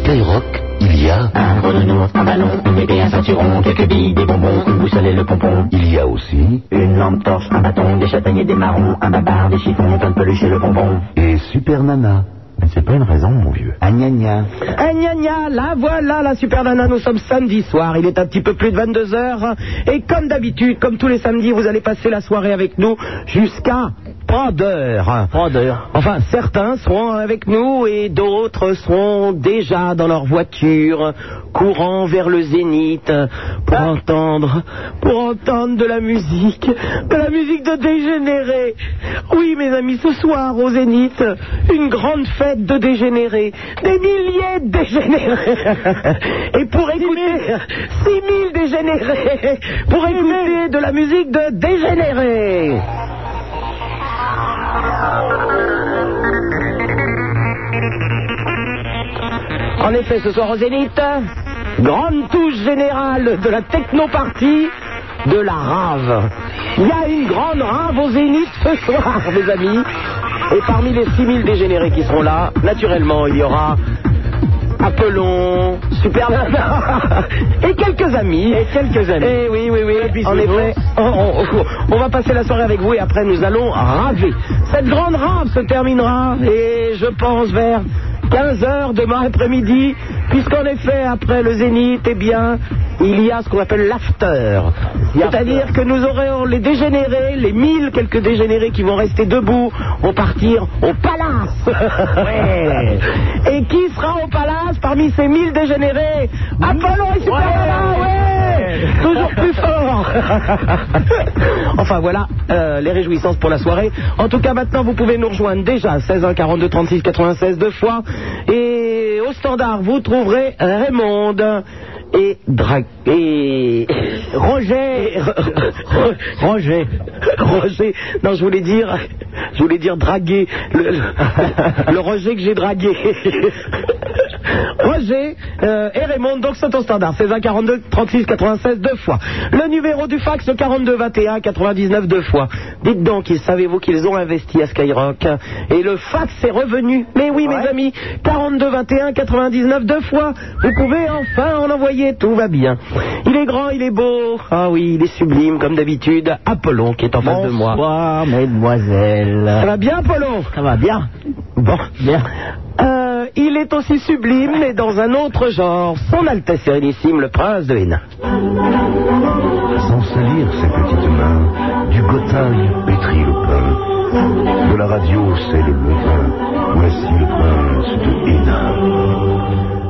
Skyrock, il y a Un renounours, un ballon, une épée, un ceinturon, quelques billes, des bonbons, une boussole et le pompon. il y a aussi Une lampe torche, un bâton, des châtaigniers, des marrons, un babar, des chiffons, plein de peluche et le bonbon. et Super Nana. Mais c'est pas une raison, mon vieux. Ah, gna, gna. Ah, gna, gna, la voilà, la super nana, nous sommes samedi soir, il est un petit peu plus de 22h, et comme d'habitude, comme tous les samedis, vous allez passer la soirée avec nous jusqu'à pas d'heure. Enfin, certains seront avec nous et d'autres seront déjà dans leur voiture, courant vers le zénith, pour entendre, pour entendre de la musique, de la musique de dégénérés. Oui, mes amis, ce soir au zénith, une grande fête de dégénérés, des milliers de dégénérés. Et pour écouter 6000 dégénérés, pour écouter de la musique de dégénérés. En effet, ce soir au Zénith, grande touche générale de la technopartie de la rave. Il y a une grande rave au Zénith ce soir, mes amis. Et parmi les 6000 dégénérés qui seront là, naturellement, il y aura Apollon, Super Nana et quelques amis. Et quelques amis. Eh oui, oui, oui. En effet, on, Oh, on- on va passer la soirée avec vous et après nous allons raver. Cette grande rave se terminera et je pense vers 15h demain après-midi, puisqu'en effet, après le zénith, eh bien, il y a ce qu'on appelle l'after. C'est-à-dire que nous aurons les dégénérés, les mille quelques dégénérés qui vont rester debout, vont partir au palace. Ouais. Et qui sera au palace parmi ces mille dégénérés Apollon et Super Nana, ouais Toujours plus fort Enfin voilà, euh, les réjouissances pour la soirée. En tout cas, maintenant, vous pouvez nous rejoindre déjà à 16 1 42 36 96 deux fois. Et au standard, vous trouverez Raymond et Dra- et Roger Roger Roger non je voulais dire je voulais dire draguer le, le- le Roger que j'ai dragué Roger euh, et Raymond donc sont au standard 16 1 42 36 96 deux fois le numéro du fax le 42 21 99 deux fois dites donc savez-vous qu'ils ont investi à Skyrock et le fax est revenu mais oui mes amis 42 21 99 deux fois vous pouvez enfin en envoyer tout va bien il est grand il est beau ah oui il est sublime comme d'habitude Apollon qui est en face de moi Bonsoir, mesdemoiselles. ça va bien, Polo Ça va bien. Bon, bien. il est aussi sublime, mais dans un autre genre. Son Altesse Sérénissime, le prince de Hénin. Sans salir ses petites mains, du gotail pétrit le pain. De la radio, c'est le levain. Voici le prince de Hénin.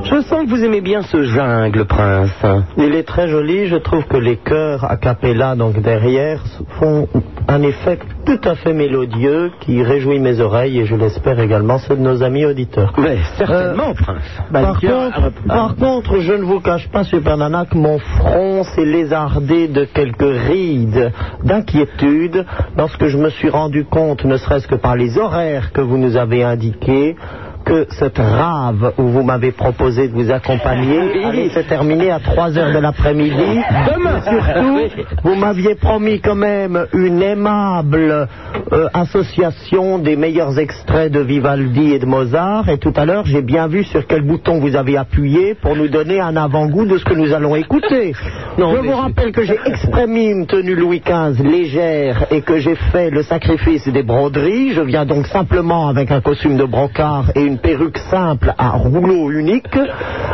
Je sens que vous aimez bien ce jungle, prince. Il est très joli, je trouve que les chœurs a cappella, donc derrière, font un effet tout à fait mélodieux qui réjouit mes oreilles et je l'espère également ceux de nos amis auditeurs. Bah, ah, Mais Euh, certainement, prince. Par contre, par contre, je ne vous cache pas, Super Nana, que mon front s'est lézardé de quelques rides d'inquiétude lorsque je me suis rendu compte, ne serait-ce que par les horaires que vous nous avez indiqués, que cette rave où vous m'avez proposé de vous accompagner allait se terminer à 3 heures de l'après-midi. Demain, Surtout, vous m'aviez promis quand même une aimable euh, association des meilleurs extraits de Vivaldi et de Mozart. Et tout à l'heure, j'ai bien vu sur quel bouton vous avez appuyé pour nous donner un avant-goût de ce que nous allons écouter. Je vous rappelle que j'ai exprès mis une tenue Louis XV légère et que j'ai fait le sacrifice des broderies. Je viens donc simplement avec un costume de brocart et une perruque simple à rouleau unique.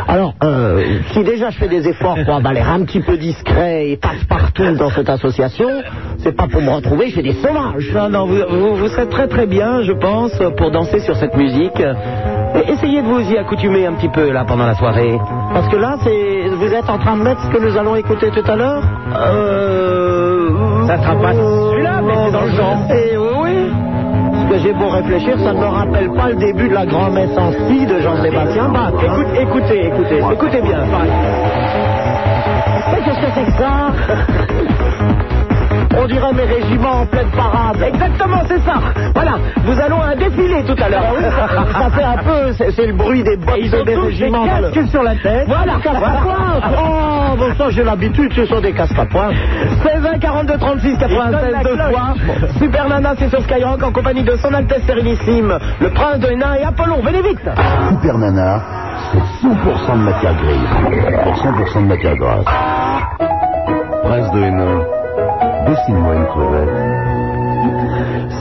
Alors, euh, si déjà je fais des efforts pour avoir l'air un petit peu discret et passe-partout dans cette association, c'est pas pour me retrouver chez des sauvages. Non, non, vous, vous, vous serez très très bien, je pense, pour danser sur cette musique. Et essayez de vous y accoutumer un petit peu, là, pendant la soirée. Parce que là, c'est vous êtes en train de mettre ce que nous allons écouter tout à l'heure Euh... Ça sera pas celui-là, mais c'est dans le genre. Eh oui, oui. Parce que j'ai beau réfléchir, ça ne me rappelle pas le début de la grand-messe en si de Jean-Sébastien Bach. hein. Écoute- écoutez, écoutez, écoutez bien. Mais qu'est-ce que c'est que ça On dirait mes régiments en pleine parade. Exactement, c'est ça. Voilà, nous allons à un défilé tout à l'heure. Ça fait un peu, c'est c'est le bruit des bottes Ah Et ils de ont mes tous des régiments. casques sur la tête. Voilà, Des casques à pointe. Oh, bon ça j'ai l'habitude, ce sont des casques à pointe. 16 1 42 36 96 deux fois. Super Nana, c'est sur Skyrock en compagnie de son Altesse Sérénissime, le prince de Hénin et Apollon. Venez vite. Super Nana, c'est 100% de matière grise pour 100% de matière grasse. Prince de Hénin, dessine-moi une crevette.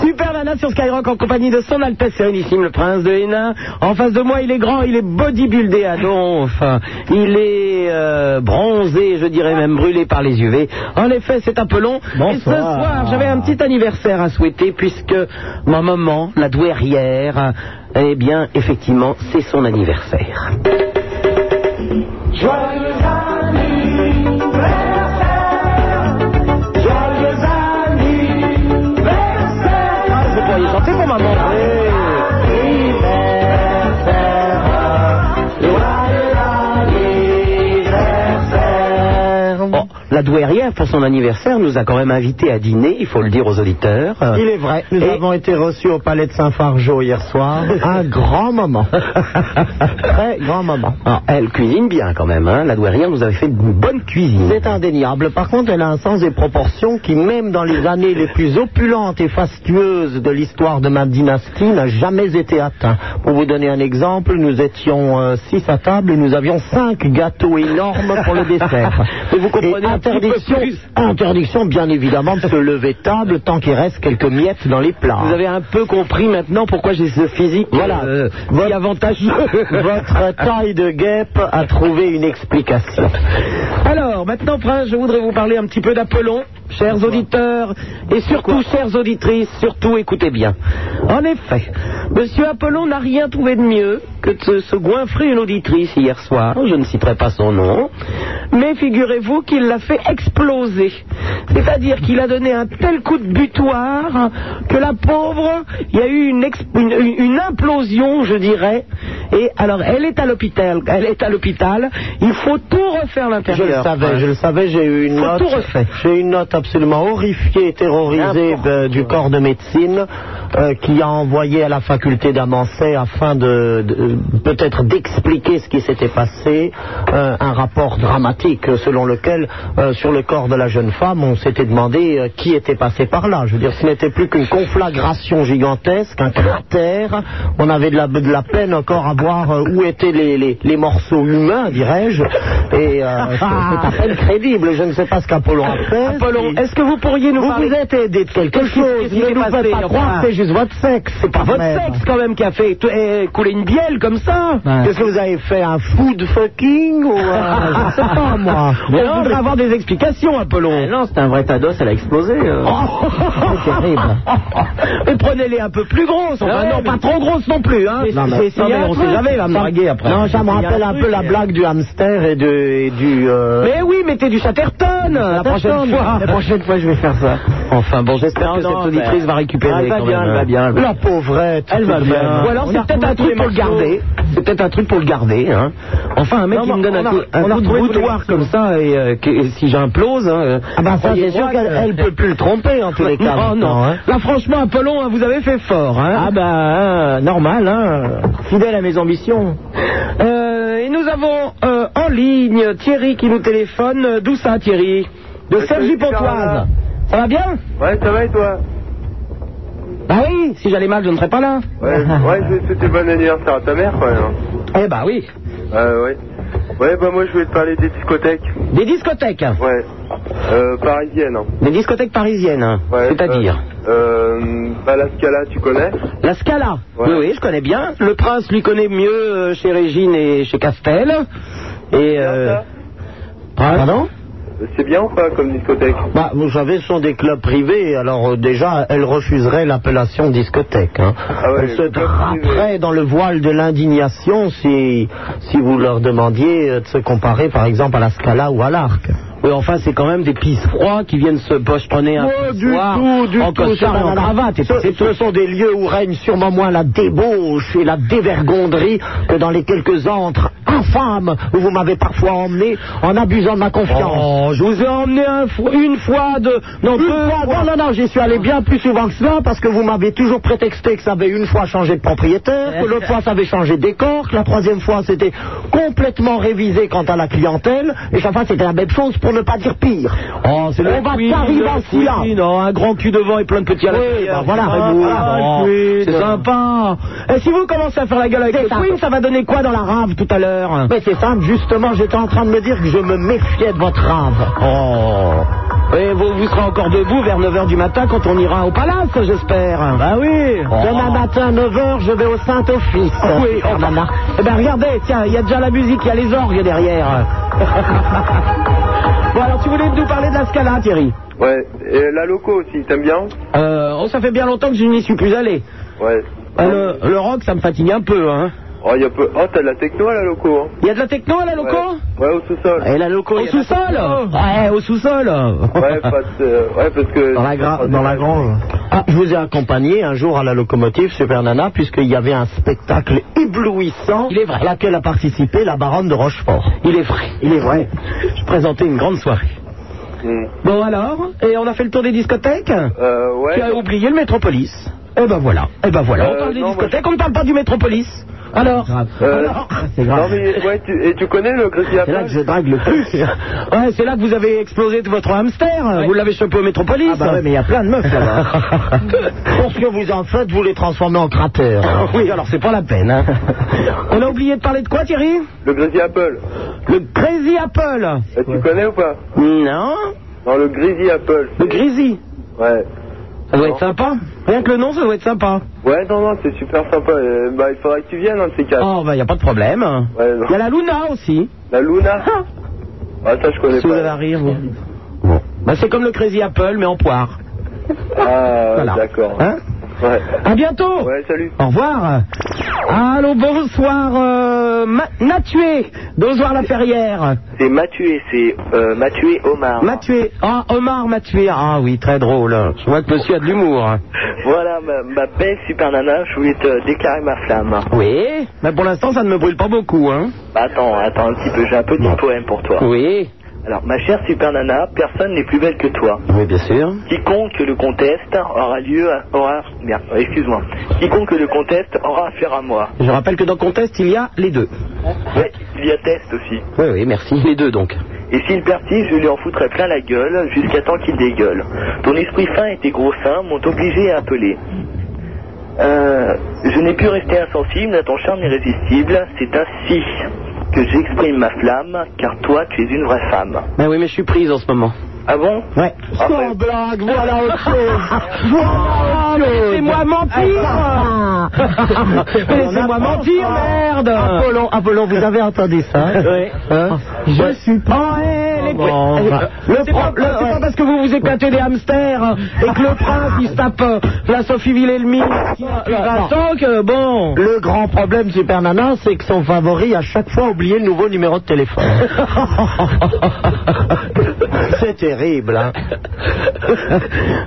Super Nana sur Skyrock en compagnie de son Altesse Sérénissime, le Prince de Hénin. En face de moi, il est grand, il est bodybuildé à donf. Il est euh, bronzé, je dirais même brûlé par les UV. En effet, c'est un peu long. Et ce Bonsoir. soir, j'avais un petit anniversaire à souhaiter puisque ma maman, la douairière, eh bien, effectivement, c'est son anniversaire. Ah, Vous pourriez chanter pour maman. Bon, La douairière, pour son anniversaire, nous a quand même invités à dîner, il faut le dire aux auditeurs. Il est vrai, nous Et- avons été reçus au palais de Saint-Fargeau hier soir. Un grand moment. Très grand moment. Ah, elle cuisine bien quand même, hein. la douairière nous avait fait une bonne cuisine. C'est indéniable. Par contre, elle a un sens des proportions qui, même dans les années les plus opulentes et fastueuses de l'histoire de ma dynastie, n'a jamais été atteint. Pour vous donner un exemple, nous étions euh, six à table et nous avions cinq gâteaux énormes pour le dessert. Mais vous comprenez Et un petit peu interdiction, plus. interdiction, bien évidemment, de se lever de table tant qu'il reste quelques miettes dans les plats. Vous avez un peu compris maintenant pourquoi j'ai ce physique Voilà. euh, Votre- si avantageux. Votre taille de guêpe a trouvé une explication. Alors, maintenant, Prince, je voudrais vous parler un petit peu d'Apollon, chers auditeurs, et surtout, chères auditrices, surtout, écoutez bien. En effet, Monsieur Apollon n'a rien trouvé de mieux que de se, se goinfrer une auditrice hier soir, je ne citerai pas son nom, mais figurez-vous qu'il l'a fait exploser. C'est-à-dire qu'il a donné un tel coup de butoir que la pauvre, il y a eu une, ex- une- une- une implosion, je dirais, et alors elle est à l'hôpital, elle est à l'hôpital, il faut tout refaire à Je l'intérieur. le savais, je le savais, j'ai eu une Faut note. tout refaire. J'ai eu une note absolument horrifiée et terrorisée N'importe de- du corps de médecine euh, qui a envoyé à la faculté d'Amancet afin de, de- peut-être d'expliquer ce qui s'était passé, euh, un rapport dramatique euh, selon lequel euh, sur le corps de la jeune femme on s'était demandé euh, qui était passé par là. Je veux dire, ce n'était plus qu'une conflagration gigantesque, un cratère. On avait de la, de la peine encore à voir euh, où étaient les, les- les morceaux humains, dirais-je. Et euh, c'est- c'est à peine crédible. Je ne sais pas ce qu'Apollon a fait. Apollon, Si- est-ce que vous pourriez nous vous parler vous êtes aidé de quelque Qu'est-ce qui- chose. qu'est-ce qui s'est Ne nous passé, faites pas enfin croire que c'est juste votre sexe. C'est pas Votre vrai. sexe quand même qui a fait tou- eh, couler une bielle comme ça Qu'est-ce que vous avez fait Un food fucking ou euh, Je ne sais pas moi. Mais On voudrait avoir des explications, Apollon. non, c'est un vrai tados, elle a explosé. euh. Oh, C'est terrible. Mais prenez-les un peu plus grosses. Enfin, Ouais, non, mais- pas trop grosses non plus. Hein. Non, mais- J'ai essayé non, mais un on truc. sait jamais, il va me Ça- draguer après. Non, ça me rappelle un peu la blague du hamster et, de, et du. euh, Mais oui, mettez du Chatterton la prochaine fois. La prochaine fois, je vais faire ça. Enfin, bon, j'espère Non, que cette non, auditrice ben, va récupérer. elle va quand bien, même, elle hein. va bien. La pauvrette. Elle va bien. Ou alors c'est peut-être un truc pour le garder. C'est peut-être un truc pour le garder. Hein. Enfin, un mec Non, qui mais me donne un on a- coup, un on coup a de retrouvé tous les boutoir morceaux. comme ça et, euh, que- et si j'implose. hein, euh, Ah ben ça, croyez-moi c'est sûr que- qu'elle elle peut plus le tromper en tous les cas. Non, non. maintenant, hein. Là, franchement, Apollon, hein, vous avez fait fort. Hein. Ah ben, hein, normal, hein. Fidèle à mes ambitions. Euh, et nous avons euh, en ligne Thierry qui nous téléphone. Euh, D'où ça, Thierry De Euh, Sergi salut, Carla. Pontoise. Ça va bien Ouais, ça va et toi Bah oui, si j'allais mal, je ne serais pas là. Ouais, ouais je- c'était bon anniversaire à ta mère quand même. hein. Eh bah oui. Euh, ouais. Ouais, bah moi je voulais te parler des discothèques. Des discothèques. Ouais. Euh, parisiennes. hein. Des discothèques parisiennes. hein. Ouais, C'est-à-dire Euh, euh, bah, la Scala, tu connais La Scala. Ouais. Oui, oui, je connais bien. Le prince lui connaît mieux euh, chez Régine et chez Castel. Et. Euh... ça hein Pardon C'est bien ou pas comme discothèque Bah, vous savez, ce sont des clubs privés, alors euh, déjà, elle refuserait l'appellation discothèque. hein. Ah ouais, elle se les clubs privés. draperait dans le voile de l'indignation si, si vous leur demandiez euh, de se comparer, par exemple, à la Scala ou à l'Arc. Oui, enfin, c'est quand même des pisses froids qui viennent se pochetronner un Ouais, peu le soir en costard c'est et en pas- cravate. Et Ce, puis c'est ce tout. sont des lieux où règne sûrement moins la débauche et la dévergonderie que dans les quelques antres infâmes où vous m'avez parfois emmené en abusant de ma confiance. Oh, je vous ai emmené un fo- une fois de. Non, Une deux fois- fois. non, non, non, j'y suis allé bien plus souvent que cela parce que vous m'avez toujours prétexté que ça avait une fois changé de propriétaire, que l'autre fois ça avait changé de décor, que la troisième fois c'était complètement révisé quant à la clientèle, et chaque fois c'était la même chose pour pour ne pas dire pire. Oh, c'est On le va Queen, t'arriver le à Queen, oh, un grand cul devant et plein de petits à Oui, l'arrière. bah voilà, voilà, Ah, voilà, bon, le Queen. c'est sympa. Et si vous commencez à faire la gueule avec C'est le ça. Queen, ça va donner quoi dans la rave tout à l'heure Mais c'est simple, justement, j'étais en train de me dire que je me méfiais de votre rave. Oh. Et vous, vous serez encore debout vers 9h du matin quand on ira au palace, j'espère. Bah oui. Demain matin, 9h, je vais au Saint-Office. Oui, oh, Nana. Eh ben regardez, tiens, il y a déjà la musique, il y a les orgues derrière. bon alors tu voulais nous parler de la Scala, Thierry Ouais, et la loco aussi, t'aimes bien euh, oh, ça fait bien longtemps que je n'y suis plus allé. Ouais. Euh, le, le rock, ça me fatigue un peu, hein. Oh, y a peu... oh t'as de la techno à la loco, hein Il y a de la techno à la loco Ouais, ouais au sous-sol. Et la loco, Au il y en a- sous-sol Ouais, au sous-sol Ouais, parce, euh, ouais, parce que... Dans la, gra- dans la grange. Ah, je vous ai accompagné un jour à la locomotive Super Nana, puisqu'il y avait un spectacle éblouissant Il est vrai. à laquelle a participé la baronne de Rochefort. Il est vrai. Il est vrai. Je présentais une grande soirée. Hmm. Bon alors, et on a fait le tour des discothèques Euh, ouais. Tu as oublié le Métropolis. Eh ben voilà, eh ben voilà. Euh, on parle des non, moi, discothèques, on ne parle pas du Métropolis. Alors, Euh, alors Ah, Non, mais ouais, tu... et tu connais le Gracie C'est là que Apple je drague le plus. Ouais, c'est là que vous avez explosé de votre hamster. Vous l'avez chopé au Métropolis. Ah bah ouais, mais il y a plein de meufs là-bas. Pour ce que vous en faites, vous les transformez en cratères. oui, alors c'est pas la peine. hein. on a oublié de parler de quoi, Thierry Le Gracie Apple. Le Crazy Apple. Euh, tu connais ou pas Non. Non, le Gracie Apple. Le Greasy. Ouais. Ça doit être sympa. Rien que le nom, ça doit être sympa. Ouais, non, non, c'est super sympa. Euh, bah, il faudra que tu viennes, un de ces quatre. Oh, bah, il n'y a pas de problème. Ouais, non. Il y a la Luna aussi. La Luna Ah, ça, je connais Si vous avez à pas. rire, vous. Bah, c'est comme le Crazy Apple, mais en poire. Ah, Voilà. d'accord. Hein ouais. À bientôt. ouais, salut. Au revoir. Allô, bonsoir, euh, Ma- Mathieu. Bonsoir, la Ferrière. C'est Mathieu, c'est euh, Mathieu Omar. Mathieu. Ah, Omar Mathieu. Ah oui, très drôle. Je vois que monsieur a de l'humour. Voilà, ma, belle super nana, je voulais te déclarer ma flamme. Bah, Oui. Mais pour l'instant, ça ne me brûle pas beaucoup, hein. attends, attends un petit peu, j'ai un petit poème pour toi. Oui. Alors, ma chère super nana, personne n'est plus belle que toi. Oui, bien sûr. Quiconque le conteste aura lieu, à- aura, bien, euh, excuse-moi. Quiconque le conteste aura affaire à moi. Je rappelle que dans Contest, il y a les deux. Ouais, il y a test aussi. Oui, oui, merci. Les deux, donc. Et s'il persiste, je lui en foutrai plein la gueule jusqu'à temps qu'il dégueule. Ton esprit fin et tes gros seins m'ont obligé à appeler. Euh, je n'ai pu rester insensible à ton charme irrésistible. C'est ainsi que j'exprime ma flamme, car toi, tu es une vraie femme. Ben oui, mais je suis prise en ce moment. Ah bon Ouais. Ah, ouais. blague, voilà autre chose. Voilà autre chose. Oh, Laissez-moi mentir Mais Laissez-moi mentir, merde Apollon, Apollon, vous avez entendu ça hein Oui. Hein Je suis Oh, eh, les... Bon, Eh, enfin, le le c'est pas, pro- c'est le- pas ouais. parce que vous vous éclatez des hamsters euh, et que le prince il se tape euh, la Sophie Villelmi qui a Non, non. que bon. Le grand problème Super Nana, c'est que son favori a chaque fois oublié le nouveau numéro de téléphone. c'est terrible, hein.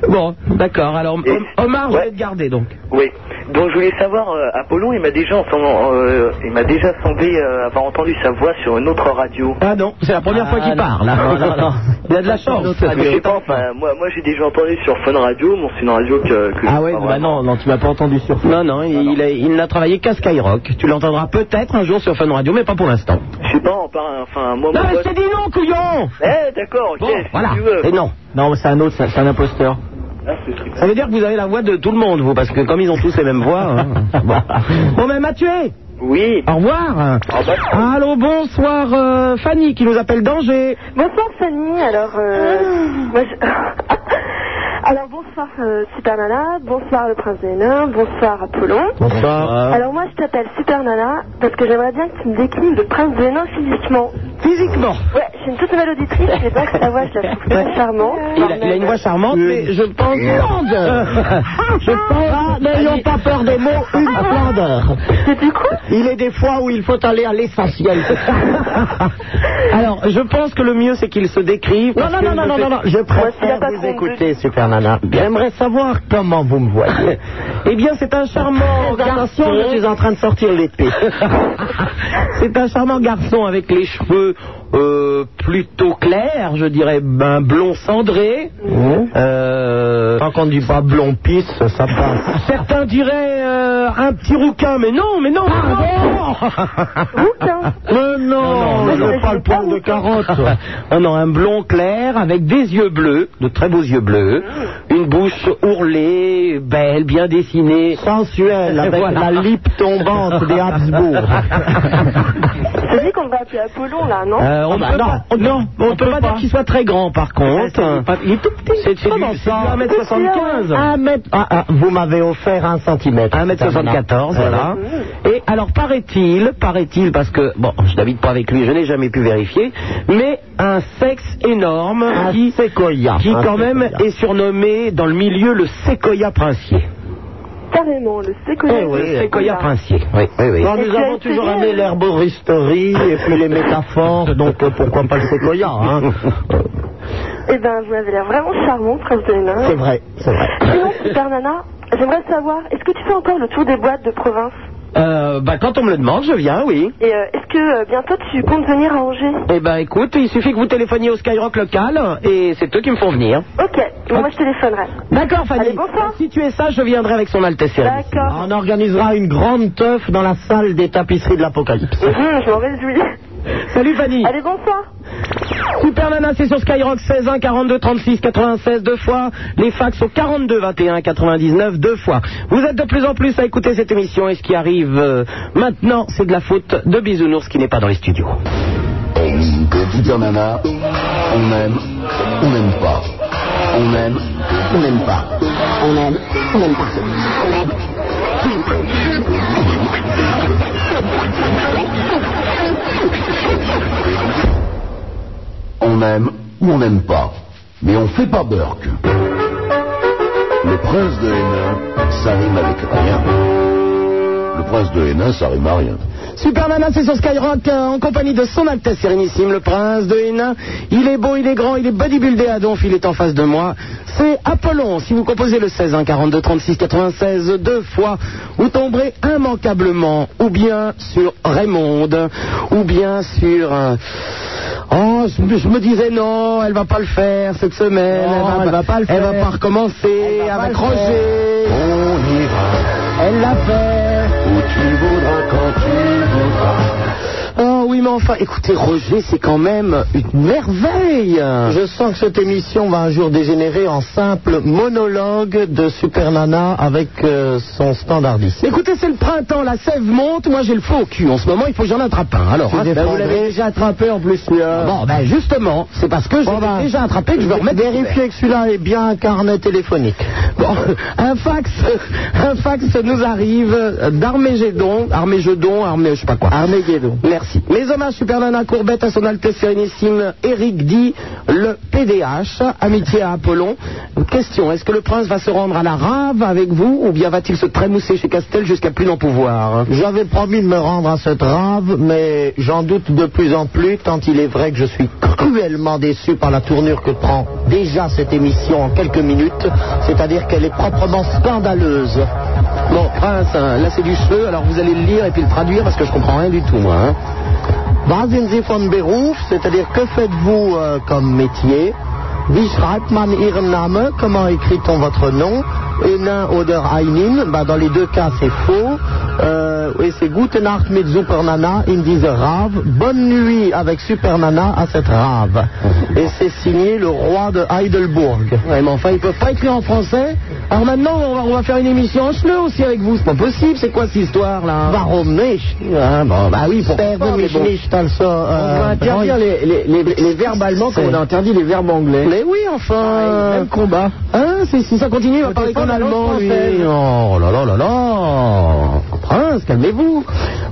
bon, d'accord. Alors, Et- Omar, vous Ouais. êtes gardé donc. Oui. Donc je voulais savoir, euh, Apollon, il m'a déjà, entendu- euh, il m'a déjà semblé euh, avoir entendu sa voix sur une autre radio. Ah non, c'est la première Ah, fois qu'il non. parle. hein. Non, non, non. Il a de la chance. Notre Ah, mais je sais pas, hein. enfin, moi, moi j'ai déjà entendu sur Fun Radio, bon, c'est une radio que. que Ah ouais, pas bah vraiment. non, non, tu m'as pas entendu sur. Non, non, il, il a- il n'a travaillé qu'à Skyrock. Tu l'entendras peut-être un jour sur Fun Radio, mais pas pour l'instant. Je sais pas, on parle, enfin, moi, Non, mon mais pote- c'est dit non, couillon Eh, d'accord, ok, Bon, si voilà. tu veux. Et non. Non, c'est un autre, c'est un imposteur. Ah, c'est super. Ça veut dire que vous avez la voix de tout le monde, vous, parce que comme ils ont tous les mêmes voix. hein. bon. bon, ben Mathieu, Oui. au revoir. Ah bah. Allô, bonsoir, euh, Fanny qui nous appelle d'Angers. Bonsoir Fanny, alors euh, moi, je- Alors bonsoir euh, Super Nana, bonsoir le prince des nains, bonsoir Apollon. Bonsoir. Alors moi je t'appelle Super Nana parce que j'aimerais bien que tu me déclines le prince des nains physiquement. Physiquement. Ouais, je suis une toute nouvelle auditrice, mais pas que ta voix, je la trouve très charmante. Il a, il a une voix charmante, mais je pense. Je pense, Ah, n'ayons pas peur des mots, une Ah, splendeur. Et du coup, Il est des fois où il faut aller à l'essentiel. Alors, je pense que le mieux, c'est qu'il se décrive. Non, parce non, que non, non, je non, sais- non, non, je s'il y a préfère pas vous trop de- écouter, Super Nana. J'aimerais savoir comment vous me voyez. Eh bien, c'est un charmant Attention, garçon. je suis en train de sortir l'épée. C'est un charmant garçon avec les cheveux euh, plutôt clairs, je dirais, ben, blond cendré, Mmh. euh, euh, Tant qu'on dit pas blond pisse, ça passe. certains diraient euh, un petit rouquin, mais non, mais non. hein. Rouquin. Mais Oh non, je mais je parle sais pas pas de où. carotte. non, non, un blond clair avec des yeux bleus, de très beaux yeux bleus, Ah. une bouche ourlée, belle, bien dessinée. Sensuel, avec Voilà. la lippe tombante des Habsbourg. C'est lui qu'on va appeler Apollon, là, non Euh, on Ah bah peut non, pas, on- non, on, peut, pas, Ah, dire qu'il soit très grand par contre. Il est tout petit. C'est- c'est Comment du- ça c'est du 1m75. Un mètre- ah, ah, vous m'avez offert un centimètre. 1m74, voilà. Et alors, paraît-il, paraît-il, parce que, bon, je n'habite pas avec lui, je n'ai jamais pu vérifier, mais un sexe énorme Un Ah, qui, séquoia. qui Un quand même séquoia. est surnommé dans le milieu le séquoia princier. Carrément, le séquoia. Eh oui, le euh, Séquoia séquoia. princier, oui, oui, oui. Non, Et nous tu as avons été toujours bien. aimé l'herboristerie et puis les métaphores, donc euh, pourquoi pas le séquoia hein Eh ben, vous avez l'air vraiment charmant, Prince C'est vrai, c'est vrai. Sinon, Super Nana, j'aimerais savoir, est-ce que tu fais encore le tour des boîtes de province Euh, bah, quand on me le demande, je viens, oui. Et euh, est-ce que euh, bientôt tu comptes venir à Angers Eh ben, écoute, il suffit que vous téléphoniez au Skyrock local, et c'est eux qui me font venir. Ok, bon, moi je téléphonerai. D'accord, Fanny. Allez, bonsoir. Si tu es ça, je viendrai avec son Altesse Sérénissime. D'accord. On organisera une grande teuf dans la salle des tapisseries de l'Apocalypse. Hum, je m'en réjouis. Salut, Fanny. Allez, bonsoir. Super Nana, c'est sur Skyrock 16 1 42 36 96 deux fois. Les fax au 42 21 99 deux fois. Vous êtes de plus en plus à écouter cette émission et ce qui arrive euh, maintenant, c'est de la faute de Bisounours qui n'est pas dans les studios. Super Nana, on aime, on n'aime pas. On aime, on n'aime pas. On aime, on n'aime pas. On aime ou on n'aime pas, mais on fait pas Burke. Le prince de Hénin, ça rime avec rien. Le prince de Hénin, ça rime à rien. Super Nana, c'est sur Skyrock euh, en compagnie de son Altesse Sérénissime, le prince de Hénin. Il est beau, il est grand, il est bodybuildé à donf, il est en face de moi. C'est Apollon. Si vous composez le hein, 16 1 42 36 96 deux fois, vous tomberez immanquablement ou bien sur Raymond ou bien sur... euh, Oh, je, me- je me disais non, elle va pas le faire cette semaine. Non, elle va pas le Elle va faire. pas recommencer, elle Elle va va pas le crocher. On ira Elle l'a fait. où tu voudras quand tu voudras. Oh oui, mais enfin, écoutez, Roger, c'est quand même une merveille. Je sens que cette émission va un jour dégénérer en simple monologue de Super Nana avec euh, son standardiste. Écoutez, c'est le printemps, la sève monte, moi j'ai le faux au cul en ce moment, il faut que j'en attrape un. Alors, Tu hein, défendrais. déjà attrapé en plus. Bon, ben justement, c'est parce que je Bon, l'ai ben, déjà attrapé que je vais remettre. Vérifiez que celui-là est bien un carnet téléphonique. Bon, un fax, un fax nous arrive d'Armégédon, Armégédon, Armé, je sais pas quoi. Armageddon. Merci. Mes hommages, Super Nana Courbette, à son Altesse Sérénissime, Éric dit le PDH, amitié à Apollon. Question, est-ce que le prince va se rendre à la rave avec vous ou bien va-t-il se trémousser chez Castel jusqu'à plus n'en pouvoir J'avais promis de me rendre à cette rave, mais j'en doute de plus en plus, tant il est vrai que je suis cruellement déçu par la tournure que prend déjà cette émission en quelques minutes, c'est-à-dire qu'elle est proprement scandaleuse. Bon, prince, hein, là c'est du cheveu, alors vous allez le lire et puis le traduire parce que je comprends rien du tout, moi. hein. Was sind Sie von Beruf, c'est-à-dire que faites-vous euh, comme métier Wie schreibt man Ihren Namen Comment écrit-on votre nom Enin oder Einin bah, Dans les deux cas, c'est faux. Euh, et c'est Gute Nacht mit Super Nana in diese Rave. Bonne nuit avec Super Nana à cette rave. Et c'est signé le roi de Heidelberg. Ouais, mais enfin, ils peuvent pas écrire en français. Alors maintenant, on va, on va faire une émission en cheveux aussi avec vous. C'est pas possible, c'est quoi cette histoire là hein? Warum nicht Ah, bon, bah oui, pourquoi Serve pas, hein, mais mich bon. nicht also, On va euh, interdire les, les, les, les verbes allemands comme on a interdit les verbes anglais. Mais oui, enfin. Pareil, même combat. Hein, c'est- si ça continue, il va C'est parler pas qu'en la langue allemand, lui. française. Oh là là là là Prince, calmez-vous.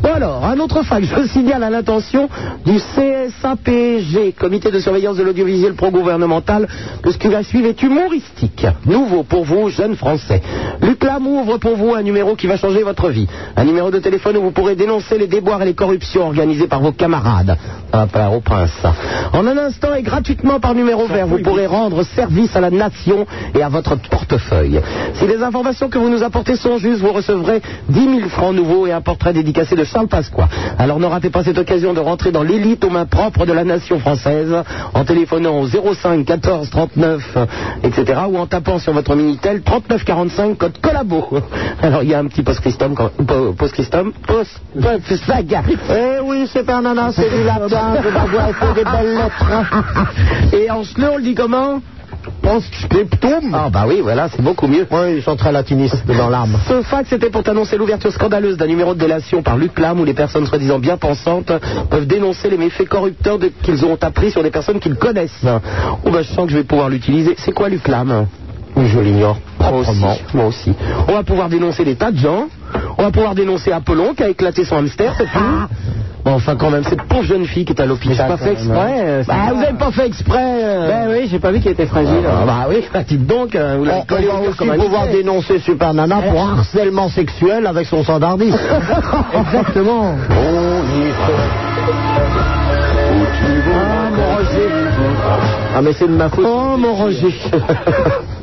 Bon alors, un autre fac, je signale à l'attention du CSAPG, Comité de surveillance de l'audiovisuel pro-gouvernemental, que ce qui va suivre est humoristique. Nouveau pour vous, jeunes Français. Luc Lam ouvre pour vous un numéro qui va changer votre vie. Un numéro de téléphone où vous pourrez dénoncer les déboires et les corruptions organisées par vos camarades. Ça va plaire au prince, ça. En un instant et gratuitement par numéro vert, vous pourrez rendre service à la nation et à votre portefeuille. Si les informations que vous nous apportez sont justes, vous recevrez 10 000 francs nouveaux Bravo et un portrait dédicacé de Charles Pasqua. Alors ne ratez pas cette occasion de rentrer dans l'élite aux mains propres de la nation française en téléphonant au 05 14 39 etc. ou en tapant sur votre Minitel 39 45 code collabo. Alors il y a un petit post-christum quand- po- post-christum post Eh oui, c'est pas un ananas, c'est du latin, c'est pas vrai, c'est des belles lettres. Et en schleu, on le dit comment Post-scriptum Ah bah oui, voilà, c'est beaucoup mieux. Oui, ils sont très latinistes dans l'âme. Ce fax était pour annoncer l'ouverture scandaleuse d'un numéro de délation par Luc Lam où les personnes soi-disant bien pensantes peuvent dénoncer les méfaits corrupteurs de- qu'ils ont appris sur des personnes qu'ils connaissent. Oh bah je sens que je vais pouvoir l'utiliser. C'est quoi Luc Lam Je l'ignore. proprement. Moi aussi. On va pouvoir dénoncer des tas de gens. On va pouvoir dénoncer Apollon qui a éclaté son hamster, c'est tout. Bon, enfin, quand même, cette pauvre jeune fille qui est à l'hôpital. Ah. Mais j'ai pas fait quand même, hein. exprès, euh, c'est Bah, ça. vous n'avez pas fait exprès. euh. Ben oui, j'ai pas vu qu'il était fragile. Ah, bah oui, bah, dites donc, euh, vous On, l'avez on collé Eh. au va mur comme un aussi pouvoir lycée. dénoncer Super Nana pour harcèlement sexuel avec son standardiste. Exactement. On y va. Où tu vas, mon Ah mais c'est de ma faute. Oh mon Roger.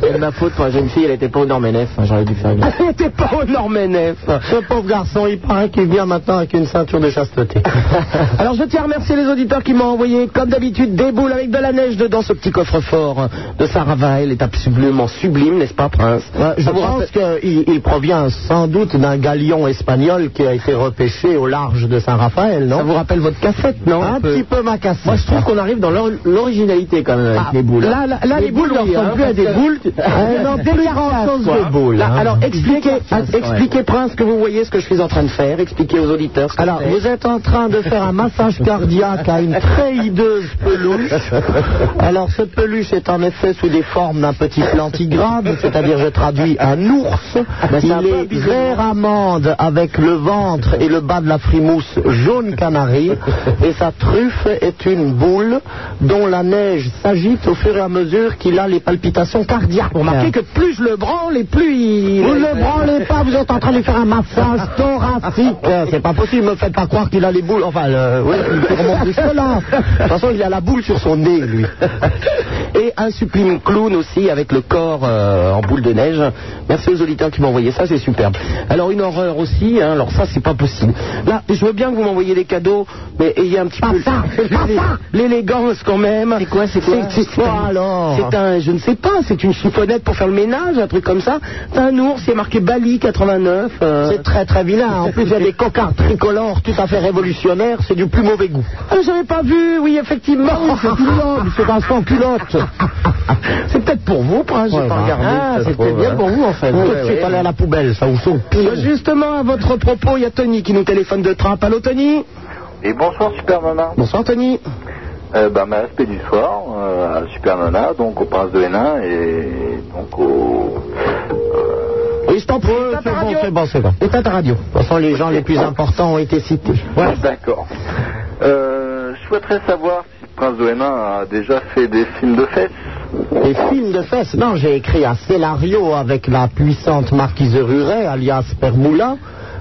c'est de ma faute, ma jeune fille, elle était pas au Normenef, j'aurais dû faire Elle était pas au Normenef. Ce pauvre garçon, il paraît qu'il vient maintenant avec une ceinture de chasteté. Alors je tiens à remercier les auditeurs qui m'ont envoyé, comme d'habitude, des boules avec de la neige dedans. Ce petit coffre-fort de Sarah Vail est absolument sublime, n'est-ce pas, Prince Ouais, je Ça vous pense rappelle- qu'il il provient sans doute d'un galion espagnol qui a été repêché au large de Saint-Raphaël, non Ça vous rappelle votre cassette, non Un petit peu ma cassette. Moi, je trouve qu'on arrive dans l'or- l'originalité quand même avec Ah, les boules. hein, là, là, là, les boules, ne on ressemble plus à des boules. on On en plus grand chose de boules, hein. Alors, expliquez, euh, Bien sûr, expliquez, Prince, que vous voyez ce que je suis en train de faire. Expliquez aux auditeurs. Ce que Alors, c'est. vous êtes en train de faire un massage cardiaque à une très hideuse peluche. Alors, cette peluche est en effet sous des formes d'un petit plantigrade, c'est-à-dire, je traduis, un ours. Ah, ben, c'est un Il peu est bizarre. vert amande avec le ventre et le bas de la frimousse jaune canari. Et sa truffe est une boule dont la neige s'agite au fur et à mesure qu'il a les palpitations cardiaques. vous remarquez que plus je le branle et plus il. Vous ne le branlez pas, vous êtes en train de lui faire un massage Ah, thoracique. Euh, C'est pas possible, me faites pas croire qu'il a les boules. Enfin, le... oui, il remonte jusque-là. De toute façon, il a la boule sur son nez, lui. Et un sublime clown aussi avec le corps euh, en boule de neige. Merci aux auditeurs qui m'ont envoyé ça, c'est superbe. Alors une horreur aussi, hein, alors ça c'est pas possible. Là, je veux bien que vous m'envoyiez des cadeaux, mais ayez un petit peu ça, pas l'é- ça. l'élégance quand même. C'est quoi, c'est quoi C'est Quoi, un- alors C'est un, je ne sais pas, c'est une chiffonnette pour faire le ménage, un truc comme ça. C'est un ours, il est marqué Bali 89. euh. C'est très très vilain. En plus, il y a des cocards tricolores tout à fait révolutionnaires. C'est du plus mauvais goût. Ah, j'avais pas vu, oui effectivement. C'est ignoble, c'est un sans culotte. C'est peut-être pour vous, Prince, j'ai Ouais, pas bah, regardé. ah, ça se c'était trouve, bien hein. pour vous, en fait. Ouais, Tout de suite, ouais. allez à la poubelle, ça vous sauve pire. Bah, Justement, à votre propos, il y a Tony qui nous téléphone de trappe. Allô, Tony Et bonsoir Super Nana. Bonsoir, Tony. Euh, bah, ma SP du soir euh, à Super Nana, donc au Prince de Hénin et donc au. Oui, je t'en prie. Éteins ta C'est bon, radio. c'est bon, c'est bon. Éteins ta radio. De toute façon, les gens les plus importants ont été cités. Ouais. D'accord. Euh, je souhaiterais savoir si le Prince de Hénin a déjà fait des films de fesses. Les films de fesses, non, j'ai écrit un scénario avec la puissante marquise Ruret, alias Permoulin,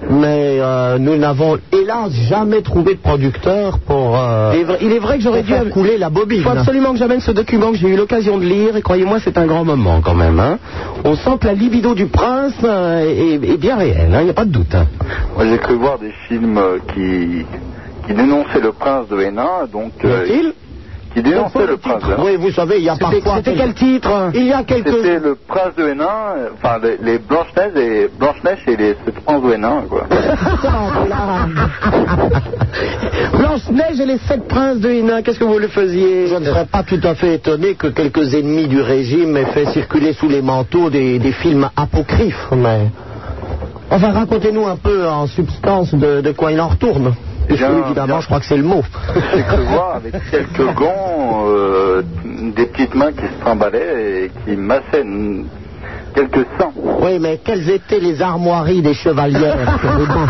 mais euh, nous n'avons hélas jamais trouvé de producteur pour, euh, Il est vrai- Il est vrai que j'aurais pour dû... faire couler la bobine. Il faut absolument que j'amène ce document que j'ai eu l'occasion de lire, et croyez-moi, c'est un grand moment quand même. hein. On sent que la libido du prince euh, est, est bien réelle, hein, il n'y a pas de doute. hein. Moi, j'ai cru voir des films euh, qui qui dénonçaient le Prince de Hénin, donc euh, Y a-t-il qui dénonçaient le Prince de Hénin. Oui, vous savez, il y a C'était parfois... c'était quel titre hein Il y a quelques... C'était le prince de Hénin, euh, enfin les, les Blanche-Neige et Blanche-Neige et les c'est le prince de Hénin quoi. Blanche-Neige et les sept princes de Hénin, qu'est-ce que vous le faisiez Je ne serais pas tout à fait étonné que quelques ennemis du régime aient fait circuler sous les manteaux des, des films apocryphes, mais... Enfin, racontez-nous un peu en substance de, de quoi il en retourne. Puisque, Bien, évidemment, bien. je crois que c'est le mot. J'ai cru voir avec quelques gants euh, des petites mains qui se trimballaient et qui massaient mm, quelques seins. Oui, mais quelles étaient les armoiries des chevalières sur les bancs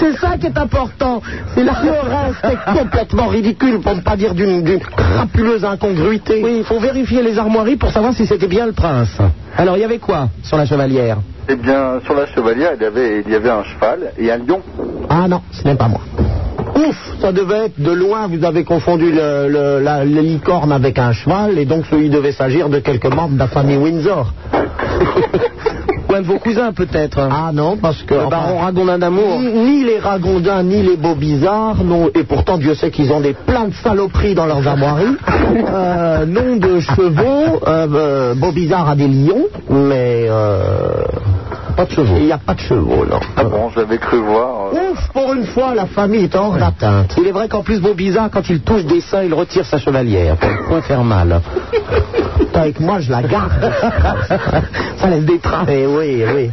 C'est ça qui est important. C'est la C'est complètement ridicule, pour ne pas dire d'une d'une crapuleuse incongruité. Oui, il faut vérifier les armoiries pour savoir si c'était bien le prince. Alors, il y avait quoi sur la chevalière Eh bien, sur la chevalière, il y avait il y avait un cheval et un lion. Ah non, ce n'est pas moi. Ouf, ça devait être de loin, vous avez confondu le, le- la, la licorne avec un cheval, et donc il devait s'agir de quelques membres de la famille Windsor. ou un de vos cousins peut-être. Ah non, parce que. Le enfin, baron Ragondin d'amour. Ni, ni les Ragondins, ni les Beaubizards, non, et pourtant Dieu sait qu'ils ont des plein de saloperies dans leurs armoiries. Euh, nom de chevaux, euh, euh, Beaubizard a des lions, mais. euh, Pas de chevaux. Il n'y a pas de chevaux, non. Ah bon, j'avais cru voir. euh, Ouf, pour une fois, la famille est hors d'atteinte. Il est vrai qu'en plus, Beaubizarre, quand il touche des seins, il retire sa chevalière pour ne point faire mal. Avec moi, je la garde. Ça laisse des traces. Eh oui, oui.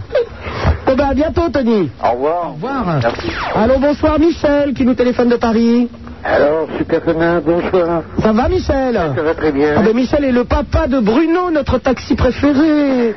Bon ben, à bientôt, Tony. Au revoir. Au revoir. Merci. Allô, bonsoir, Michel, qui nous téléphone de Paris. Alors, super Nana, bonsoir. Ça va, Michel Ça va très bien. Ah ben, Michel est le papa de Bruno, notre taxi préféré.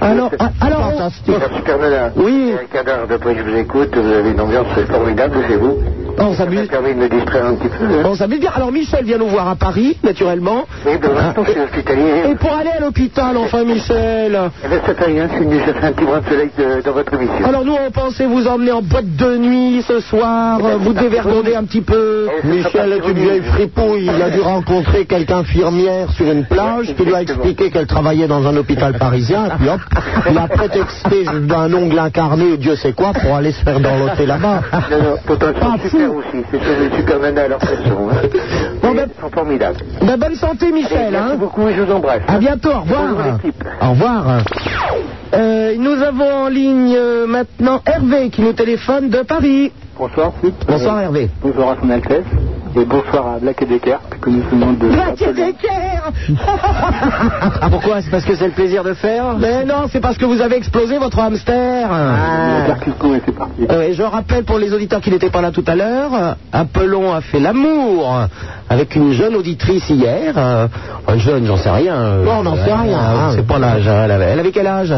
Alors, ah, alors, on- Super, super Nana. Oui. Eric Haddad, après je vous écoute, vous avez une ambiance formidable chez vous. on Ça s'amuse. me permet de me distraire un petit peu. hein. On s'amuse bien. Alors, Michel vient nous voir à Paris, naturellement. Oui, ben maintenant je suis hospitalier. Et pour aller à l'hôpital, enfin, Michel. Eh ben, ça fait rien, je suis venu chercher un petit brin de soleil de- dans votre émission. Alors nous, on pensait vous emmener en boîte de nuit ce soir, euh, vous dévergonder un petit peu. Michel est une vieille fripouille. Il a dû rencontrer quelques infirmières sur une plage qui lui a expliqué qu'elle travaillait dans un hôpital parisien. Et puis hop, il a prétexté d'un ongle incarné ou Dieu sait quoi pour aller se faire dorloter là-bas. Non, non, pourtant, ils sont Ah, super fou. aussi. C'est sur les super Nana à leur façon. hein. Bon, Et ben- Ils sont formidables. Ben, bonne santé Michel. Merci Hein. beaucoup et je vous embrasse. À bientôt, au Bonjour, revoir. l'équipe. Au revoir. Euh, nous avons en ligne euh, maintenant Hervé qui nous téléphone de Paris. Bonsoir, Flip. Bonsoir Hervé. Bonsoir à son Altesse et bonsoir à Black et Decker, plus connu sous le nom de. Ah pourquoi C'est parce que c'est le plaisir de faire Mais non, c'est parce que vous avez explosé votre hamster. Ah. Black Cisco, et c'est parti. Euh, et je rappelle pour les auditeurs qui n'étaient pas là tout à l'heure, euh, Apollon a fait l'amour avec une jeune auditrice hier. euh, enfin, jeune, j'en sais rien. euh, Non, on n'en sait euh, rien, euh, hein. C'est pas l'âge. hein, Elle avait, elle avait quel âge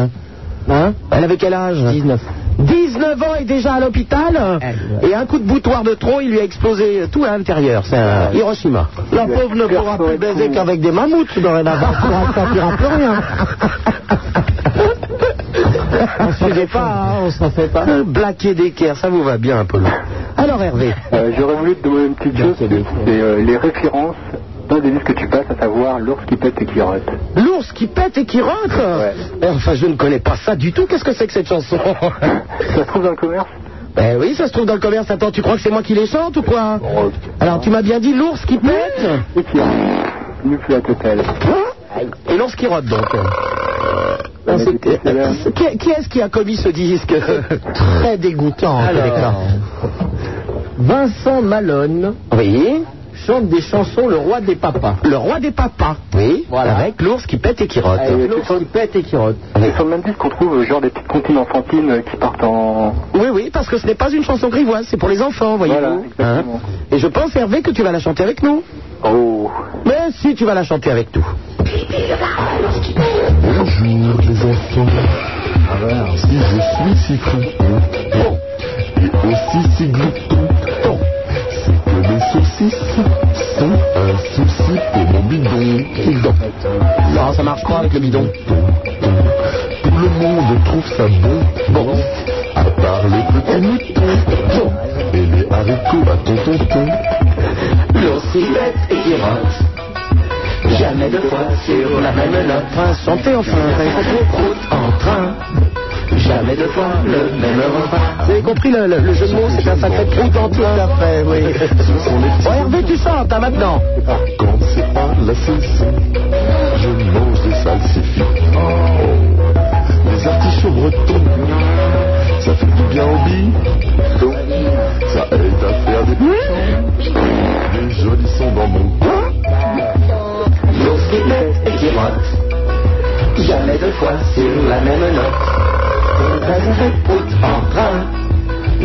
Hein Elle avait quel âge 19. 19 ans et déjà à l'hôpital Et un coup de boutoir de trop, il lui a explosé tout à l'intérieur. C'est un Hiroshima. La pauvre ne pourra plus baiser qu'avec des mammouths dorénavant. Elle ne sentira plus rien. On s'en fait pas, hein, on s'en fait pas. Blaquer d'équerre, ça vous va bien, Apollon. Alors Hervé. Euh, J'aurais voulu te demander une petite chose, c'est euh, les références dans des disques que tu passes, à savoir l'ours qui pète et qui rote. L'ours qui pète et qui rentre Eh, Enfin, je ne connais pas ça du tout. Qu'est-ce que c'est que cette chanson Ça se trouve dans le commerce Ben oui, ça se trouve dans le commerce. Attends, tu crois que c'est moi qui les chante ou quoi Alors, tu m'as bien dit l'ours qui pète Et qui rote. Nul plus la totale. et l'ours qui rote, donc. Ah, mais C'est- c'est- c'est là. Qui, qui est-ce qui a commis ce disque Très dégoûtant, en tous les cas. Vincent Malone oui. chante des chansons Le roi des papas. Le roi des papas Oui, voilà. avec l'ours qui pète et qui rote. Ah, et l'ours qui pète et qui rote. C'est sur le même disque qu'on trouve euh, genre des petites comptines enfantines euh, qui partent en. Oui, oui, parce que ce n'est pas une chanson grivoise, c'est pour les enfants, Voilà, voyez-vous. hein. exactement. Et je pense, Hervé, que tu vas la chanter avec nous. Oh Mais si, tu vas la chanter avec nous. Bonjour les enfants. Ah Si je suis si fripon et aussi si glouton, c'est que mes saucisses sont un souci pour mon bidon. Non, ça marche pas avec le bidon. Tout le monde trouve ça bon, bon, à part les petits moutons bon, et les haricots à ton tonton. Jamais deux fois sur la même note. Enfin, chantez enfin. en train. Jamais deux fois le même repas. Vous avez compris le, le- le jeu de mots, c'est un sacré croûte en train. Tout à fait, oui. Bon, Hervé, tu chantes, hein, maintenant. Quand c'est pas la saison, je mange des salsifis. Des artichauts bretons, ça fait du bien au bidon. Ça aide à faire des poissons. Les jolis sont dans mon coin. Jamais deux fois sur la même note. en train.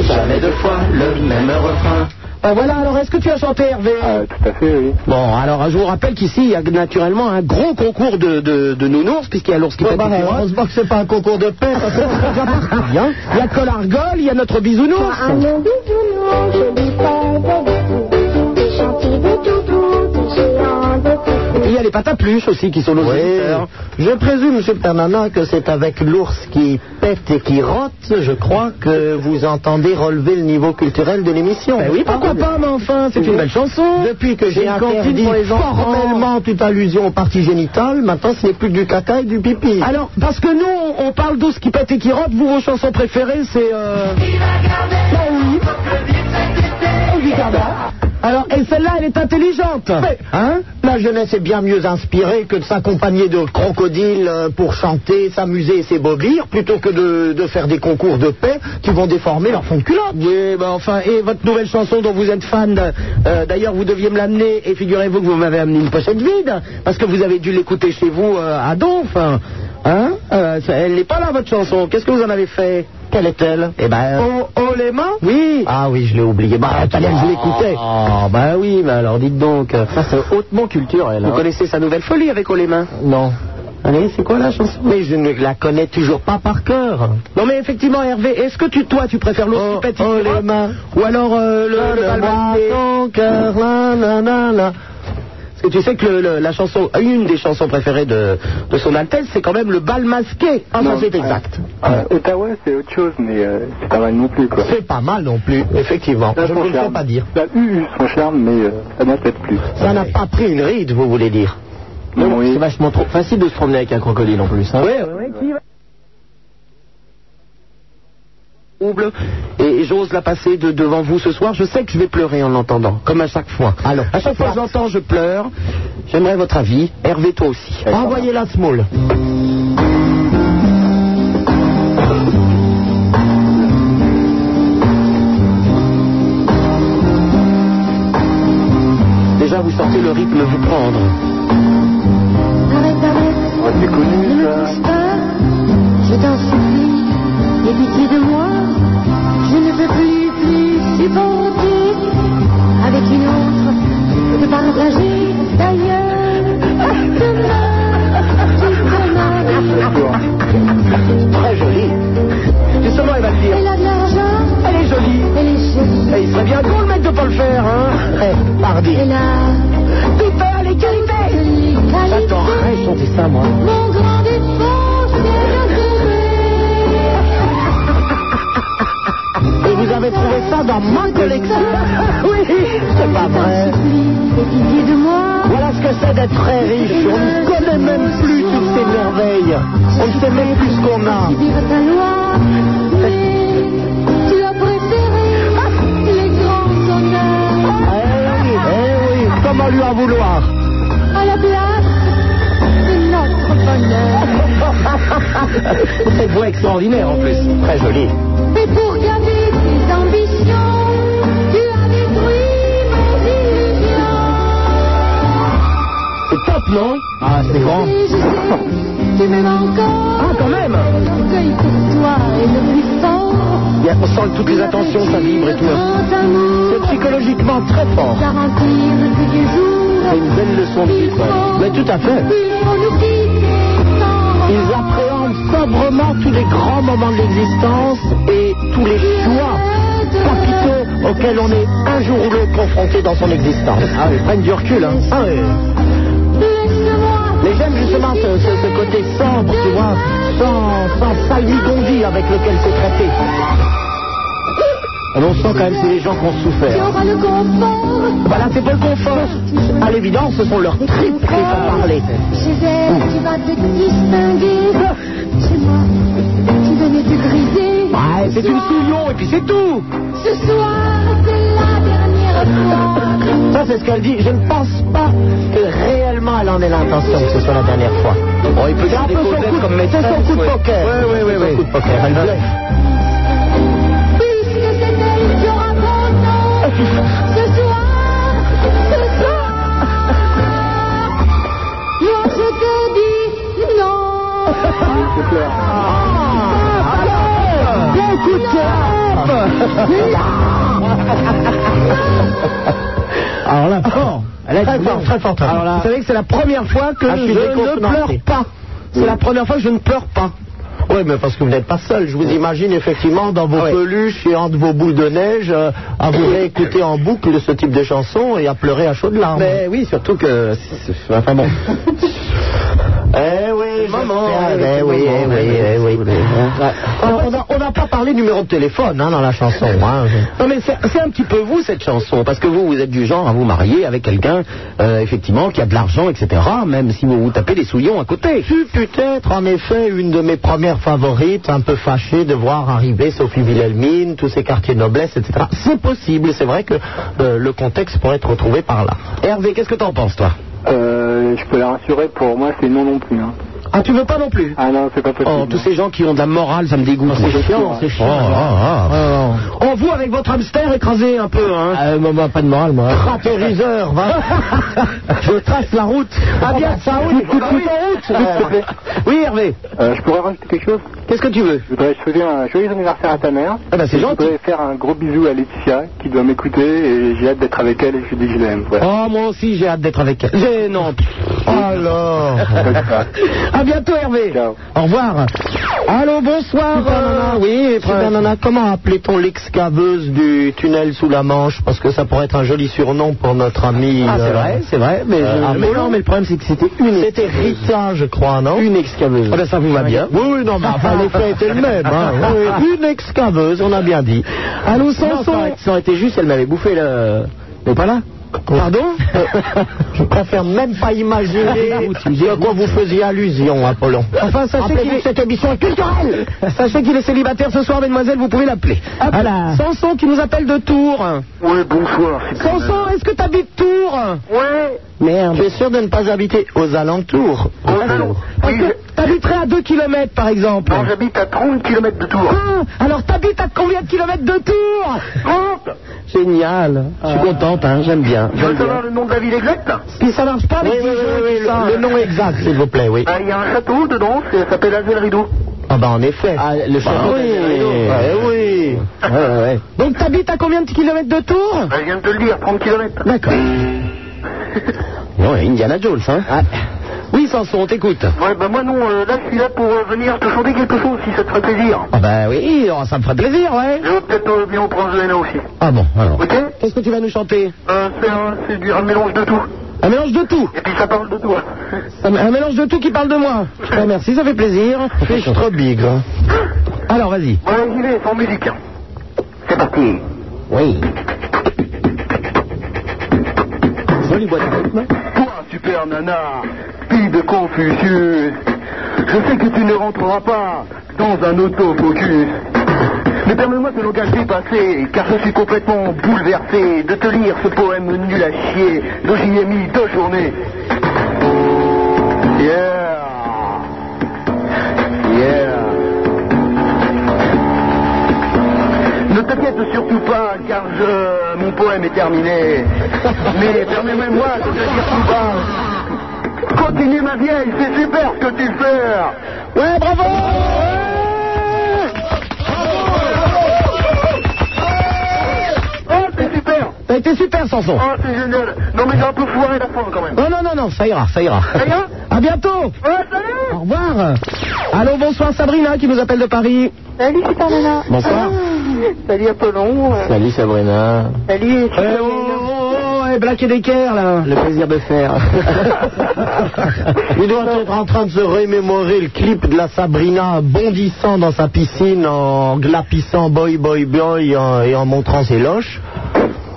Jamais deux fois le même refrain. Ben voilà, alors est-ce que tu as chanté Hervé Ah, tout à fait, oui. Bon, alors je vous rappelle qu'ici, il y a naturellement un gros concours de, de, de nounours, puisqu'il y a l'ours qui pète et qui rote. Oh, bah, heureusement que c'est pas un concours de paix. parce que c'est déjà parti, hein. Il y a Colargol, il y a notre bisounours. Des gentils, des toutous, des géants, des petits. Et il y a les pâtes à pluche aussi qui sont nos auditeurs. Je présume, M. Pernana, que c'est avec l'ours qui pète et qui rote, je crois, que vous entendez relever le niveau culturel de l'émission. Ben oui, pourquoi pas, mais enfin, c'est une belle chanson. Depuis que j'ai Une cantine interdit pour les enfants. formellement toute allusion aux parties génitales, maintenant ce n'est plus du caca et du pipi. Alors, parce que nous, on, on parle d'ours qui pète et qui rote, vous, vos chansons préférées, c'est... Euh... Alors, et celle-là, elle est intelligente. Hein La jeunesse est bien mieux inspirée que de s'accompagner de crocodiles euh, pour chanter, s'amuser et s'ébobir, plutôt que de, de faire des concours de paix qui vont déformer leur fond de culotte. Oui, bah enfin, et votre nouvelle chanson dont vous êtes fan, euh, d'ailleurs vous deviez me l'amener, et figurez-vous que vous m'avez amené une pochette vide, parce que vous avez dû l'écouter chez vous euh, à Donf. Hein Euh, ça- Elle n'est pas là, votre chanson. Qu'est-ce que vous en avez fait Quelle est-elle Eh ben. euh, Oh, oh les mains Oui. Ah oui, je l'ai oublié. Bah, Ah, t'as bien que je l'écoutais. Ah, bah oui, mais alors dites donc. Ça, c'est hautement culturel. Vous hein. connaissez sa nouvelle folie avec Oh les mains Non. Allez, c'est quoi la chanson Mais je ne la connais toujours pas par cœur. Non mais effectivement Hervé, est-ce que tu, toi tu préfères l'ours Oh, qui pète et oh, qui les rote mains. Ou alors euh, le, le bal masqué Parce que tu sais que le- le- la chanson, une des chansons préférées de, de son Altesse, c'est quand même le bal masqué. Ah, ça Non, c'est ouais. exact. Ah, Euh, Ottawa, c'est autre chose, mais euh, c'est pas mal non plus, quoi. Ah, C'est pas mal non plus, effectivement. Ça a je son ne le charme. sais pas dire. Ça a eu son charme, mais euh, ça n'a peut-être plus. Ça n'a pas pris une ride, vous voulez dire Non, oui. C'est vachement trop facile de se promener avec un crocodile en plus. hein. Trouble. Et j'ose la passer de devant vous ce soir. Je sais que je vais pleurer en l'entendant, comme à chaque fois. Alors, à chaque fois que j'entends, je pleure. J'aimerais votre avis. Hervé, toi aussi. Envoyez la small. Déjà, vous sentez le rythme vous prendre. Ouais, c'est connu, ça. Je t'en supplie, aie pitié de moi. Je ne peux plus, plus supporter avec une autre que de partager d'ailleurs. Demain, tu connais. Très joli. Justement, elle va le dire. Elle a de l'argent, Elle est jolie. elle est chérie. Et il serait bien con le mec de pas le faire, hein Eh, pardi. Elle a Piper, les calipers les qualités. J'adorerais chanter ça, moi. Mon grand défaut, c'est de trouver. Et vous avez trouvé ça dans ma collection Oui, c'est pas vrai. Aie pitié de moi. Voilà ce que c'est d'être très riche. On ne connaît même plus toutes ces merveilles. On ne sait même plus ce qu'on a. subir ta loi, mais tu as préféré les grands honneurs Eh oui, eh oui, comment lui en vouloir à la place de notre bonheur. Cette voix extraordinaire en plus. Très jolie. Et pour garder tes ambitions, tu as détruit mes illusions. C'est top, non Ah, c'est grand. Et je sais, tu m'aimes Ah, encore. quand même L'orgueil pour toi est le plus fort. Il y a- On sent toutes les attentions, ça vibre et tout. hein. C'est psychologiquement très fort. Garantir que du jour. C'est une belle leçon de vie, quoi. Mais tout à fait. Ils appréhendent sobrement tous les grands moments de l'existence et tous les choix capitaux auxquels on est un jour ou l'autre confronté dans son existence. Ah, ils prennent du recul, hein. Ah, oui. Mais j'aime justement ce, ce- ce côté sombre, tu vois, sans, sans salmigondie avec lequel c'est traité. Alors Ah, on sent quand même c'est les gens qui ont souffert. Voilà, Bah c'est pas le confort. À l'évidence, ce sont leurs tripes qui font parler. Chez elle, tu vas te distinguer. Chez moi, tu venais te griser. Ouais, c'est une souillon et puis c'est tout. Ce soir, c'est la dernière fois. Ça, c'est ce qu'elle dit. Je ne pense pas que réellement elle en ait l'intention que ce soit la dernière fois. Bon, il peut C'est un peu son coup, de- c'est son coup de poker. Oui, oui, C'est son oui. coup de poker. Elle bluffe. Puisque c'est elle qui aura bon temps. Ce soir, ce soir. Moi, je te dis non. Bon coup de Alors là, fort. oh, Très fort, très fort, très fort. Vous savez que c'est la première fois que Ah, je je, suis ne décontenancé. pleure pas. C'est la première fois que je ne pleure pas. Oui, mais parce que vous n'êtes pas seul. Je vous imagine effectivement dans Ah vos peluches et entre vos boules de neige euh, à vous réécouter en boucle ce type de chanson et à pleurer à chaudes larmes. Mais oui, surtout que. Enfin bon. Eh oui, maman. Eh oui, eh oui, eh oui. Alors, on n'a- on n'a pas parlé numéro de téléphone hein, dans la chanson. hein. Non mais c'est c'est un petit peu vous cette chanson, parce que vous, vous êtes du genre à vous marier avec quelqu'un, euh, effectivement, qui a de l'argent, etc., même si vous vous tapez des souillons à côté. fut peut-être en effet une de mes premières favorites, un peu fâchée de voir arriver Sophie Wilhelmine, tous ces quartiers de noblesse, etc. C'est possible, c'est vrai que euh, le contexte pourrait être retrouvé par là. Hervé, qu'est-ce que t'en penses, toi Euh, je peux la rassurer, pour moi, c'est non non plus. hein. Ah, tu veux pas non plus Ah non, c'est pas possible. Oh, tous ces gens qui ont de la morale, ça me dégoûte. Ah, c'est chiant, c'est chiant. Oh, oh, oh. Oh, vous, avec votre hamster écrasé un peu, hein moi, pas de morale, moi. Rapériseur, va Je trace la route. Ah bien, ça, oui, Écoute, oui, oui, oui, Hervé, Euh, je pourrais rajouter quelque chose qu'est-ce que tu veux Je voudrais souhaiter un joyeux anniversaire à ta mère. Ah bah, c'est Et gentil. Je voudrais faire un gros bisou à Laetitia, qui doit m'écouter, et j'ai hâte d'être avec elle, et je lui dis que je l'aime. Voilà. Oh, moi aussi, j'ai hâte d'être avec elle. Oh, J'ai... Non. pff. Alors À bientôt, Hervé. Ciao. Au revoir. Allô, bonsoir. euh, oui, Super prince. Nana, comment appelait-on l'excaveuse du tunnel sous la Manche Parce que ça pourrait être un joli surnom pour notre ami. Ah, c'est vrai, c'est vrai. Mais, euh, je- ah, mais mais non, non. mais le problème, c'est que c'était une C'était Rita, je crois, non Une excaveuse. Ah ben, ça vous va bien. Oui, oui, non, mais enfin, l'effet était le même. hein. Oui, oui, une excaveuse, on a bien dit. Allô, Non, ça Samson. aurait- Ça aurait été juste, elle m'avait bouffé le... Mais pas là. Pardon Je préfère même pas imaginer Ah, à quoi vous faisiez allusion, Apollon. Enfin, sachez Rappelez-vous qu'il est- que cette émission est culturelle. Ah, Sachez qu'il est célibataire ce soir, mademoiselle, vous pouvez l'appeler. Voilà. Samson qui nous appelle de Tours. Ouais, bonsoir. c'est quand même- Samson, est-ce que t'habites Tours Ouais, Merde. Tu es sûr de ne pas habiter aux alentours aux alentours. Oui, je- T'habiterais à 2 km par exemple. non, j'habite à 30 km de Tours. Ah, alors t'habites à combien de kilomètres de Tours 30 Génial. Je Ah. suis contente, hein, j'aime bien. Tu veux savoir le nom de la ville exacte Puis ça marche pas avec Oui, oui, Dijon, oui, tout oui, ça. le, le nom exact, s'il vous plaît, oui. Bah, Il y a un château dedans, c'est- ça s'appelle Azel Rideau. Ah ben, en effet. Ah, le château oui, d'Azel Rideau. eh oui. Ouais, ouais, ouais. Donc t'habites à combien de kilomètres de Tours Bah, je viens de te le dire, 30 km. D'accord. Ouais, Indiana Jones, hein Oui, Samson, t'écoute. Ouais, bah moi non, euh, là je suis là pour euh, venir te chanter quelque chose si ça te ferait plaisir. Ah bah oui, oh, ça me ferait plaisir, ouais. Je vais peut-être euh, bien au prince de Hénin aussi. Ah bon, alors. Ok Qu'est-ce que tu vas nous chanter Euh, C'est un, c'est du- un mélange de tout. Un mélange de tout. Et puis ça parle de toi. Un, un mélange de tout qui parle de moi. Je te remercie, ça fait plaisir. Je suis trop bigre. Alors, vas-y. Voilà, j'y vais, sans musique. C'est parti. Oui. Jolie boîte à rythme. Toi, super nana, fille de Confucius, je sais que tu ne rentreras pas dans un autofocus. Mais permets-moi ce langage dépassé, car je suis complètement bouleversé de te lire ce poème nul à chier dont j'y ai mis deux journées. Yeah! Yeah! Ne t'inquiète surtout pas, car je... mon poème est terminé. Mais permets-moi de te dire tout bas. Continue ma vieille, c'est super ce que tu fais. Ouais, bravo Oh, c'est super T'as été super, Samson. Oh, c'est génial Non, mais j'ai un peu foiré la fin quand même. Non, non, non, non, ça ira, ça ira. Ça ira À bientôt. Ouais, salut Au revoir. Allô, bonsoir, Sabrina qui nous appelle de Paris. Salut, Super Nana. Ah, Bonsoir. Salut, Apollon. euh, Salut, Sabrina. Salut, Eh, oh, oh, oh, eh, Black et Decker, là. Le plaisir de faire. Il doit être en train de se remémorer le clip de la Sabrina bondissant dans sa piscine en glapissant boy boy boy en- et en montrant ses loches.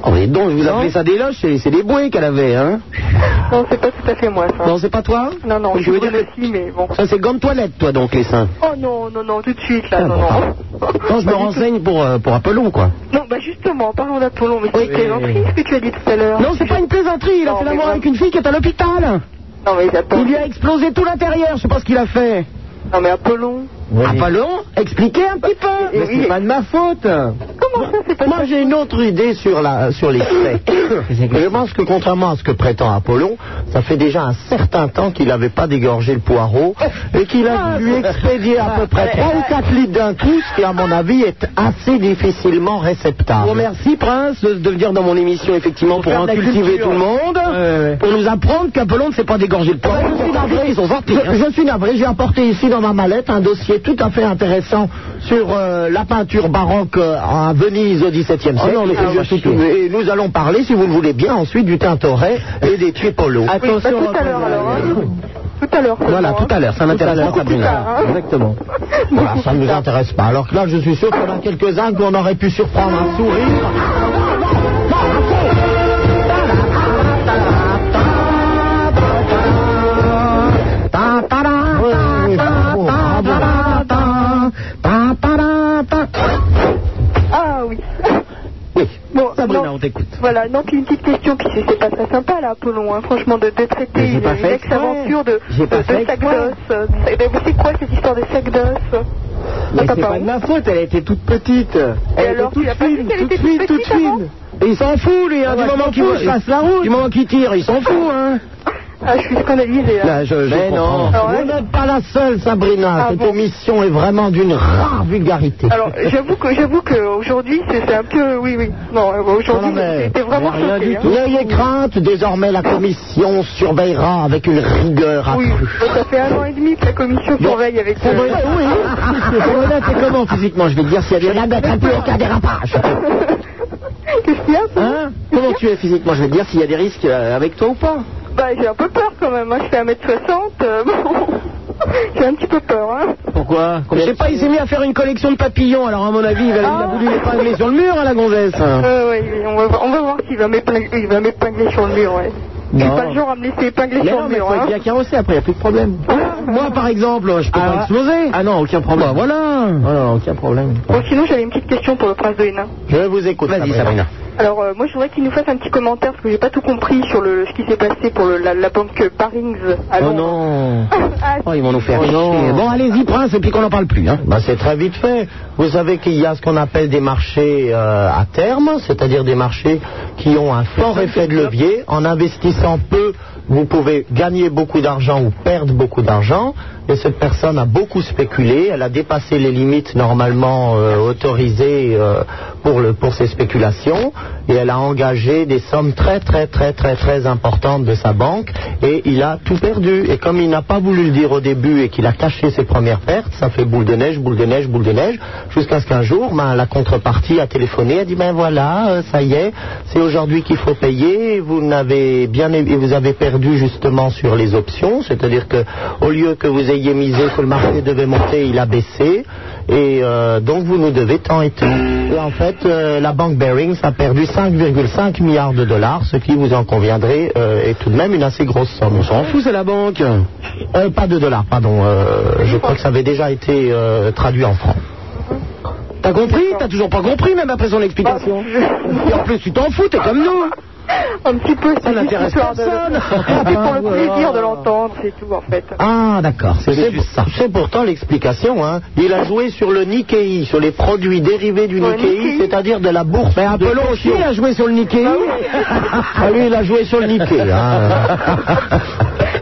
Oh, mais donc, je vous Non. appelez ça des loches, c'est c'est des bouées qu'elle avait, hein Non, c'est pas tout à fait moi, ça. Non, c'est pas toi Non, non, je veux dire, que si, mais bon. ça c'est gomme toilette, toi, donc, les seins. Oh non, non, non, tout de suite, là, Ah, non, bon, non. pardon. Quand je me renseigne pour, euh, pour Apollon, quoi. Non, bah justement, parlons d'Apollon, mais c'est Oui. une plaisanterie ce que tu as dit tout à l'heure. Non, c'est pas une plaisanterie, il a Non, fait mais l'amour moi- avec une fille qui est à l'hôpital. Non, mais attends. Il lui a explosé tout l'intérieur, je sais pas ce qu'il a fait. Non, mais Apollon. Ah, Apollon, expliquez un petit peu. Mais c'est pas de ma faute. Comment Moi, j'ai une autre idée sur, la, sur les faits. Je pense que contrairement à ce que prétend Apollon, ça fait déjà un certain temps qu'il n'avait pas dégorgé le poireau et qu'il a dû expédier à peu près 3 ou 4 litres d'un coup, ce qui, à mon avis, est assez difficilement réceptable. Merci, Prince, de, de venir dans mon émission, effectivement, pour faire en de la cultiver culture. tout le monde, pour nous apprendre qu'Apollon ne s'est pas dégorgé le poids. Je suis navré, hein. Je, je suis navré, j'ai apporté ici dans ma mallette un dossier tout à fait intéressant sur euh, la peinture baroque euh, à Venise au XVIIe siècle. Oh non, mais c'est Ah, juste- tout- Et nous allons parler, si vous le voulez bien, ensuite du Tintoret et des Tripolo. Attention, Tout à l'heure, alors. hein. Tout à l'heure. Voilà, tout à l'heure, ça m'intéresse Tout à l'heure, Sabrina. Exactement. Voilà, ça ne nous intéresse pas. Alors que là, je suis sûr qu'on a quelques-uns qu'on aurait pu surprendre un sourire. Ah oui. Oui. Bon, Sabrina, non. on t'écoute. Voilà, donc une petite question, puisque c'est pas très sympa là, Apollon, hein, franchement, de, de traiter Mais j'ai une, pas une fait exprès. ex-aventure de, J'ai pas de, fait de sac exprès. d'os. Eh ben, vous savez quoi cette histoire de sac d'os Mais Ah, c'est papa, pas de ma faute, elle était toute petite. Et Elle alors, était tu toute as pas dit fine, qu'elle toute était toute fine, toute petite avant fine. Et il s'en fout, lui, hein, du moment qu'il fout, je passe la route. Du moment qu'il tire, il s'en fout, hein. Ah, je suis scandalisée là. Là, je- je Mais comprends. non. Alors hein, là, Vous n'êtes pas la seule, Sabrina. Ah Cette bon émission est vraiment d'une rare vulgarité. Alors, j'avoue que j'avoue que aujourd'hui c'est c'est un peu oui oui non euh, aujourd'hui Non, mais- c'était vraiment hein. mais rien choqué. du tout. N'ayez crainte, désormais la commission surveillera avec une rigueur Oui, accrue. Ah, ça fait un an et demi que la commission surveille avec Pour euh, Brunette, oui. Pour Brunette, c'est comment physiquement Je vais te dire s'il y a des ragots, un plus aucun dérapage. Qu'est-ce qu'il y a Hein Comment tu es physiquement Je vais te dire s'il y a des risques euh, avec toi ou pas. Bah j'ai un peu peur quand même, hein. je fais 1m60, euh, bon. j'ai un petit peu peur. Hein. Pourquoi Je sais pas, il s'est mis à faire une collection de papillons, alors à mon avis, il a, il a voulu l'épingler sur le mur, à la gonzesse. Euh, ouais, oui, on, va, voir- on va voir s'il va m'épingler il va m'épingler sur le mur. Ouais. Je suis Non. pas le genre à me laisser épingler Mais sur non, le mais mur. faut être Hein. bien carrossé, après, il n'y a plus de problème. Ah, Moi, par exemple, je peux pas exploser. Ah non, aucun problème. voilà. aucun problème. Bon, sinon j'avais une petite question pour le prince de Hénin. Je vous écoute. Vas-y, Sabrina. Alors euh, moi je voudrais qu'il nous fasse un petit commentaire parce que j'ai pas tout compris sur le, ce qui s'est passé pour le- la, la banque Parings à Oh Londres. non. Ah, Oh, ils vont nous faire Oh non. chier. Bon, allez-y, prince, et puis qu'on n'en parle plus. Hein. Ben, c'est très vite fait. Vous savez qu'il y a ce qu'on appelle des marchés euh, à terme, c'est-à-dire des marchés qui ont un fort effet de levier. En investissant peu, vous pouvez gagner beaucoup d'argent ou perdre beaucoup d'argent. Et cette personne a beaucoup spéculé, elle a dépassé les limites normalement euh, autorisées euh, pour, le, pour ses spéculations et elle a engagé des sommes très très très très très importantes de sa banque et il a tout perdu. Et comme il n'a pas voulu le dire au début et qu'il a caché ses premières pertes, ça fait boule de neige, boule de neige, boule de neige, jusqu'à ce qu'un jour, ben, la contrepartie a téléphoné, a dit ben voilà, euh, ça y est, c'est aujourd'hui qu'il faut payer, vous n'avez bien et vous avez perdu justement sur les options, c'est-à-dire que au lieu que vous ayez misé que le marché devait monter, il a baissé. Et euh, donc vous nous devez tant et tant. Et en fait, euh, la banque Barings a perdu 5,5 milliards de dollars, ce qui, vous en conviendrez, euh, est tout de même une assez grosse somme. On s'en fout, c'est la banque. Euh, pas de dollars, pardon. euh, je crois que ça avait déjà été euh, traduit en francs. T'as compris T'as toujours pas compris, même après son explication. Et en plus, tu t'en fous, t'es comme nous. Un petit peu, c'est juste n'intéresse histoire de... personne. Ah, C'est pour le plaisir de l'entendre, c'est tout en fait. Ah, d'accord. C'est C'est pour- c'est pourtant l'explication. Hein. Il a joué sur le Nikkei, sur les produits dérivés du Ouais, Nikkei, Nikkei. Bah c'est-à-dire de la bourse. Mais un peu Apollon aussi, il a joué sur le Nikkei. Ah, lui, il a joué sur le Nikkei. hein.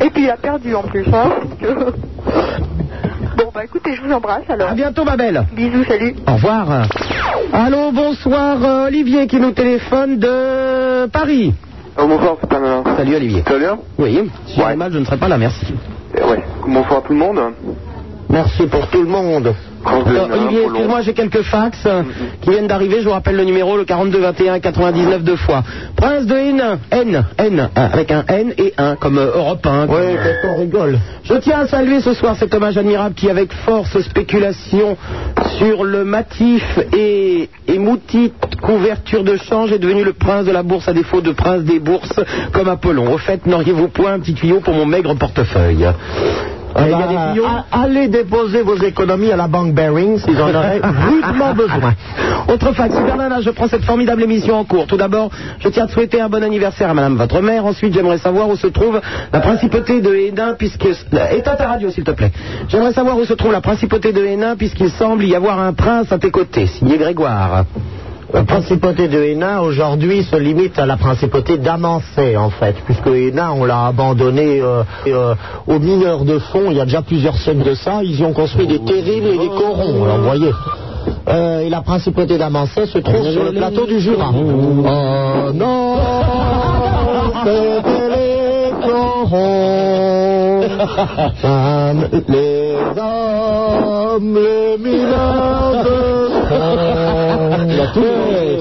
Et puis il a perdu en plus. Hein, parce que- bon, bah écoutez, je vous embrasse alors. À bientôt, ma belle. Bisous, salut. Au revoir. Allô, bonsoir, euh, Olivier qui nous téléphone de Paris. Oh, bonsoir, c'est pas mal. Salut, Olivier. Ça va bien Oui, si j'avais mal, je ne serais pas là, merci. Eh Ouais. Bonsoir à tout le monde. Merci pour tout le monde. Prince de Alors, Hénin, Olivier, Apollon. excuse-moi, j'ai quelques fax euh, qui viennent d'arriver. Je vous rappelle le numéro, le 42 21 99 deux fois. Prince de N, N, N, euh, avec un N et un, comme euh, Europe 1. comme- euh, Oui, quand on rigole. Je tiens à saluer ce soir cet hommage admirable qui, avec force, spéculation sur le matif et émoutite couverture de change, est devenu le prince de la bourse à défaut de prince des bourses comme Apollon. Au fait, n'auriez-vous point un petit tuyau pour mon maigre portefeuille Eh Il y a ben, des tuyaux a- allez déposer vos économies à la banque Barings, ils en auraient rudement besoin. Autre fac, Supernana, je prends cette formidable émission en cours. Tout d'abord, je tiens à souhaiter un bon anniversaire à Madame votre mère. Ensuite, j'aimerais savoir où se trouve la principauté de Hénin, puisque... Euh, Éteins ta radio, s'il te plaît. J'aimerais savoir où se trouve la principauté de Hénin, puisqu'il semble y avoir un prince à tes côtés. Signé Grégoire. La principauté de Hénin aujourd'hui se limite à la principauté d'Amancé en fait, puisque Hénin on l'a abandonné euh, et, euh, aux mineurs de fond, il y a déjà plusieurs siècles de ça, ils y ont construit des terribles et des corons, alors vous voyez. Euh, et la principauté d'Amancé se trouve sur le plateau du Jura. Oh non c'était les corons, femmes, les hommes, les mineurs de fond.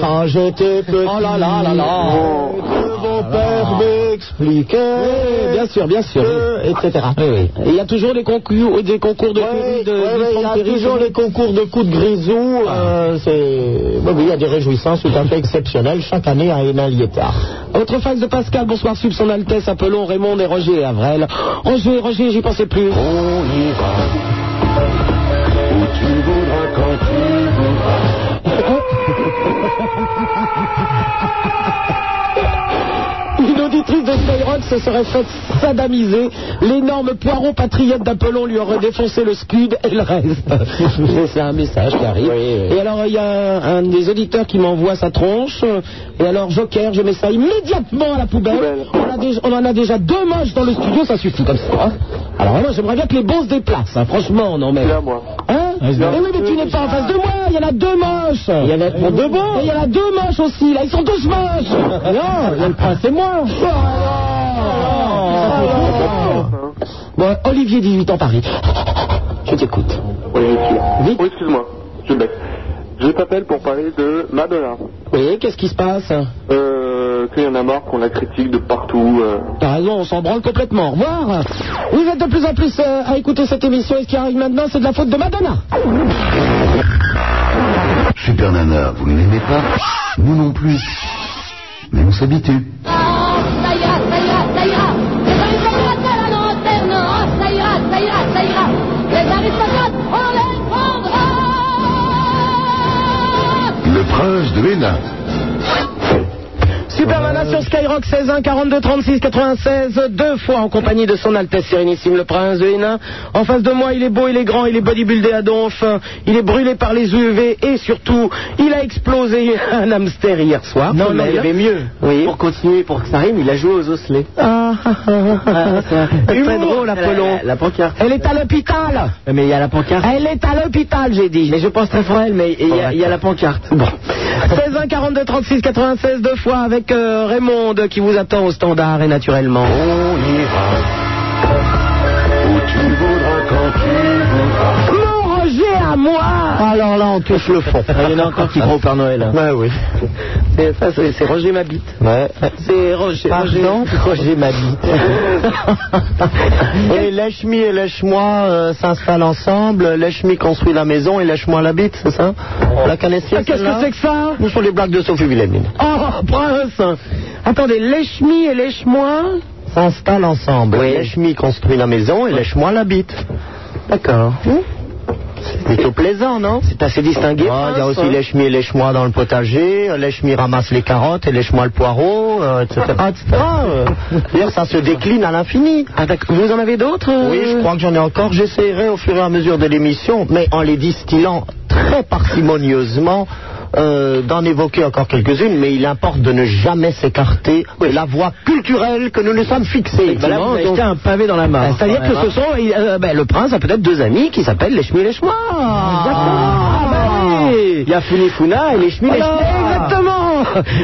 Quand j'étais petit, oh là là là là. Oh mon père m'expliquait, Bien sûr, bien sûr. que, etc. Et Il y a toujours des concours, des concours de cuisine de, Ouais, ouais, il y a toujours les concours de coups de grisou. Ah. euh, c'est- oui, oui, il y a des réjouissances tout à fait exceptionnelles chaque année à Hénin-Liétard. Votre fax de Pascal, bonsoir Sub, son Altesse, Apollon, Raymond et Roger Avrel. Roger, Roger, j'y pensais On plus. ira où tu voudras quand tu voudras. Une auditrice de Skyrock se serait faite sadamiser. L'énorme poireau patriote d'Apollon lui aurait défoncé le scud et le reste. C'est un message qui arrive. Et alors, il y a un des auditeurs qui m'envoie sa tronche. Et alors, Joker, je mets ça immédiatement à la poubelle. On, a déjà- on en a déjà deux moches dans le studio, ça suffit comme ça. hein. Alors, vraiment, j'aimerais bien que les bons se déplacent. hein. Franchement, non, mais. Là, moi. Hein Ah, Mais oui, mais tu n'es pas en face de moi, il y en a deux moches Il y en a pour deux bons Il y en a deux moches aussi, là, ils sont tous moches Non, il y a le prince et moi Oh, non. Bon, Olivier, 18 ans, Paris. Je t'écoute. Oui, je suis là. Oui, excuse-moi, je baisse. Je t'appelle pour parler de Madonna. Oui, qu'est-ce qui se passe Euh, qu'il y en a marre qu'on la critique de partout. euh. T'as raison, on s'en branle complètement. Au revoir. Vous êtes de plus en plus euh, à écouter cette émission et ce qui arrive maintenant, c'est de la faute de Madonna. Super Nana, vous ne l'aimez pas Nous non plus. Mais on s'habitue. Ah, Ça ira, ça ira, ça ira. Les aristocrates à la lanterne. Oh, ça ira, ça ira, ça ira. Les aristocrates, on les prendra. Le prince de Hénin. Superman hein, sur Skyrock 16 1 42 36 96 deux fois en compagnie de son Altesse Sérénissime le Prince de Hénin. En face de moi, il est beau, il est grand, il est bodybuildé à donf, il est brûlé par les UV et surtout, il a explosé un hamster hier soir. Non, mais Paul il y avait mieux. Oui. Pour continuer, pour que ça rime, il a joué aux osselets. Ah, ah, ah, ah, ah. C'est Humour. très drôle, Apollon. pancarte. Elle est à l'hôpital. Mais il y a la pancarte. Elle est à l'hôpital, j'ai dit. Mais je pense très fort à elle, mais il y, a- il y a la pancarte. Bon. 16 1 42 36 96 deux fois avec euh, Raymond qui vous attend au standard et naturellement. On ira où tu voudras quand tu voudras. Mon Roger à moi Alors là, on touche le fond. Ah, il y en a encore qui croient au hein. Père Noël. Ouais, oui. C'est ça, c'est c'est Roger Mabit. Ouais. C'est Roger. Pardon, Roger. Roger Mabit. et lèche-mi et lèche-moi euh, s'installent ensemble. Lèche-mi construit la maison et lèche-moi la bite, c'est ça La canessienne Ah, Qu'est-ce que c'est que ça Nous sont les blagues de Sophie Wilhelmine. Oh, prince Attendez, lèche-mi et lèche-moi S'installent ensemble. Lèche-mi construit la maison et lèche-moi la bite. D'accord. C'est plutôt plaisant, non C'est assez distingué. Il y a Prince, aussi hein. lèche-mi et lèche-moi dans le potager, euh, lèche-mi ramasse les carottes et lèche-moi le poireau, euh, etc. etc. euh. D'ailleurs, ça se décline à l'infini. Ah, d'accord. Vous en avez d'autres euh Oui, je crois que j'en ai encore. J'essaierai au fur et à mesure de l'émission, mais en les distillant très parcimonieusement, euh, d'en évoquer encore quelques-unes, mais il importe de ne jamais s'écarter de la voie culturelle que nous nous sommes fixés. Bah là, vous achetez un pavé dans la mare. Ah, C'est-à-dire que ce sont, euh, ben, le prince a peut-être deux amis qui s'appellent les chemins et les chemins. Ah, bah oui. Il y a Funifuna et les chemins et les Voilà, chemins. exactement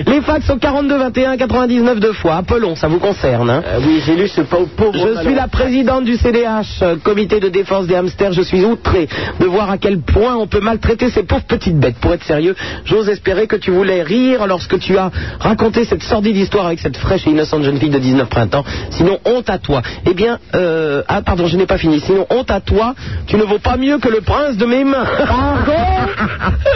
Les fax sont 42 21 99 deux fois. Appelons, ça vous concerne. hein. Euh, oui, j'ai lu ce pauvre. Je suis la présidente du CDH, euh, comité de défense des hamsters. Je suis outré de voir à quel point on peut maltraiter ces pauvres petites bêtes. Pour être sérieux, j'ose espérer que tu voulais rire lorsque tu as raconté cette sordide histoire avec cette fraîche et innocente jeune fille de 19 printemps. Sinon, honte à toi. Eh bien, euh, ah pardon, je n'ai pas fini. Sinon, honte à toi, tu ne vaux pas mieux que le prince de mes mains.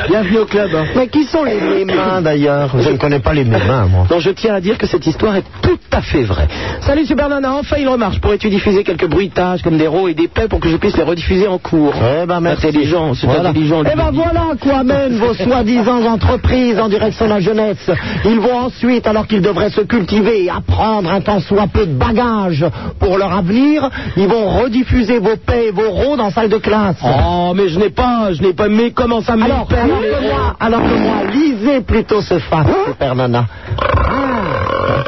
Bienvenue au club. Mais qui sont les, les hein. mains d'ailleurs Je ne connais pas les mêmes hein, moi. Donc je tiens à dire que cette histoire est tout à fait vraie. Salut Super Nana, enfin il remarche. Pourrais-tu diffuser quelques bruitages comme des rots et des paix pour que je puisse les rediffuser en cours Eh ben, merci. Intelligent, c'est Voilà. intelligent. Eh ben voilà à quoi mènent vos soi-disant entreprises en direction de la jeunesse. Ils vont ensuite, alors qu'ils devraient se cultiver et apprendre un tant soit peu de bagages pour leur avenir, ils vont rediffuser vos paix et vos rôdes en salle de classe. Oh, mais je n'ai pas, je n'ai pas, mais comment ça me alors, perd alors les que rôles moi, alors que moi, lisez plutôt ce fax, Super Nana. Ah,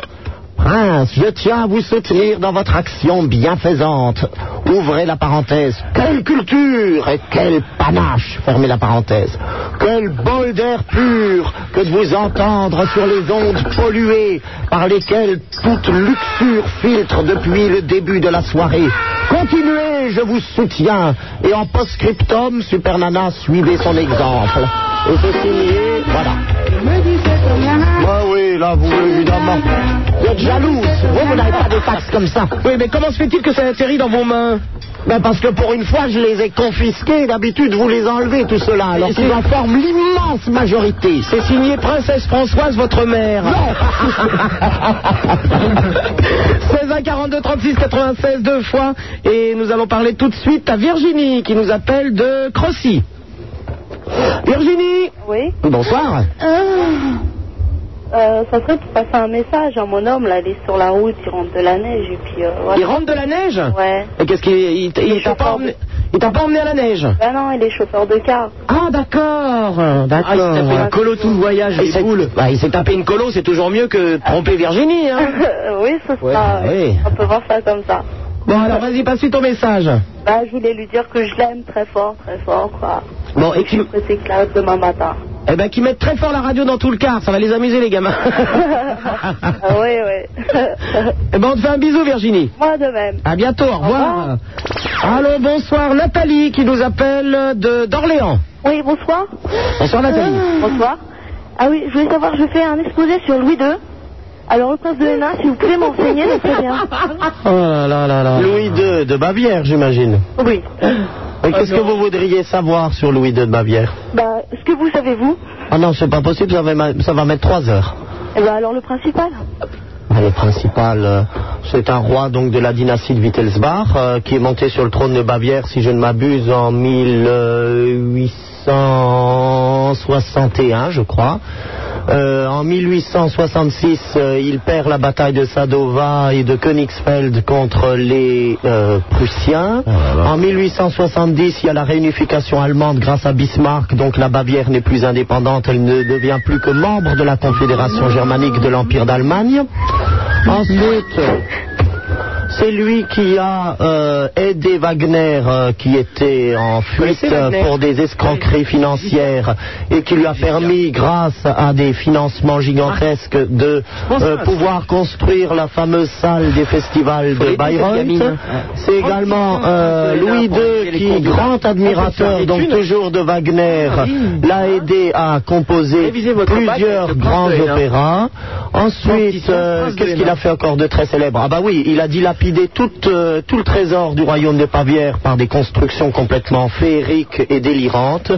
Prince, je tiens à vous soutenir dans votre action bienfaisante. Ouvrez la parenthèse. Quelle culture et quel panache. Fermez la parenthèse. Quel bol d'air pur que de vous entendre sur les ondes polluées par lesquelles toute luxure filtre depuis le début de la soirée. Continuez, je vous soutiens. Et en post-scriptum, Super Nana, suivez son exemple. Et c'est signé, voilà. Bah oui, là, vous, évidemment. Vous êtes jalouse. Vous, vous n'avez pas des fax comme ça. Oui, mais comment se fait-il que ça atterrit dans vos mains Ben parce que pour une fois, je les ai confisqués. D'habitude, vous les enlevez, tout cela. Alors qu'ils en forment l'immense majorité. C'est signé Princesse Françoise, votre mère. 16 1 42 36 96 deux fois et nous allons parler tout de suite à Virginie qui nous appelle de Crossy. Virginie, Oui. Bonsoir. Euh, ça serait pour passer un message à mon homme, là, il est sur la route, il rentre de la neige, et puis euh, voilà. il rentre de la neige Ouais. Et qu'est-ce qu'il il, il est t'a pas encore- emmené- il t'a pas emmené à la neige Ben non, il est chauffeur de car. Ah d'accord, Ah, il s'est tapé une colo tout le voyage, les boules. il s'est tapé une colo, c'est toujours mieux que tromper Virginie. Hein. oui, ce sera. oui. On peut voir ça comme ça. Bon alors vas-y, passe-lui ton message. Bah, je voulais lui dire que je l'aime très fort, très fort, quoi. Bon, et qui... Que c'est clair demain matin. Eh ben, qui mettent très fort la radio dans tout le car, ça va les amuser les gamins. Ah, oui, oui. eh ben, on te fait un bisou Virginie. Moi de même. À bientôt, au revoir. revoir. Allô, bonsoir Nathalie qui nous appelle de d'Orléans. Oui, bonsoir. Bonsoir Nathalie. Bonsoir. Ah oui, je voulais savoir, je fais un exposé sur Louis II. Alors, le prince de Hénin, si vous pouvez m'enseigner, ça serait bien. Oh là là là là. Louis II de Bavière, j'imagine. Oui. Et qu'est-ce que vous voudriez savoir sur Louis II de Bavière Bah, ce que vous savez, vous Ah non, c'est pas possible, ça va, ma- ça va mettre trois heures. Eh ben, alors, le principal. Ah, Le principal, euh, c'est un roi donc de la dynastie de Wittelsbach euh, qui est monté sur le trône de Bavière, si je ne m'abuse, en 1861, je crois. Euh, en 1866, euh, il perd la bataille de Sadova et de Königsfeld contre les euh, Prussiens. En 1870, il y a la réunification allemande grâce à Bismarck, donc la Bavière n'est plus indépendante, elle ne devient plus que membre de la Confédération germanique de l'Empire d'Allemagne. Ensuite, c'est lui qui a euh, aidé Wagner, euh, qui était en fuite connaissez Wagner euh, pour des escroqueries financières et qui lui a permis, grâce à des financements gigantesques, de Ah. euh, pouvoir construire la fameuse salle des festivals de aider cette Bayreuth. gamine. Oh, C'est également euh, Louis II, qui, grand admirateur, donc toujours de Wagner, l'a aidé à composer Ah Révisez votre bac plusieurs avec le prince hein. grands de Hénin. opéras. Ensuite, Sortissons, euh, prince de qu'est-ce qu'il Hénin. a fait encore de très célèbre Ah bah oui, il a dilapidé tout, euh, tout le trésor du royaume de Bavière par des constructions complètement féeriques et délirantes,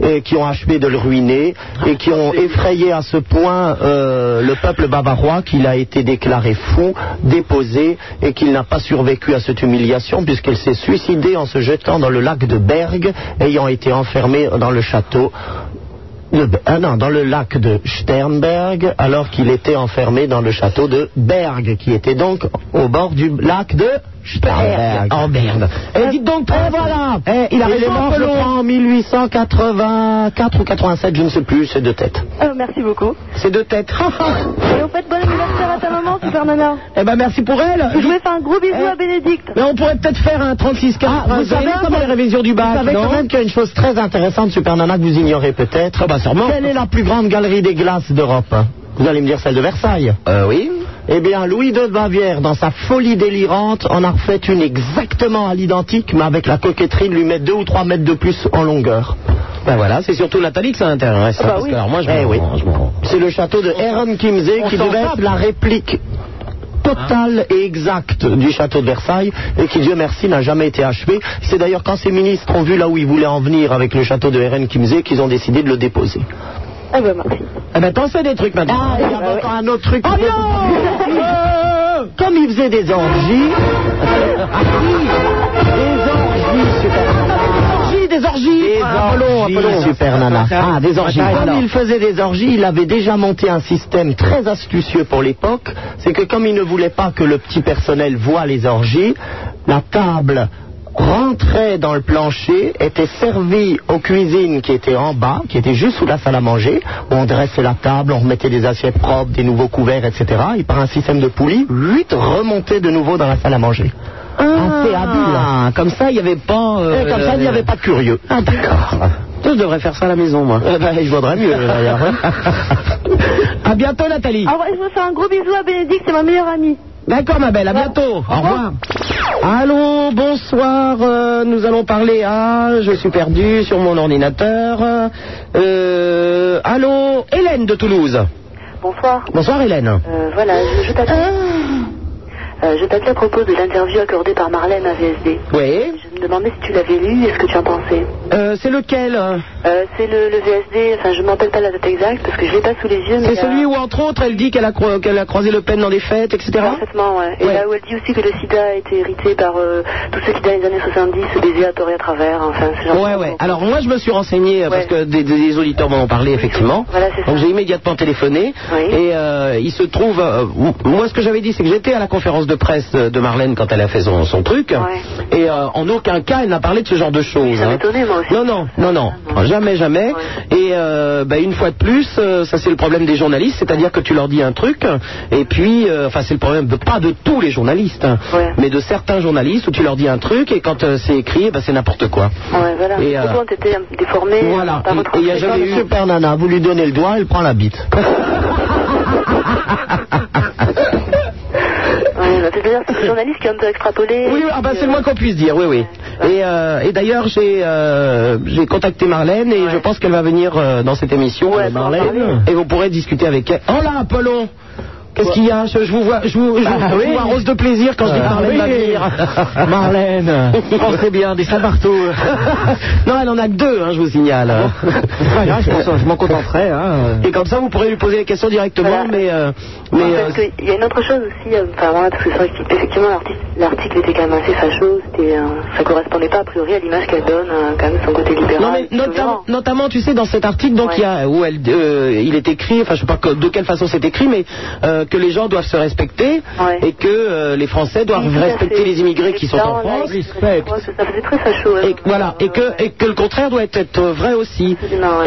et qui ont achevé de le ruiner, et qui ont effrayé à ce point euh, le peuple bavarois qu'il a été déclaré fou, déposé, et qu'il n'a pas survécu à cette humiliation puisqu'il s'est suicidé en se jetant dans le lac de Berg, ayant été enfermé dans le château le- ah non, dans le lac de Sternberg, alors qu'il était enfermé dans le château de Berg, qui était donc au bord du lac de Sternberg. En Berne. Eh, dites donc, Eh, voilà Eh, Il a Il est raison, mort, je le Pelon. prends en 1884 ou 87, je ne sais plus, c'est de tête. Euh, merci beaucoup. C'est deux têtes. Et au fait, bon anniversaire à ta maman, super nana. eh ben, merci pour elle. Je voulais faire un gros bisou à Bénédicte. Mais on pourrait peut-être faire un 36 4 Ah, vous savez comment- les révisions du bac Vous savez non quand même qu'il y a une chose très intéressante, Super Nana, que vous ignorez peut-être. Ah bah, sûrement. Quelle est la plus grande galerie des glaces d'Europe Vous allez me dire celle de Versailles. Euh, oui. Eh bien, Louis de Bavière, dans sa folie délirante, en a refait une exactement à l'identique, mais avec la coquetterie de lui mettre deux ou trois mètres de plus en longueur. Ben voilà, c'est surtout Nathalie que ça intéresse. hein, parce que alors moi, je Eh m'en- oui. je m'en- C'est le château de Heron Kimsey on qui s'en devait être tape. Hein la réplique totale et exacte du château de Versailles et qui, Dieu merci, n'a jamais été achevé. C'est d'ailleurs quand ces ministres ont vu là où ils voulaient en venir avec le château de Heron Kimsey qu'ils ont décidé de le déposer. Eh ben, merci. bah Eh ben, pensez des trucs maintenant. Eh Ah, ben, il y avait encore un autre truc. Ah, Oh non Euh, Comme il faisait des orgies. Des orgies, super Orgies, des orgies. Des Ah, Apollon, orgies, Apollon. super nana. Ah, des orgies. Ah, Comme non. il faisait des orgies, il avait déjà monté un système très astucieux pour l'époque. C'est que comme il ne voulait pas que le petit personnel voie les orgies, la table rentrait dans le plancher, était servie aux cuisines qui étaient en bas, qui étaient juste sous la salle à manger, où on dressait la table, on remettait des assiettes propres, des nouveaux couverts, etc. Et par un système de poulies, 8 remontaient de nouveau dans la salle à manger. c'est habile. Ah, comme ça, il n'y avait pas. euh, Et comme ça, il n'y avait pas de curieux. Ah, d'accord. Je devrais faire ça à la maison, moi. Eh ben, il vaudrait mieux, d'ailleurs. hein. hein. à bientôt, Nathalie. Alors, je vous fais un gros bisou à Bénédicte, c'est ma meilleure amie. D'accord, ma belle, à bientôt. Au revoir. Allô, bonsoir. euh, nous allons parler à. Je suis perdu sur mon ordinateur. Euh, allô, Hélène de Toulouse. Bonsoir. Bonsoir, Hélène. Euh, voilà, je, je t'appelle. Ah. Euh, je t'appelle à propos de l'interview accordée par Marlène à VSD. Oui. Je me demandais si tu l'avais lu et ce que tu en pensais. Euh, c'est lequel euh Euh, c'est le, le VSD, enfin je ne m'appelle pas la date exacte parce que je l'ai pas sous les yeux. mais, C'est euh, celui où, entre autres, elle dit qu'elle a, cro- qu'elle a croisé Le Pen dans des fêtes, etc. Parfaitement, ouais. Et Ouais. là où elle dit aussi que le sida a été hérité par euh, tous ceux qui, dans les années 70, se baisaient à tort et à travers, enfin, ce genre de Ouais, ouais. Alors moi, je me suis renseigné euh, parce que des, des- des auditeurs m'en ont parlé, effectivement. Voilà, c'est ça. Donc j'ai immédiatement téléphoné. Et euh, il se trouve, euh, où- moi, ce que j'avais dit, c'est que j'étais à la conférence de presse euh, de Marlène quand elle a fait son, son truc. Et euh, en aucun cas, elle n'a parlé de ce genre de choses. hein. Non, non, non, non. Ah, Jamais, jamais. Et euh, bah, une fois de plus, euh, ça c'est le problème des journalistes, c'est-à-dire que tu leur dis un truc, et puis, euh, enfin c'est le problème de pas de tous les journalistes, hein, mais de certains journalistes où tu leur dis un truc et quand euh, c'est écrit, bah, c'est n'importe quoi. Ouais, voilà. Et, euh, Souvent, t'étais déformé. Voilà. Par Et il y a jamais eu. Super nana, vous lui donnez le doigt, elle prend la bite. Ouais, bah, c'est-à-dire que c'est le journaliste qui a un peu extrapolé. euh, Oui, ah bah, c'est le moins qu'on puisse dire, oui, oui. Et, euh, et d'ailleurs, j'ai euh, j'ai contacté Marlène et je pense qu'elle va venir euh, dans cette émission, euh, Marlène, et vous pourrez discuter avec elle. Oh là, Apollon Qu'est-ce qu'il y a je, je vous vois, je vous, je, Bah, je oui. vous vois rose de plaisir quand je dis Ah, Marlène oui. va venir. Marlène, pensez bien, des partout. non, elle en a que deux, hein, je vous signale. grave, Ah je pense- je m'en contenterai, hein. Et comme ça, vous pourrez lui poser les questions directement, mais... euh, mais euh, Parce qu'il y a une autre chose aussi, euh, enfin voilà, parce que c'est vrai qu'effectivement l'article- l'article était quand même assez facho, c'était, euh, ça correspondait pas a priori à l'image qu'elle donne, euh, quand même son côté libéral. Non, mais notam- notamment, tu sais, dans cet article, donc, il y a, où elle, euh, il est écrit, enfin, je sais pas que- de quelle façon c'est écrit, mais euh, que les gens doivent se respecter et que euh, les Français doivent respecter les immigrés qui sont en France. Ça faisait très hein. facho. Et, voilà, et que, et que le contraire doit être, être vrai aussi.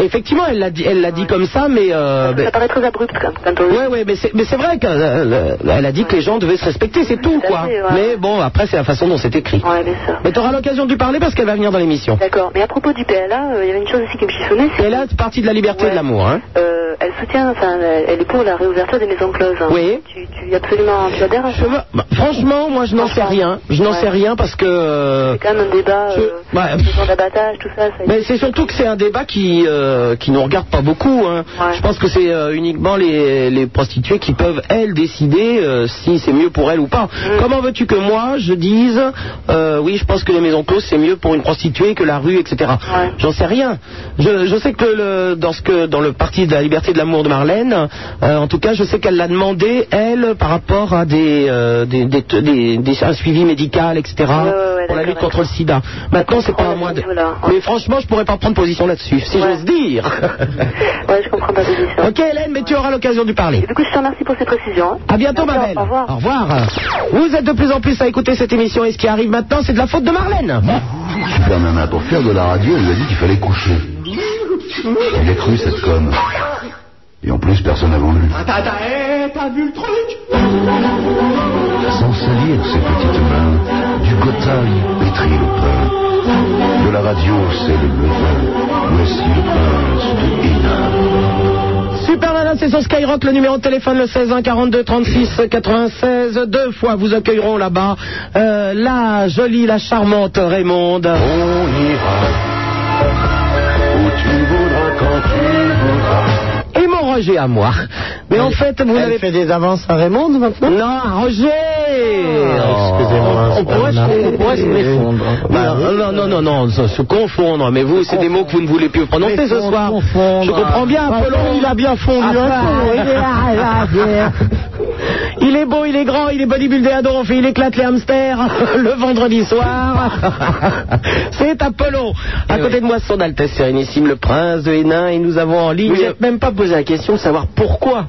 Effectivement, elle l'a dit, elle l'a dit comme ça, mais. euh, mais- Ça paraît très abrupt quand, quand on Ouais, ouais, mais c'est, mais c'est vrai qu'elle a dit que les gens devaient se respecter, c'est tout, Tout à quoi. fait, ouais. Mais bon, après, c'est la façon dont c'est écrit. Ouais, bien sûr. Mais t'auras l'occasion de lui parler parce qu'elle va venir dans l'émission. D'accord, mais à propos du PLA, euh, il y avait une chose aussi qui me chiffonnait, c'est PLA, c'est partie de la liberté et de l'amour, hein. euh, elle soutient, enfin, elle elle est pour la réouverture des maisons closes. hein. Oui. Tu, tu absolument, tu adhères à ça Bah, franchement, moi, je n'en sais rien. Je n'en sais rien parce que. euh, C'est quand même un débat, euh, ouais. maison d'abattage, tout ça, ça Mais c'est surtout que c'est un débat qui euh, qui nous regarde pas beaucoup. hein. Je pense que c'est euh, uniquement les, les prostituées qui peuvent elles décider euh, si c'est mieux pour elles ou pas. Comment veux-tu que moi je dise euh, oui je pense que les maisons closes c'est mieux pour une prostituée que la rue etc. J'en sais rien. Je, je sais que le, euh, dans ce que dans le parti de la liberté de l'amour de Marlène, euh, en tout cas je sais qu'elle l'a demandé elle par rapport à des euh, des, des, des- des- un suivi médical etc. pour la lutte contre le SIDA. Maintenant c'est pas à moi de mais franchement, je pourrais pas prendre position là-dessus, si j'ose dire. ouais, je comprends pas position. Ok, Hélène, mais tu auras l'occasion de parler. Du coup, je te remercie pour ces précisions. À bientôt, ma D'accord, belle. au revoir. Au revoir. Vous êtes de plus en plus à écouter cette émission et ce qui arrive maintenant, c'est de la faute de Marlène. Super Nana, pour faire de la radio, elle lui a dit qu'il fallait coucher. Il a cru cette conne. Et en plus, personne n'a voulu. T'as vu le truc Sans salir ses petites mains, du gotail pétrit le pain. De la radio, c'est le levain. Voici le prince de Hénin. Super Nana, c'est sur Skyrock, le numéro de téléphone le 16 1 42 36 96. Deux fois vous accueilleront là-bas euh, la jolie, la charmante Raymonde. Et mon Roger à moi. Mais en fait, vous avez fait des avances à Raymond maintenant Non, à Roger Ah, excusez-moi. Ah, On, pourrait se- on pourrait se confondre. Bah, non, non, non, non, se, se confondre. Mais vous, c'est des mots que vous ne voulez plus prononcer ce soir. Je comprends bien, Apollon. Il a bien fondu. Il est beau, il est grand, il est bodybuildé à donf et il éclate les hamsters le vendredi soir. C'est Apollon. À côté de moi, son Altesse Sérénissime, le prince de Hénin, et nous avons en ligne. Vous n'avez même pas posé la question de savoir pourquoi.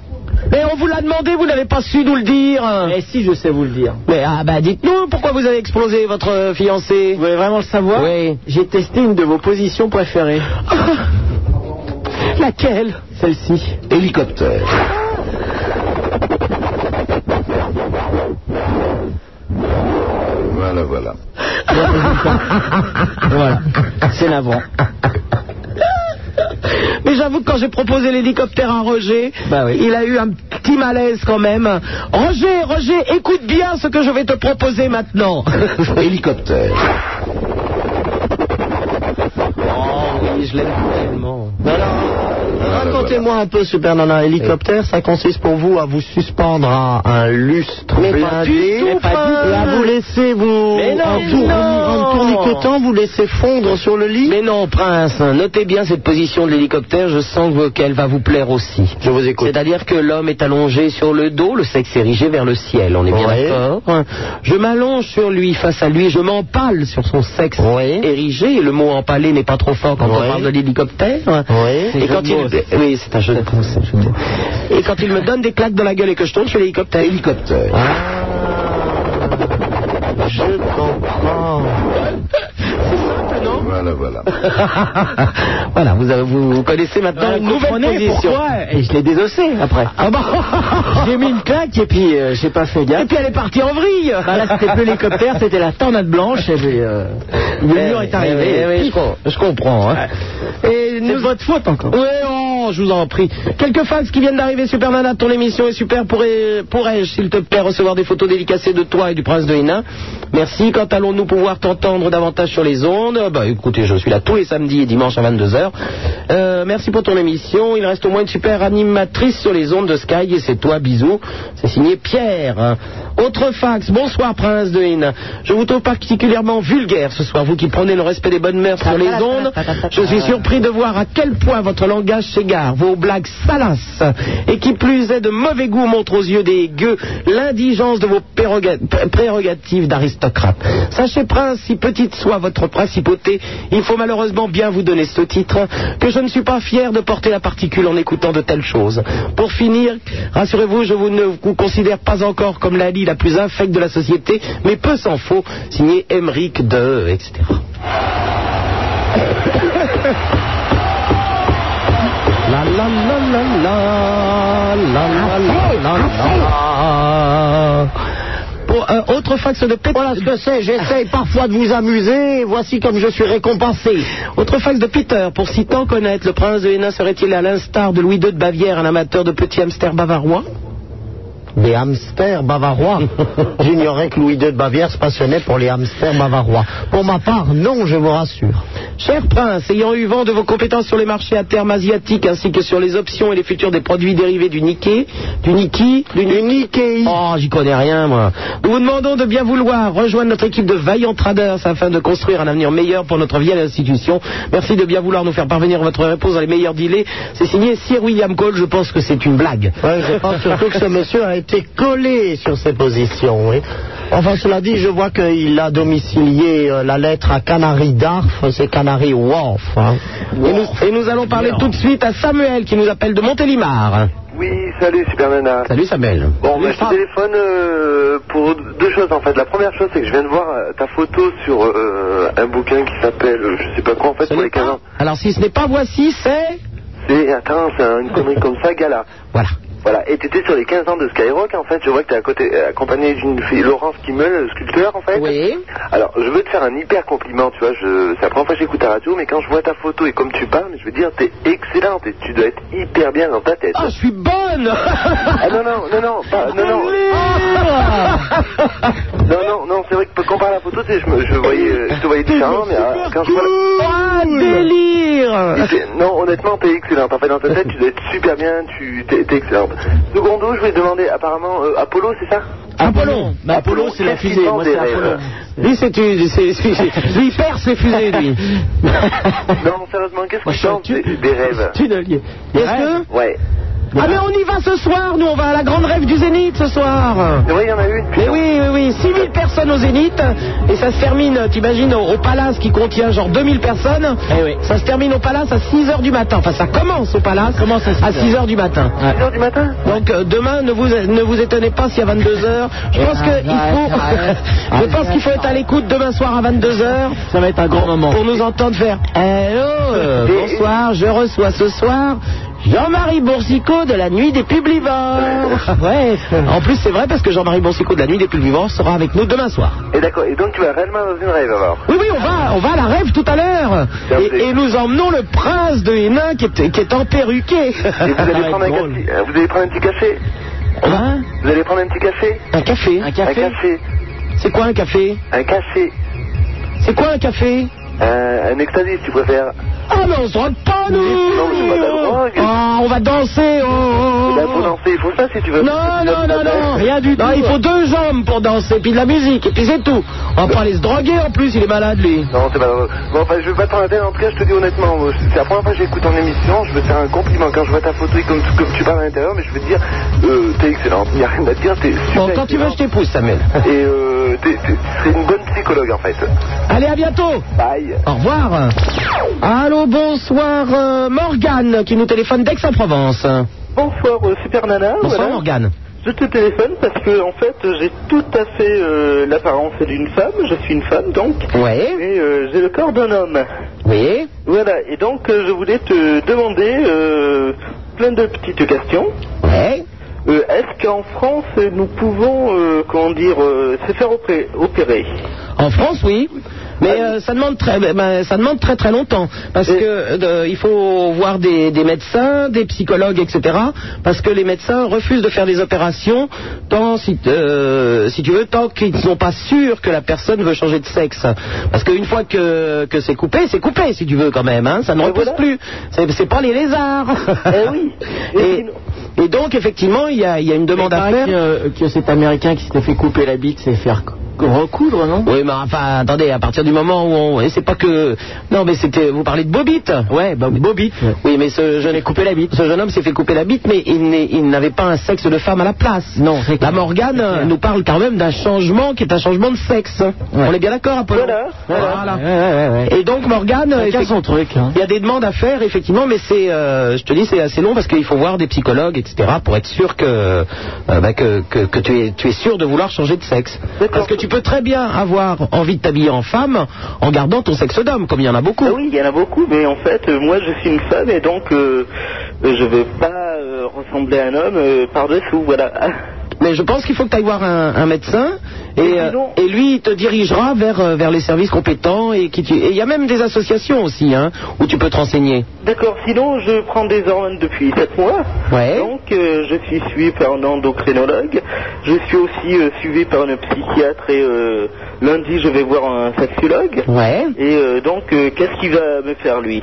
Mais on vous l'a demandé, vous n'avez pas su nous le dire. Mais Eh si, je sais vous le dire. Mais ah bah dites-nous pourquoi vous avez explosé votre euh, fiancé. Vous voulez vraiment le savoir Oui. J'ai testé une de vos positions préférées. Laquelle Celle-ci. Hélicoptère. Voilà, voilà. voilà, c'est l'avant. Mais j'avoue que quand j'ai proposé l'hélicoptère à Roger, il a eu un petit malaise quand même. Roger, Roger, écoute bien ce que je vais te proposer maintenant. Hélicoptère. je l'aime tellement. Racontez-moi un peu, Super Nana. Hélicoptère, ça consiste pour vous à vous suspendre à un lustre Mais pas blindé du tout, Mais pas du tout. et à vous laisser vous Mais non, en, tour- non. en tournicotant, vous laisser fondre sur le lit. Mais non, prince, notez bien cette position de l'hélicoptère, je sens que- qu'elle va vous plaire aussi. Je vous écoute. C'est-à-dire que l'homme est allongé sur le dos, le sexe érigé vers le ciel, on est bien Ouais. d'accord Je m'allonge sur lui, face à lui, je m'empale sur son sexe érigé, et le mot empalé n'est pas trop fort quand on Ouais. parle de l'hélicoptère. Et quand il... Oui, c'est un jeu de mots, c'est un jeu de mots. Et quand il me donne des claques dans la gueule et que je tourne, je suis l'hélicoptère. Ah. Hélicoptère. Je comprends. Voilà, voilà. Voilà, vous, avez- vous- vous connaissez maintenant Voilà, une nouvelle comprenez position. pourquoi et je l'ai désossé après. Euh, Ah bah J'ai mis une claque et puis euh, j'ai pas fait gaffe. Et puis elle est partie en vrille là, c'était plus l'hélicoptère, c'était la tornade blanche. Et puis, euh, le Eh mur est arrivé. je, com- je comprends. hein. Et nous... votre faute encore. Oui, oh, je vous en prie. Quelques fax qui viennent d'arriver, Superman, à ton émission est super. Pourrais- Pourrais-je, s'il te plaît, recevoir des photos dédicacées de toi et du prince de Hénin Merci. Quand allons-nous pouvoir t'entendre davantage sur les ondes Bah écoutez, je suis là tous les samedis et dimanches à 22h. Euh, merci pour ton émission. Il reste au moins une super animatrice sur les ondes de Sky et c'est toi, bisous. C'est signé Pierre. hein. Autre fax. Bonsoir, prince de Hénin. Je vous trouve particulièrement vulgaire ce soir, vous qui prenez le respect des bonnes mœurs sur les ondes. Je suis surpris de voir à quel point votre langage s'égare, vos blagues salaces, et qui plus est de mauvais goût montrent aux yeux des gueux l'indigence de vos péroga- p- prérogatives d'aristocrate. Sachez, prince, si petite soit votre principauté, il faut malheureusement bien vous donner ce titre, que je ne suis pas fier de porter la particule en écoutant de telles choses. Pour finir, rassurez-vous, je vous ne vous considère pas encore comme la lie la plus infecte de la société, mais peu s'en faut, signé Emmerich de, etc. La la la la la la la la la la. Pour, euh, autre fax de Peter. Voilà ce que c'est, j'essaye parfois de vous amuser, et voici comme je suis récompensé. Autre fax de Peter. Pour si tant connaître, le prince de Hénin serait-il à l'instar de Louis II de Bavière un amateur de petits hamsters bavarois Des hamsters bavarois. J'ignorais que Louis II de Bavière se passionnait pour les hamsters bavarois. Pour ma part, non, je vous rassure. Cher prince, ayant eu vent de vos compétences sur les marchés à terme asiatiques ainsi que sur les options et les futurs des produits dérivés du Nikkei, du Niki, du Nikkei. Oh, j'y connais rien, moi. Nous vous demandons de bien vouloir rejoindre notre équipe de vaillants traders afin de construire un avenir meilleur pour notre vieille institution. Merci de bien vouloir nous faire parvenir votre réponse dans les meilleurs délais. C'est signé Sir William Cole. Je pense que c'est une blague. Ouais, je pense surtout que ce monsieur a été collé sur ses positions. oui. Enfin, cela dit, je vois qu'il a domicilié euh, la lettre à Canary d'Arf, c'est Canary Wharf. hein. Et nous, et nous allons parler tout de suite à Samuel qui nous appelle de Montélimar. Oui, salut Superman. Salut Samuel. Bon, bah, je te téléphone euh, pour deux choses en fait. La première chose, c'est que je viens de voir euh, ta photo sur euh, un bouquin qui s'appelle, euh, je sais pas quoi en fait, pour les 15 ans. Alors si ce n'est pas voici, c'est C'est, attends, c'est une connerie comme ça, gala. voilà. Voilà, et t'étais sur les 15 ans de Skyrock en fait, je vois que t'es à côté, euh, accompagné d'une fille, Laurence Kimmel, le sculpteur en fait. Oui. Alors, je veux te faire un hyper compliment, tu vois, je... c'est la première fois que j'écoute ta radio, mais quand je vois ta photo et comme tu parles, je veux dire, t'es excellente et tu dois être Oh, hyper bien dans ta tête. Ah, je suis bonne Ah non, non, non, non, pas- non, non. Ah, Non, non, non, c'est vrai que quand on parle à la photo, tu sais, je, me- je voyais, euh, je te voyais de loin, mais euh, quand je vois la... délire C'est- Non, honnêtement, t'es excellente. En fait, dans ta tête, tu dois être super bien, tu t'es t'es excellente. Secondo, je voulais te demander, apparemment, euh, Apollo, c'est ça Apollo. Mais Apollo, c'est la fusée, moi, c'est Apollo. Lui, c'est une. c'est- c'est- Lui, il perd ses fusées, lui. Non, sérieusement, qu'est-ce que tu penses des, des rêves Tunnelier. Est-ce que Ouais. Ah, mais on y va ce soir, nous, on va à la grande rêve du Zénith ce soir. Oui, il y en a une. Mais oui, oui, oui, 6000 personnes au Zénith, et ça se termine, t'imagines, au, au Palace qui contient genre 2000 personnes. Ça se termine au Palace à 6h du matin. Enfin, ça commence au Palace à 6h du matin. 6h du matin Donc, euh, demain, ne vous, ne vous étonnez pas si à 22h. Je pense qu'il faut, je pense qu'il faut être à l'écoute demain soir à 22h. Ça va être un grand moment. Pour nous entendre faire Hello, euh, bonsoir, je reçois ce soir. Jean-Marie Boursicot de la Nuit des Publivores. Ouais. En plus, c'est vrai parce que Jean-Marie Boursicot de la Nuit des Publivores sera avec nous demain soir. Et Eh, d'accord, et donc tu vas réellement dans une rêve alors Oui, oui, on va, on va à la rêve tout à l'heure. Et, et nous emmenons le prince de Hénin qui est, qui est emperruqué. Et vous allez, prendre un café- euh, vous allez prendre un petit café Vous allez prendre un petit café Hein Un café Un café Un café C'est quoi un café Un café C'est quoi un café Euh, Un extasie si tu préfères. Ah mais on se drogue pas nous Ah, on va danser oh, oh, oh. Il faut danser, il faut ça si tu veux. Non, non, non, non, rien du tout. il faut deux hommes pour danser, puis de la musique, et puis c'est tout. On va pas aller se droguer en plus, il est malade lui. Non, c'est pas drôle. Bon, enfin, je veux pas te prendre la tête. En tout cas, je te dis honnêtement, euh, c'est la première fois que j'écoute ton émission. Je veux te faire un compliment quand je vois ta photo et comme, tu- comme tu parles à l'intérieur, mais je veux te dire, euh, t'es excellente. Il n'y a rien à dire, t'es super. Bon, quand tu veux, je t'épouse, Samuel. excellente. Et euh, t'es t'es- c'est une bonne psychologue en fait. Allez, à bientôt. Bye. Au revoir. Allô, bonsoir, euh, Morgane, qui nous téléphone d'Aix-en-Provence. Bonsoir euh, Super Nana. Bonsoir, voilà. Morgane. Je te téléphone parce que en fait j'ai tout à fait euh, l'apparence d'une femme. Je suis une femme donc. Ouais. Et euh, j'ai le corps d'un homme. Oui. Voilà. Et donc euh, je voulais te demander euh, plein de petites questions. Ouais. Euh, Est-ce qu'en France nous pouvons euh, comment dire euh, se faire opé- opérer En France, oui. Mais euh, ça demande très, ben, ben, ça demande très très longtemps parce que euh, de- il faut voir des, des médecins, des psychologues, etc. Parce que les médecins refusent de faire des opérations tant si, euh, si tu veux tant qu'ils ne sont pas sûrs que la personne veut changer de sexe. Parce qu'une fois que, que c'est coupé, c'est coupé si tu veux quand même. Hein, ça ne repousse plus. C'est c'est pas les lézards. Eh et, et donc effectivement, il y a, il y a une demande à faire. que cet américain qui s'était fait couper la bite, c'est faire recoudre, non Oui, mais enfin, attendez, à partir du moment où on. Et c'est pas que. Non, mais c'était. Vous parlez de Bobit Ouais, bah, Bobit. Oui, mais ce jeune. coupé la bite. Ce jeune homme s'est fait couper la bite, mais il n'est- il n'avait pas un sexe de femme à la place. Non. La Morgane euh, nous parle quand même d'un changement qui est un changement de sexe. On est bien d'accord, Apollo Voilà. Et donc, Morgane. Chacun effectivement, son truc, Il y a des demandes à faire, effectivement, mais c'est. euh, je te dis, c'est assez long parce qu'il faut voir des psychologues, etc., pour être sûr que. euh, bah, que, que- que tu, es, tu es sûr de vouloir changer de sexe. Parce que tu peux très bien avoir envie de t'habiller en femme en gardant ton sexe d'homme, comme il y en a beaucoup. Ah oui, il y en a beaucoup, mais en fait, euh, moi, je suis une femme et donc euh, euh, je veux pas euh, ressembler à un homme euh, par-dessous, voilà. Mais je pense qu'il faut que tu ailles voir un, un médecin et, euh, et lui il te dirigera vers, euh, vers les services compétents et qui tu- et il y a même des associations aussi hein, où tu peux te renseigner. D'accord, sinon, je prends des hormones depuis 7 mois. Donc, euh, je suis suivi par un endocrinologue. Je suis aussi euh, suivi par un psychiatre et euh, lundi, je vais voir un sexologue. Ouais. Et euh, donc, euh, qu'est-ce qu'il va me faire, lui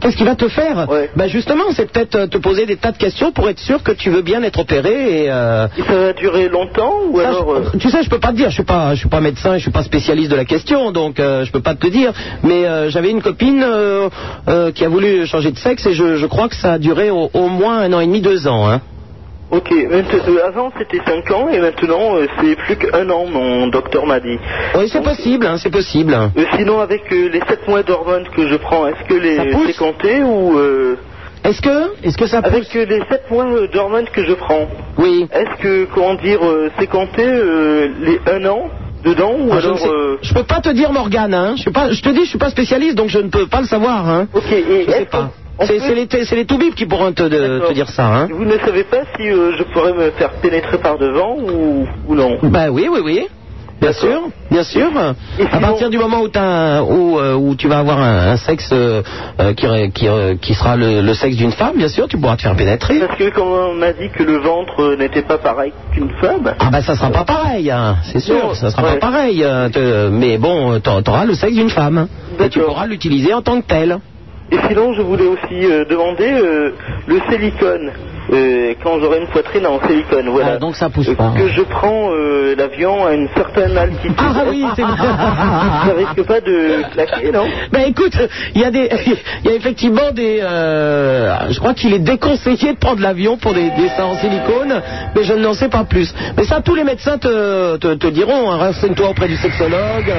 Qu'est-ce qu'il va te faire Bah justement, c'est peut-être euh, te poser des tas de questions pour être sûr que tu veux bien être opéré et euh, Ça va durer longtemps ou alors... euh, Tu sais, je peux pas te dire, je suis pas, je suis pas médecin, et je suis pas spécialiste de la question, donc euh, je peux pas te dire. Mais euh, j'avais une copine euh, euh, qui a voulu changer de sexe et je, je crois que ça a duré au, au moins un an et demi, deux ans. hein. Ok, mais c'est- euh, avant c'était 5 ans et maintenant euh, c'est plus qu'un an, mon docteur m'a dit. Oui, c'est possible, hein, c'est possible. Euh, sinon, avec euh, les 7 mois d'hormones que je prends, est-ce que les c'est compté ou. euh, Est-ce que, est-ce que ça Avec euh, les 7 mois euh, d'hormones que je prends, oui. est-ce que, comment dire, euh, c'est compté euh, les 1 an dedans ou Ah, je, ne alors. sais- euh, je peux pas te dire Morgane, hein. je, suis pas, je te dis je suis pas spécialiste donc je ne peux pas le savoir. Hein. Ok, et je sais pas. C'est c'est les, t- c'est les toubibs qui pourront te, de- te dire ça. Hein. Vous ne savez pas si euh, je pourrais me faire pénétrer par devant ou, ou non Bah oui, oui, oui. Bien sûr, bien sûr. À partir du moment où, t'as un- où, euh, où tu vas avoir un, un sexe euh, euh, qui, aurait- qui, euh, qui sera le, le sexe d'une femme, bien sûr, tu pourras te faire pénétrer. Parce que comme on m'a dit que le ventre euh, n'était pas pareil qu'une femme. Ah bah ça sera pas pareil, hein, c'est sûr, Non, ça sera ouais. pas pareil. euh, te- mais bon, euh, t'a- t'auras le sexe d'une femme. hein. Et tu pourras l'utiliser en tant que tel. Et sinon, je voulais aussi euh, demander euh, le silicone. Euh, quand j'aurai une poitrine en silicone, voilà. donc Ah, ça pousse hein. pas. Que je prends euh, l'avion à une certaine altitude. Ah oui, c'est Ça risque pas de claquer, non Ben écoute, il y a des, il y a effectivement des, euh, je crois qu'il est déconseillé de prendre l'avion pour des, des seins en silicone, mais je n'en sais pas plus. Mais ça, tous les médecins te, te, te diront, hein, renseigne-toi auprès du sexologue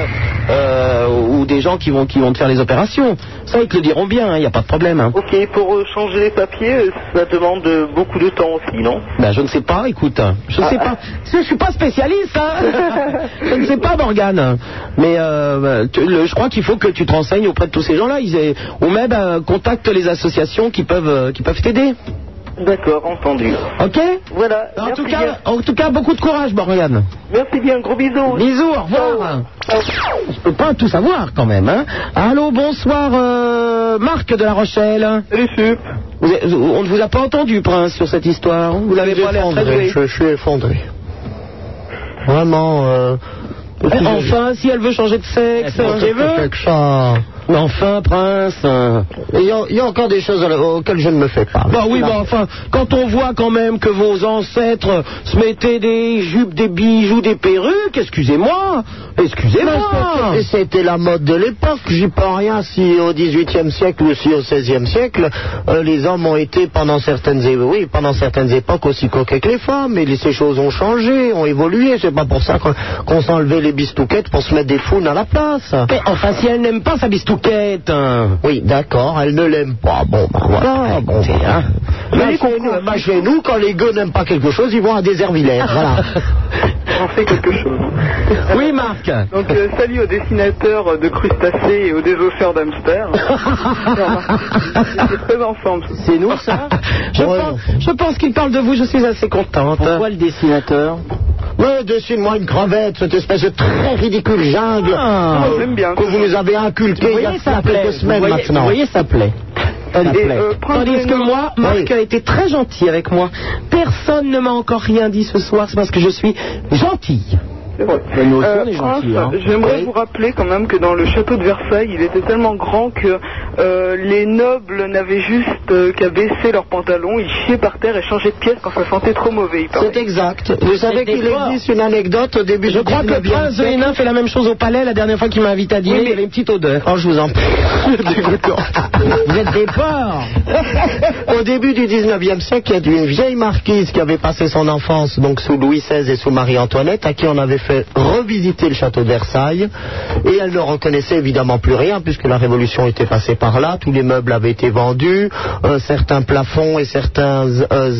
euh, ou des gens qui vont, qui vont te faire les opérations. Ça, ils te le diront bien, hein, il n'y a pas de problème. hein. Ok, pour euh, changer les papiers, euh, ça demande euh, beaucoup de temps aussi, non Ben je ne sais pas, écoute, je ne sais pas. Ah, Je ne suis pas spécialiste, hein. je ne sais pas, Morgane. Mais euh, tu- le- je crois qu'il faut que tu te renseignes auprès de tous ces gens-là. Ils aient- Ou même euh, contacte les associations qui peuvent euh, qui peuvent t'aider. D'accord, entendu. Ok Voilà. En tout, cas, en tout cas, beaucoup de courage, Morgane. Merci bien, gros bisous. Bisous, au Oh. revoir. Je peux pas tout savoir quand même. Hein. Allô, bonsoir, euh, Marc de La Rochelle. Salut, Sup. on ne vous a pas entendu, Prince, sur cette histoire. Vous l'avez pas l'air très doué. Je, je suis effondré. Vraiment. euh, parce que je- Enfin, si elle veut changer de Eh, sexe, Elle elle veut. veut. Mais enfin, prince. euh, Il y, a- il y a encore des choses à la- auxquelles je ne me fais pas. Bah oui, bah enfin, quand on voit quand même que vos ancêtres se mettaient des jupes, des bijoux, des perruques, excusez-moi, excusez-moi. Et c'était la mode de l'époque. J'y peux rien si au XVIIIe siècle ou si au XVIe siècle, euh, les hommes ont été pendant certaines, é- oui, pendant certaines époques aussi coquets que les femmes. Mais les- ces choses ont changé, ont évolué. C'est pas pour ça qu'on qu'on s'enlevait les bistouquettes pour se mettre des founes à la place. Mais enfin, si elle n'aime pas sa bistouquette. Oui, d'accord, elle ne l'aime pas. Bon, bah voilà. bon, bah. hein. Là, chez nous- bah, chez nous, quand les gueux n'aiment pas quelque chose, ils vont à des Voilà. J'en sais quelque chose. Oui, Marc. Donc, euh, salut aux dessinateurs de crustacés et aux désosseurs d'hamsters. C'est très ensemble. C'est nous, ça je, pense, je pense qu'il parle de vous, je suis assez contente. Pourquoi le dessinateur Ouais, dessine-moi une crevette, cette espèce de très ridicule jungle Ah, euh, j'aime bien. que vous nous avez inculqué Vous il y a voyez, ça ça fait plaît. deux semaines Vous voyez- maintenant. vous voyez, ça plaît. Ça Et, plaît. euh, prendre Tandis une- que moi, Marc Oui. a été très gentil avec moi. Personne ne m'a encore rien dit ce soir, c'est parce que je suis gentille. C'est vrai. Mais nous aussi, on est Euh, Prince, gentils, hein. J'aimerais Oui. vous rappeler quand même que dans le château de Versailles, il était tellement grand que euh, les nobles n'avaient juste euh, qu'à baisser leurs pantalons, ils chiaient par terre et changeaient de pièce quand ça sentait trop mauvais. C'est exact. Vous savez qu'il existe une anecdote au début Je crois que le prince de Hénin fait la même chose au palais la dernière fois qu'il m'a invité à dîner. Il avait une petite odeur. Oh, je vous en prie. Dégoûtant. Vous êtes des porcs. Au début du 19e siècle, il y a une vieille marquise qui avait passé son enfance donc sous Louis XVI et sous Marie-Antoinette, à qui on avait fait revisiter le château de Versailles. Et elle ne reconnaissait évidemment plus rien, puisque la Révolution était passée par là, tous les meubles avaient été vendus, euh, certains plafonds et certains euh,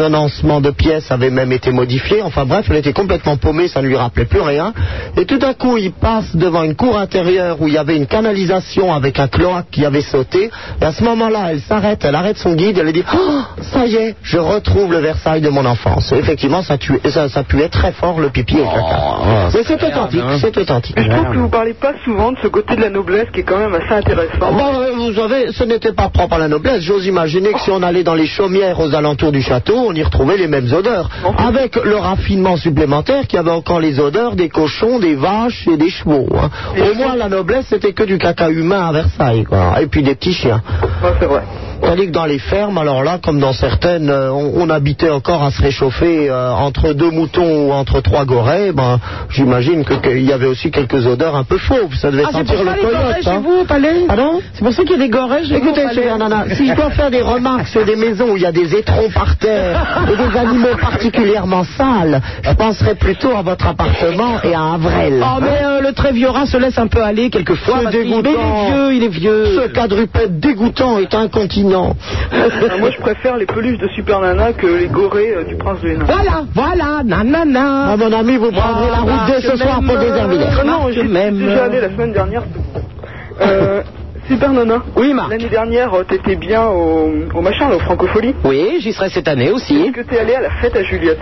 ordonnancements de pièces avaient même été modifiés. Enfin bref, elle était complètement paumée, ça ne lui rappelait plus rien. Et tout d'un coup, il passe devant une cour intérieure où il y avait une canalisation avec un cloaque qui avait sauté. Et à ce moment-là, elle s'arrête, elle arrête son guide, elle dit Oh, ça y est, je retrouve le Versailles de mon enfance. Et effectivement, ça, tue- ça, ça puait très fort le pipi et le Oh, caca. Mais c'est authentique, c'est authentique. Je trouve que vous parlez pas souvent de ce côté de la noblesse qui est quand même assez Ah, intéressant. Bon, euh, vous savez, ce n'était pas propre à la noblesse. J'ose imaginer que si on allait dans les chaumières aux alentours du château, on y retrouvait les mêmes odeurs. Avec le raffinement supplémentaire qui avait encore les odeurs des cochons, des vaches et des chevaux. hein. Au moins, la noblesse, c'était que du caca humain à Versailles, quoi. Et puis des petits chiens. c'est vrai. Tandis que dans les fermes, alors là, comme dans certaines, euh, on, on habitait encore à se réchauffer euh, entre deux moutons ou entre trois gorées, ben, j'imagine que- qu'il y avait aussi quelques odeurs un peu fauves. Ça devait Ah, c'est pour sentir ça le les coyote. gorées chez hein. vous au palais Pardon C'est pour ça qu'il y a des gorées chez vous Écoutez, au palais chérie Anana, si je dois faire des remarques sur des maisons où il y a des étrons par terre et des animaux particulièrement sales, je penserais plutôt à votre appartement et à Avrel. Oh, mais euh, le très vieux rat se laisse un peu aller quelquefois. C'est parce qu'il- dégoûtant. Mais il est vieux, il est vieux. Ce quadrupède dégoûtant est incontinent. Euh, Moi, je préfère les peluches de Super Nana que les gorées euh, du prince de Hénin. Voilà, voilà, nanana. Ah, mon ami, vous prendrez la route dès ce soir pour des Ah non, j'y suis déjà allé la semaine dernière. Euh, Super Nana. Oui, Marc. L'année dernière, euh, t'étais bien au, au machin, là, au Francofolie. Oui, j'y serai cette année aussi. Est-ce que t'es allé à la fête à Juliette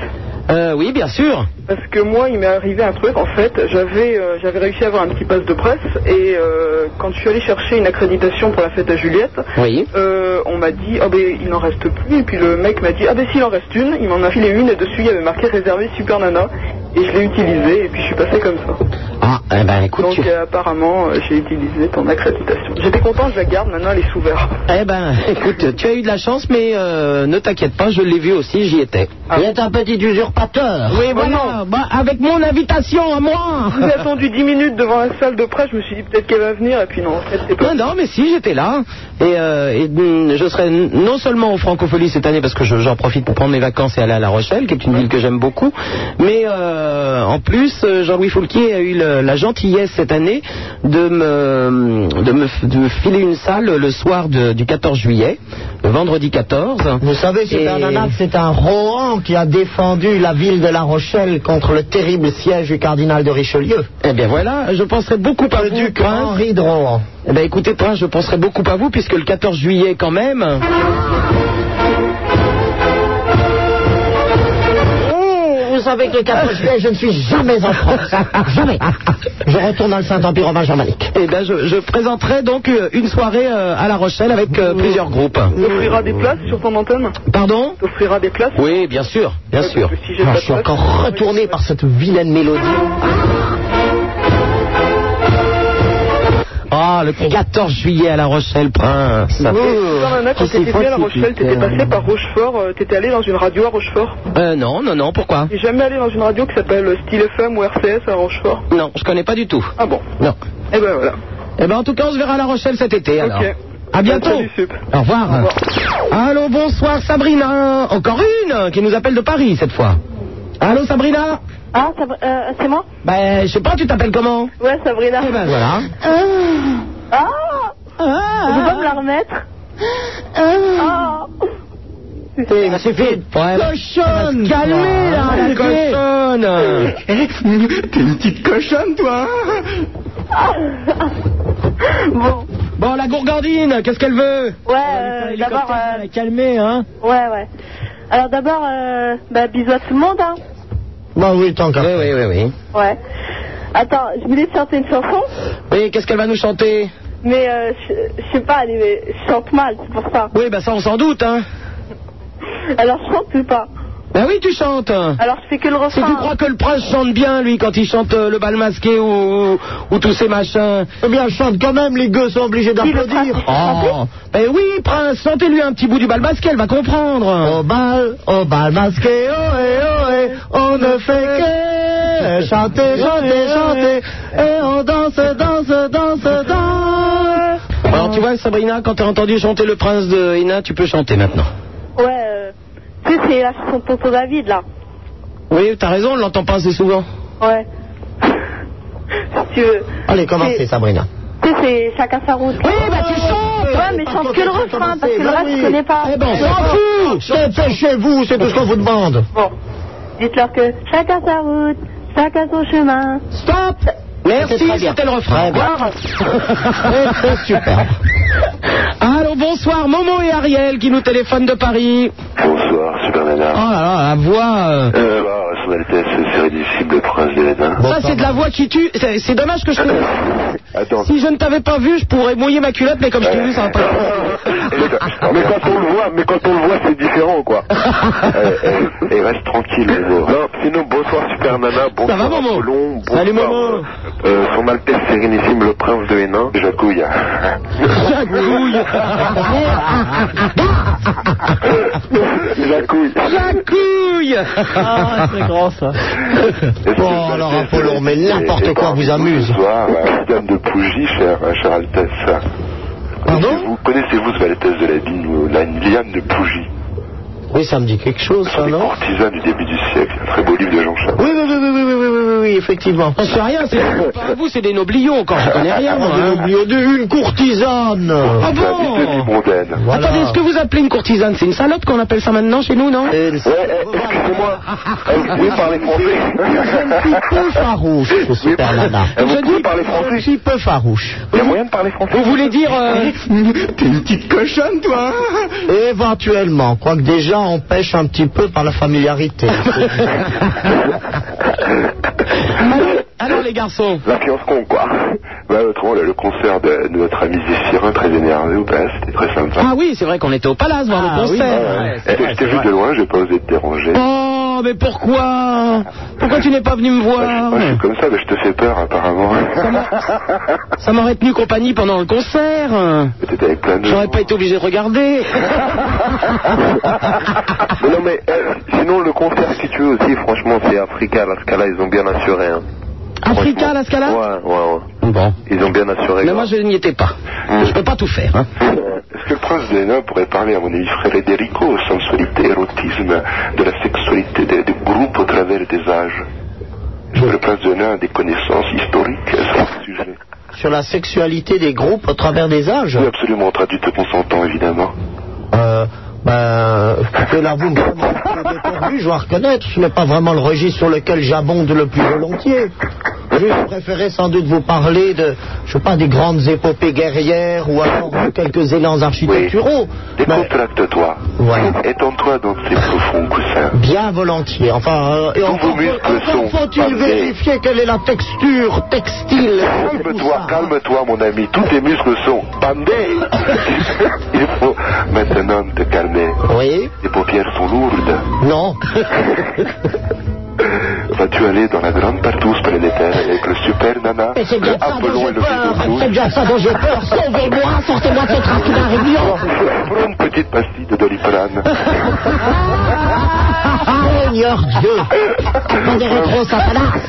Euh, oui, bien sûr. Parce que moi, il m'est arrivé un truc. En fait, j'avais euh, j'avais réussi à avoir un petit passe de presse et euh, quand je suis allé chercher une accréditation pour la fête à Juliette, Oui. euh, on m'a dit ah ben il n'en reste plus. Et puis le mec m'a dit ah ben s'il en reste une, il m'en a filé une et dessus il y avait marqué réservé Super Nana et je l'ai utilisée et puis je suis passé comme ça. Ah, eh ben écoute, Donc tu- euh, apparemment euh, j'ai utilisé ton accréditation. J'étais content, je la garde. Maintenant elle est sous verre. Eh ben, écoute, tu as eu de la chance, mais euh, ne t'inquiète pas, je l'ai vu aussi, j'y étais. Ah. Vous êtes un petit usurpateur. Oui, voilà. Bah, avec mon invitation à moi. J'ai attendu 10 minutes devant la salle de presse, je me suis dit peut-être qu'elle va venir, et puis non, en fait, c'est pas. Non, non, mais si, j'étais là. Et, euh, et, mm, je serai n- non seulement aux Francopholies cette année, parce que je- j'en profite pour prendre mes vacances et aller à La Rochelle, qui est une ville que j'aime beaucoup, mais euh, en plus, euh, Jean-Louis Foulquier a eu le- la gentillesse cette année de me, de me f- de me filer une salle le soir de- du 14 juillet, le vendredi 14. Vous savez, Super Et- Nana, c'est un Rohan qui a défendu la ville de La Rochelle contre le terrible siège du cardinal de Richelieu. Eh bien voilà, je penserai beaucoup à Le vous, duc prince. Henri de Rohan. Eh ben écoutez, Prince, je penserai beaucoup à vous, puisque le 14 juillet, quand même. Oh, vous savez que le Ah, 14 juillet, je ne suis jamais en France. jamais. Je retourne dans le Saint-Empire romain germanique. Eh ben, je, je présenterai donc euh, une soirée euh, à La Rochelle avec Mmh. euh, plusieurs groupes. T'offriras des places sur ton antenne Pardon T'offriras des places Oui, bien sûr, bien sûr. Ah, je suis encore retourné par cette vilaine mélodie. Ah, le 14 juillet à La Rochelle, prince. Et Dans la note, Oh, quand c'est t'étais venu à La facile, Rochelle, t'étais putain. passé par Rochefort, euh, t'étais allé dans une radio à Rochefort. Euh, non, non, non, pourquoi T'es jamais allé dans une radio qui s'appelle euh, Style FM ou RCS à Rochefort Non, je connais pas du tout. Ah bon Non. Eh ben voilà. Eh ben, en tout cas, on se verra à La Rochelle cet été, alors. Ok. À bientôt. Salut, Sup. Au revoir. Allô, bonsoir, Sabrina. Encore une qui nous appelle de Paris, cette fois. Allô, Sabrina Ah, ça va- euh, c'est moi Ben, je sais pas, tu t'appelles comment Ouais, Sabrina. Eh ben, voilà. Ah Je peux me la remettre Ah Eh, ben, c'est fait. Ouais. ah. Cochonne Calmez, là, Ah, la cochonne T'es une petite cochonne, toi Bon. Bon, la gourgandine, qu'est-ce qu'elle veut Ouais, euh, d'abord... euh, Calmez, hein Ouais, ouais. Alors d'abord, euh, bah, bisous à tout le monde, hein Bah oui, tant qu'à Oui, oui, oui. Ouais. Attends, je voulais te chanter une chanson, Oui, qu'est-ce qu'elle va nous chanter mais euh, je je sais pas, elle est- je chante mal, c'est pour ça. Oui, bah ça, on s'en doute, hein Alors je chante ou pas Ben oui, tu chantes Alors je fais que le Si refrain. tu crois que le prince chante bien, lui, quand il chante euh, le bal masqué ou, ou tous ces machins. Eh bien, chante quand même, les gueux sont obligés d'applaudir. Oh. Ben oui, prince, chantez-lui un petit bout du bal masqué, elle va comprendre. Au bal, au bal masqué, ohé, ohé, on ne fait que chanter, chanter, chanter, et on danse, danse, danse, danse. Alors tu vois, Sabrina, quand t'as entendu chanter le prince de Hénin, tu peux chanter maintenant. Ouais, euh, tu sais, c'est la chanson de Tonton David, là. Oui, t'as raison, on l'entend pas assez souvent. Ouais. si tu veux. Allez, commencez, C'est- Sabrina. Tu sais, c'est chacun sa route. Oui, bah tu chantes Ouais, mais chante que le refrain, parce que le reste, je connais pas. Eh ben, on s'en fout C'est chez vous, c'est tout ce qu'on vous demande. Bon, dites-leur que chacun sa route, chacun son chemin. Stop Merci, c'était le refrain. C'est super. Allô, bonsoir, Momo et Ariel qui nous téléphonent de Paris. Bonsoir, Super Nana. Oh là là, la voix. euh, Euh, bah, son Altesse, c'est réductible le prince de Hénin. Ça, c'est de la voix qui tue. C'est c'est dommage que je. Attends. Si je ne t'avais pas vu, je pourrais mouiller ma culotte, mais comme je t'ai vu, ça va pas. mais quand on le voit, mais quand on le voit, c'est différent, quoi. Euh, Et reste tranquille, Momo. Non, sinon, bonsoir, Super Nana. Bonsoir, va, Momo Apollon, bonsoir, Salut, Momo. euh, euh, son Altesse Sérénissime, le prince de Hénin, Jacouille. Jacouille Jacouille. Jacouille Ah, c'est grand ça. Bon, alors Apollon, mais Et- et n'importe quoi ben, vous amuse. Ce soir, à Madame de Pougy, chère, chère Altesse. Pardon Connaissez-vous ce Altesse de la Ligne, ou la Liane de Pougy Oui, ça me dit quelque chose, ça, Ah non Artisan du début du siècle. Un très beau livre de Jean Chabot. Oui, oui, oui, oui, oui, oui, oui, oui, oui, effectivement. Je sais rien, c'est pas à vous, c'est des noblions encore, je connais rien. Moi, hein. une courtisane. Ah bon Attendez, est-ce que vous appelez une courtisane C'est une salope qu'on appelle ça maintenant chez nous, non eh, Excusez-moi. Vous pouvez parler français peu farouche, ce super nana. Vous pouvez parler français Un petit peu farouche. Il y a moyen de parler français Vous voulez dire. euh, T'es une petite cochonne, toi Éventuellement, quoique déjà on pêche un petit peu par la familiarité. Alors les garçons L'influence con, quoi. Bah, autrement, le, le concert de, de notre ami Zéphirin, très énervé, ou pas, c'était très sympa. Ah oui, c'est vrai qu'on était au palace voir Ah le oui, concert. ouais, ouais. Eh, J'étais juste de loin, j'ai pas osé te déranger. Oh, mais pourquoi Pourquoi tu n'es pas venu me voir Moi, je suis comme ça, mais je te fais peur, apparemment. Ça m'aurait tenu compagnie pendant le concert. T'étais avec plein de gens. J'aurais pas été obligé de regarder. Mais non, mais euh, sinon, le concert, si tu veux aussi, franchement, c'est Africa, la Scala, ils ont bien assuré. Hein. Africa, la Scala Ouais, ouais, ouais. Ils ont bien assuré. Mais moi, je n'y étais pas. Je peux pas tout faire. hein. Euh, Est-ce que le prince de Hénin pourrait parler à mon ami Frédérico, sensualité, érotisme, de la sexualité des des groupes au travers des âges Est-ce que le prince de Hénin a des connaissances historiques sur ce sujet Sur la sexualité des groupes au travers des âges Oui, absolument, traduite de consentant, évidemment. Euh, ben, écoutez, là, vous me prenez dépourvu, je dois reconnaître, ce n'est pas vraiment le registre sur lequel j'abonde le plus volontiers. Je préférais sans doute vous parler de, je sais pas, des grandes épopées guerrières ou alors de quelques élans architecturaux. Bah, Décontracte-toi. Ouais. Étends-toi dans ces profonds coussins. Bien volontiers. Enfin, euh, et Tous vos encore, muscles encore sont faut-il parfaits. vérifier quelle est la texture textile. Calme-toi, hein. calme-toi, mon ami. Tous tes muscles sont bandés. Il faut maintenant te calmer. Oui. Tes paupières sont lourdes. Non. Vas-tu aller dans la grande partouze planétaire avec le super nana Mais c'est bien ça dont Apollon et j'ai le peur, Vénus c'est bien ça dont j'ai peur. Sauvez-moi, sortez-moi de ce traquenard idiot. Prends une petite pastille de doliprane. Seigneur Dieu. Attendez trop, Satanas.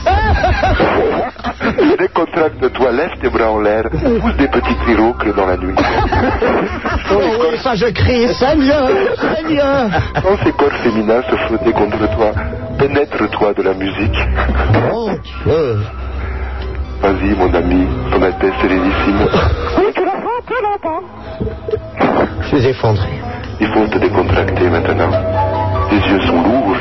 Décontracte-toi, lève tes bras en l'air, pousse des petits cris rauques dans la nuit. Oh oui, ça je crie, Seigneur, Seigneur. Quand ces corps féminins se frotter contre toi, pénètre-toi de la musique. Mon Dieu. Vas-y, mon ami, ton Altesse Sérénissime, Je suis effondré. il faut te décontracter maintenant. Tes yeux sont lourds,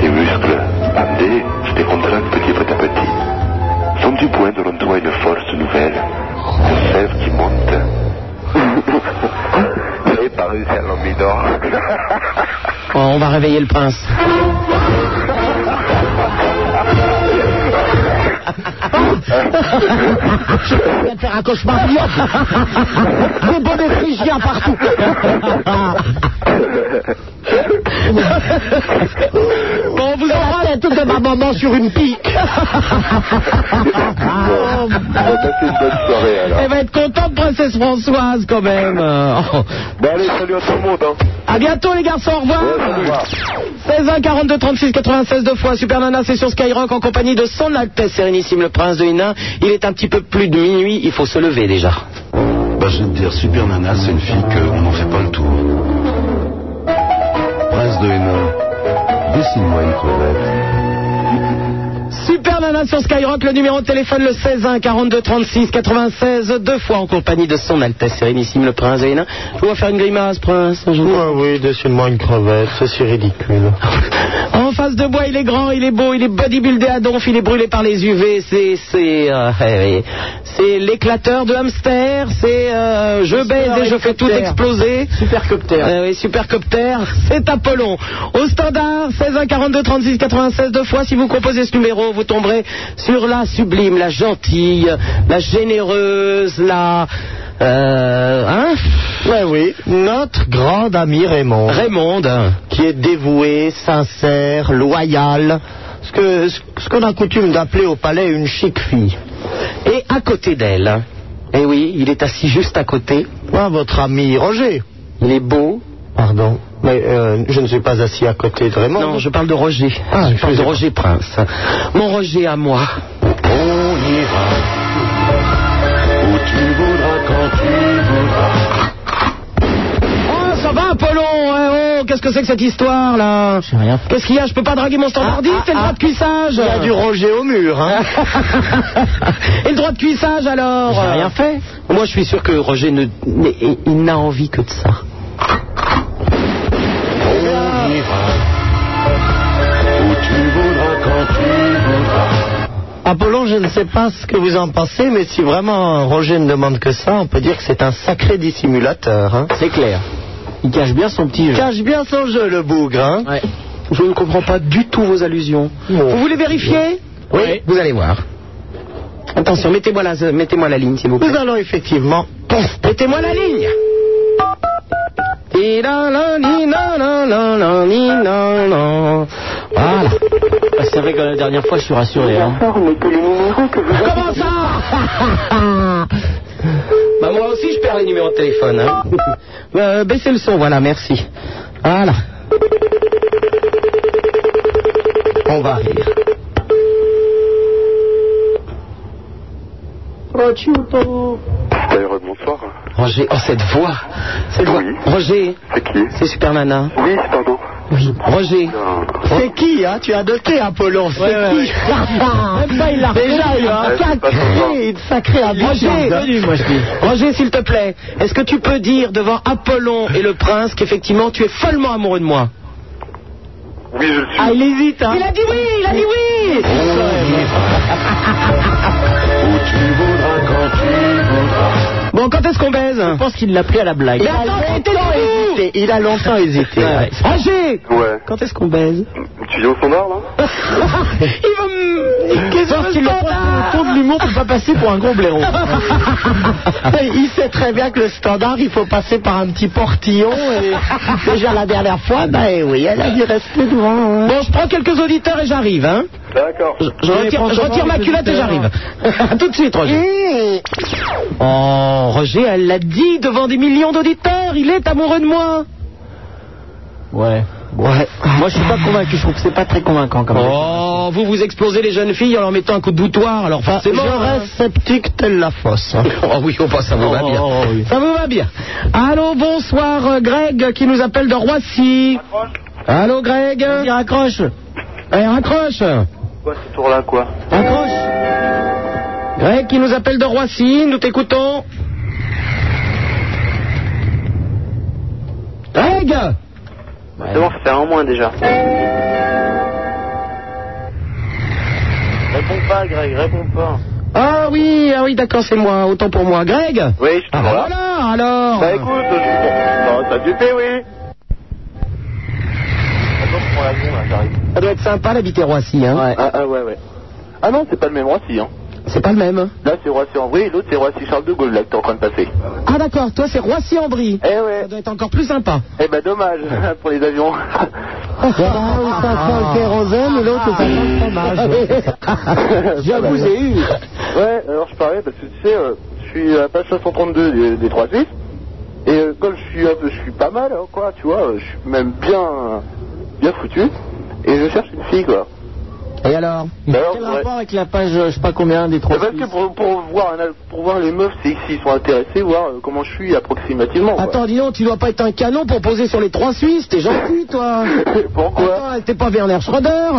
tes muscles bandés se décontractent petit à petit. Sans du point devant toi une force nouvelle, une sève qui monte. J'ai paru faire l'ambidor. Oh, on va réveiller le prince. Je viens de faire un cauchemar ignoble. Des bonnets phrygiens partout. Bon, vous aurez la tête de ma maman sur une pique. On va passer une bonne soirée alors. Elle va être contente, princesse Françoise, quand même. Oh. Bon allez, salut à tout le monde. Hein. À bientôt, les garçons, au revoir. 16 1 42 36 96 deux fois. Super Nana, c'est sur Skyrock en compagnie de son Altesse Sérénissime, le Prince de Hénin. Il est un petit peu plus de minuit, il faut se lever déjà. Bah, je vais te dire, Super Nana, c'est une fille qu'on n'en fait pas le tour. Prince de Hénin, dessine-moi une crevette. Super Nana sur Skyrock, le numéro de téléphone le 16 1 42 36 96 deux fois en compagnie de son Altesse Sérénissime, le Prince de Hénin. Je vous vois faire une grimace, Prince. Je vous- Ah oui, dessine-moi une crevette, c'est si ridicule. En face de bois, il est grand, il est beau, il est bodybuildé à donf, il est brûlé par les UV, c'est c'est euh, eh oui. c'est l'éclateur de hamster, c'est euh, je baise et je fais tout exploser. Supercopter. Eh oui, supercopter, c'est Apollon. Au standard 16 1 42 36 96 deux fois si vous composez ce numéro, vous tomberez sur la sublime, la gentille, la généreuse, la euh, hein Ben oui, notre grand ami Raymond, Raymonde. qui est dévoué, sincère, loyal, ce que ce ce qu'on a coutume d'appeler au palais une chic fille. Et à côté d'elle, eh oui, il est assis juste à côté. Moi, votre ami Roger. Il est beau. Pardon, mais euh, je ne suis pas assis à côté de Raymond. Non, je parle de Roger. Ah, je parle de excusez-moi. Roger Prince. Mon Roger à moi. On ira où tu voudras quand tu voudras. Oh, ça va, Apollon hein, ouais, non, qu'est-ce que c'est que cette histoire là Qu'est-ce qu'il y a Je peux pas draguer mon standardiste et le droit de cuissage Il y a du Roger au mur, hein. hein. Et le droit de cuissage alors J'ai rien fait. euh, Moi je suis sûr que Roger ne, mais il n'a envie que de ça. On ira où tu voudras quand tu voudras. Apollon, je ne sais pas ce que vous en pensez, mais si vraiment Roger ne demande que ça, on peut dire que c'est un sacré dissimulateur. C'est clair. Il cache bien son petit jeu. Il cache bien son jeu, le bougre. Hein Je ne comprends pas du tout vos allusions. Vous voulez vérifier Oui, vous allez voir. Attention, mettez-moi la, mettez-moi la ligne, s'il vous plaît. Nous allons effectivement. Mettez-moi la ligne. Di la la ni na na na na ni na na. Voilà. C'est vrai que la dernière fois, je suis rassuré. Hein. Comment ça Bah moi aussi, je perds les numéros de téléphone. hein. Euh, baissez le son, voilà, merci. Voilà. On va rire. D'ailleurs, bonsoir. Roger, oh cette voix, cette voix. Roger. C'est qui C'est Super Nana. Oui, pardon. Roger. C'est qui, hein Tu as noté Apollon, c'est qui Même pas, il l'a Déjà, il y a un Ouais, c'est pas sacré, une sacrée Roger, abondance. Roger, s'il te plaît, est-ce que tu peux dire devant Apollon et le prince qu'effectivement tu es follement amoureux de moi Oui, je le suis. Ah, il hésite, hein Il a dit oui, il a dit oui Bon, quand est-ce qu'on baise Je pense qu'il l'a pris à la blague. Mais attends, hésité. Il a longtemps hésité. Roger Ouais. Quand est-ce qu'on baise Tu viens au standard, là Il va me... Qu'est-ce qu'il Le fond de l'humour peut pas passer pour un gros blaireau. il sait très bien que le standard, il faut passer par un petit portillon. Et déjà la dernière fois, ben oui, elle a dû rester devant. hein. Bon, je prends quelques auditeurs et j'arrive, hein D'accord. Euh, Je retire, je retire ma culotte et j'arrive. A tout de suite, Roger. Oh, Roger, elle l'a dit devant des millions d'auditeurs. Il est amoureux de moi. Ouais. Ouais. Moi, je suis pas convaincu. Je trouve que c'est pas très convaincant quand même. Oh, vous vous explosez les jeunes filles en leur mettant un coup de boutoir. Alors forcément. je hein. reste sceptique telle la fosse. hein. Oh oui, oh, bah, ça vous va bien. Ça vous va bien. Allô, bonsoir, euh, Greg, qui nous appelle de Roissy. Allô, Greg. Il raccroche. Allez, raccroche. Quoi, ce tour-là, quoi Raccroche. Greg, qui nous appelle de Roissy, nous t'écoutons. Greg C'est bon, ça fait un moins déjà. Réponds pas, Greg, réponds pas. Ah oui, ah oui, d'accord, c'est moi, autant pour moi. Greg Oui, je suis Ah, toujours là. voilà, alors Bah écoute, je... Bah, t'as du fait, oui. Attends, je prends l'avion, là, j'arrive. Ça doit être sympa d'habiter Roissy, hein Ah, ah, ouais, ouais. Ah non, c'est pas le même Roissy, hein. C'est pas le même. Là, c'est Roissy-en-Brie et l'autre, c'est Roissy-Charles de Gaulle, là, que t'es en train de passer. Ah d'accord, toi c'est Roissy-en-Brie. Eh Ça ouais. doit être encore plus sympa. Eh ben, dommage pour les avions. Ah, où ça sent le kérosène et Ah. l'autre, ça sent le Ah, fromage. J'avoue, j'ai eu. Ouais, alors je parlais parce que tu sais, euh, je suis à page 532 des, des 3 Suisses. Et euh, comme je suis un peu, je suis pas mal, hein, quoi, tu vois, euh, je suis même bien, euh, bien foutu. Et je cherche une fille, quoi. Et alors Mais alors, Quel ouais. rapport avec la page, euh, je sais pas combien, des trois Mais parce que pour, pour voir, un al- pour voir les meufs, c'est s'ils sont intéressés, voir euh, comment je suis approximativement. quoi. Attends, dis donc, tu dois pas être un canon pour poser sur les trois Suisses, t'es gentil, toi Pourquoi Attends, t'es pas Werner Schroeder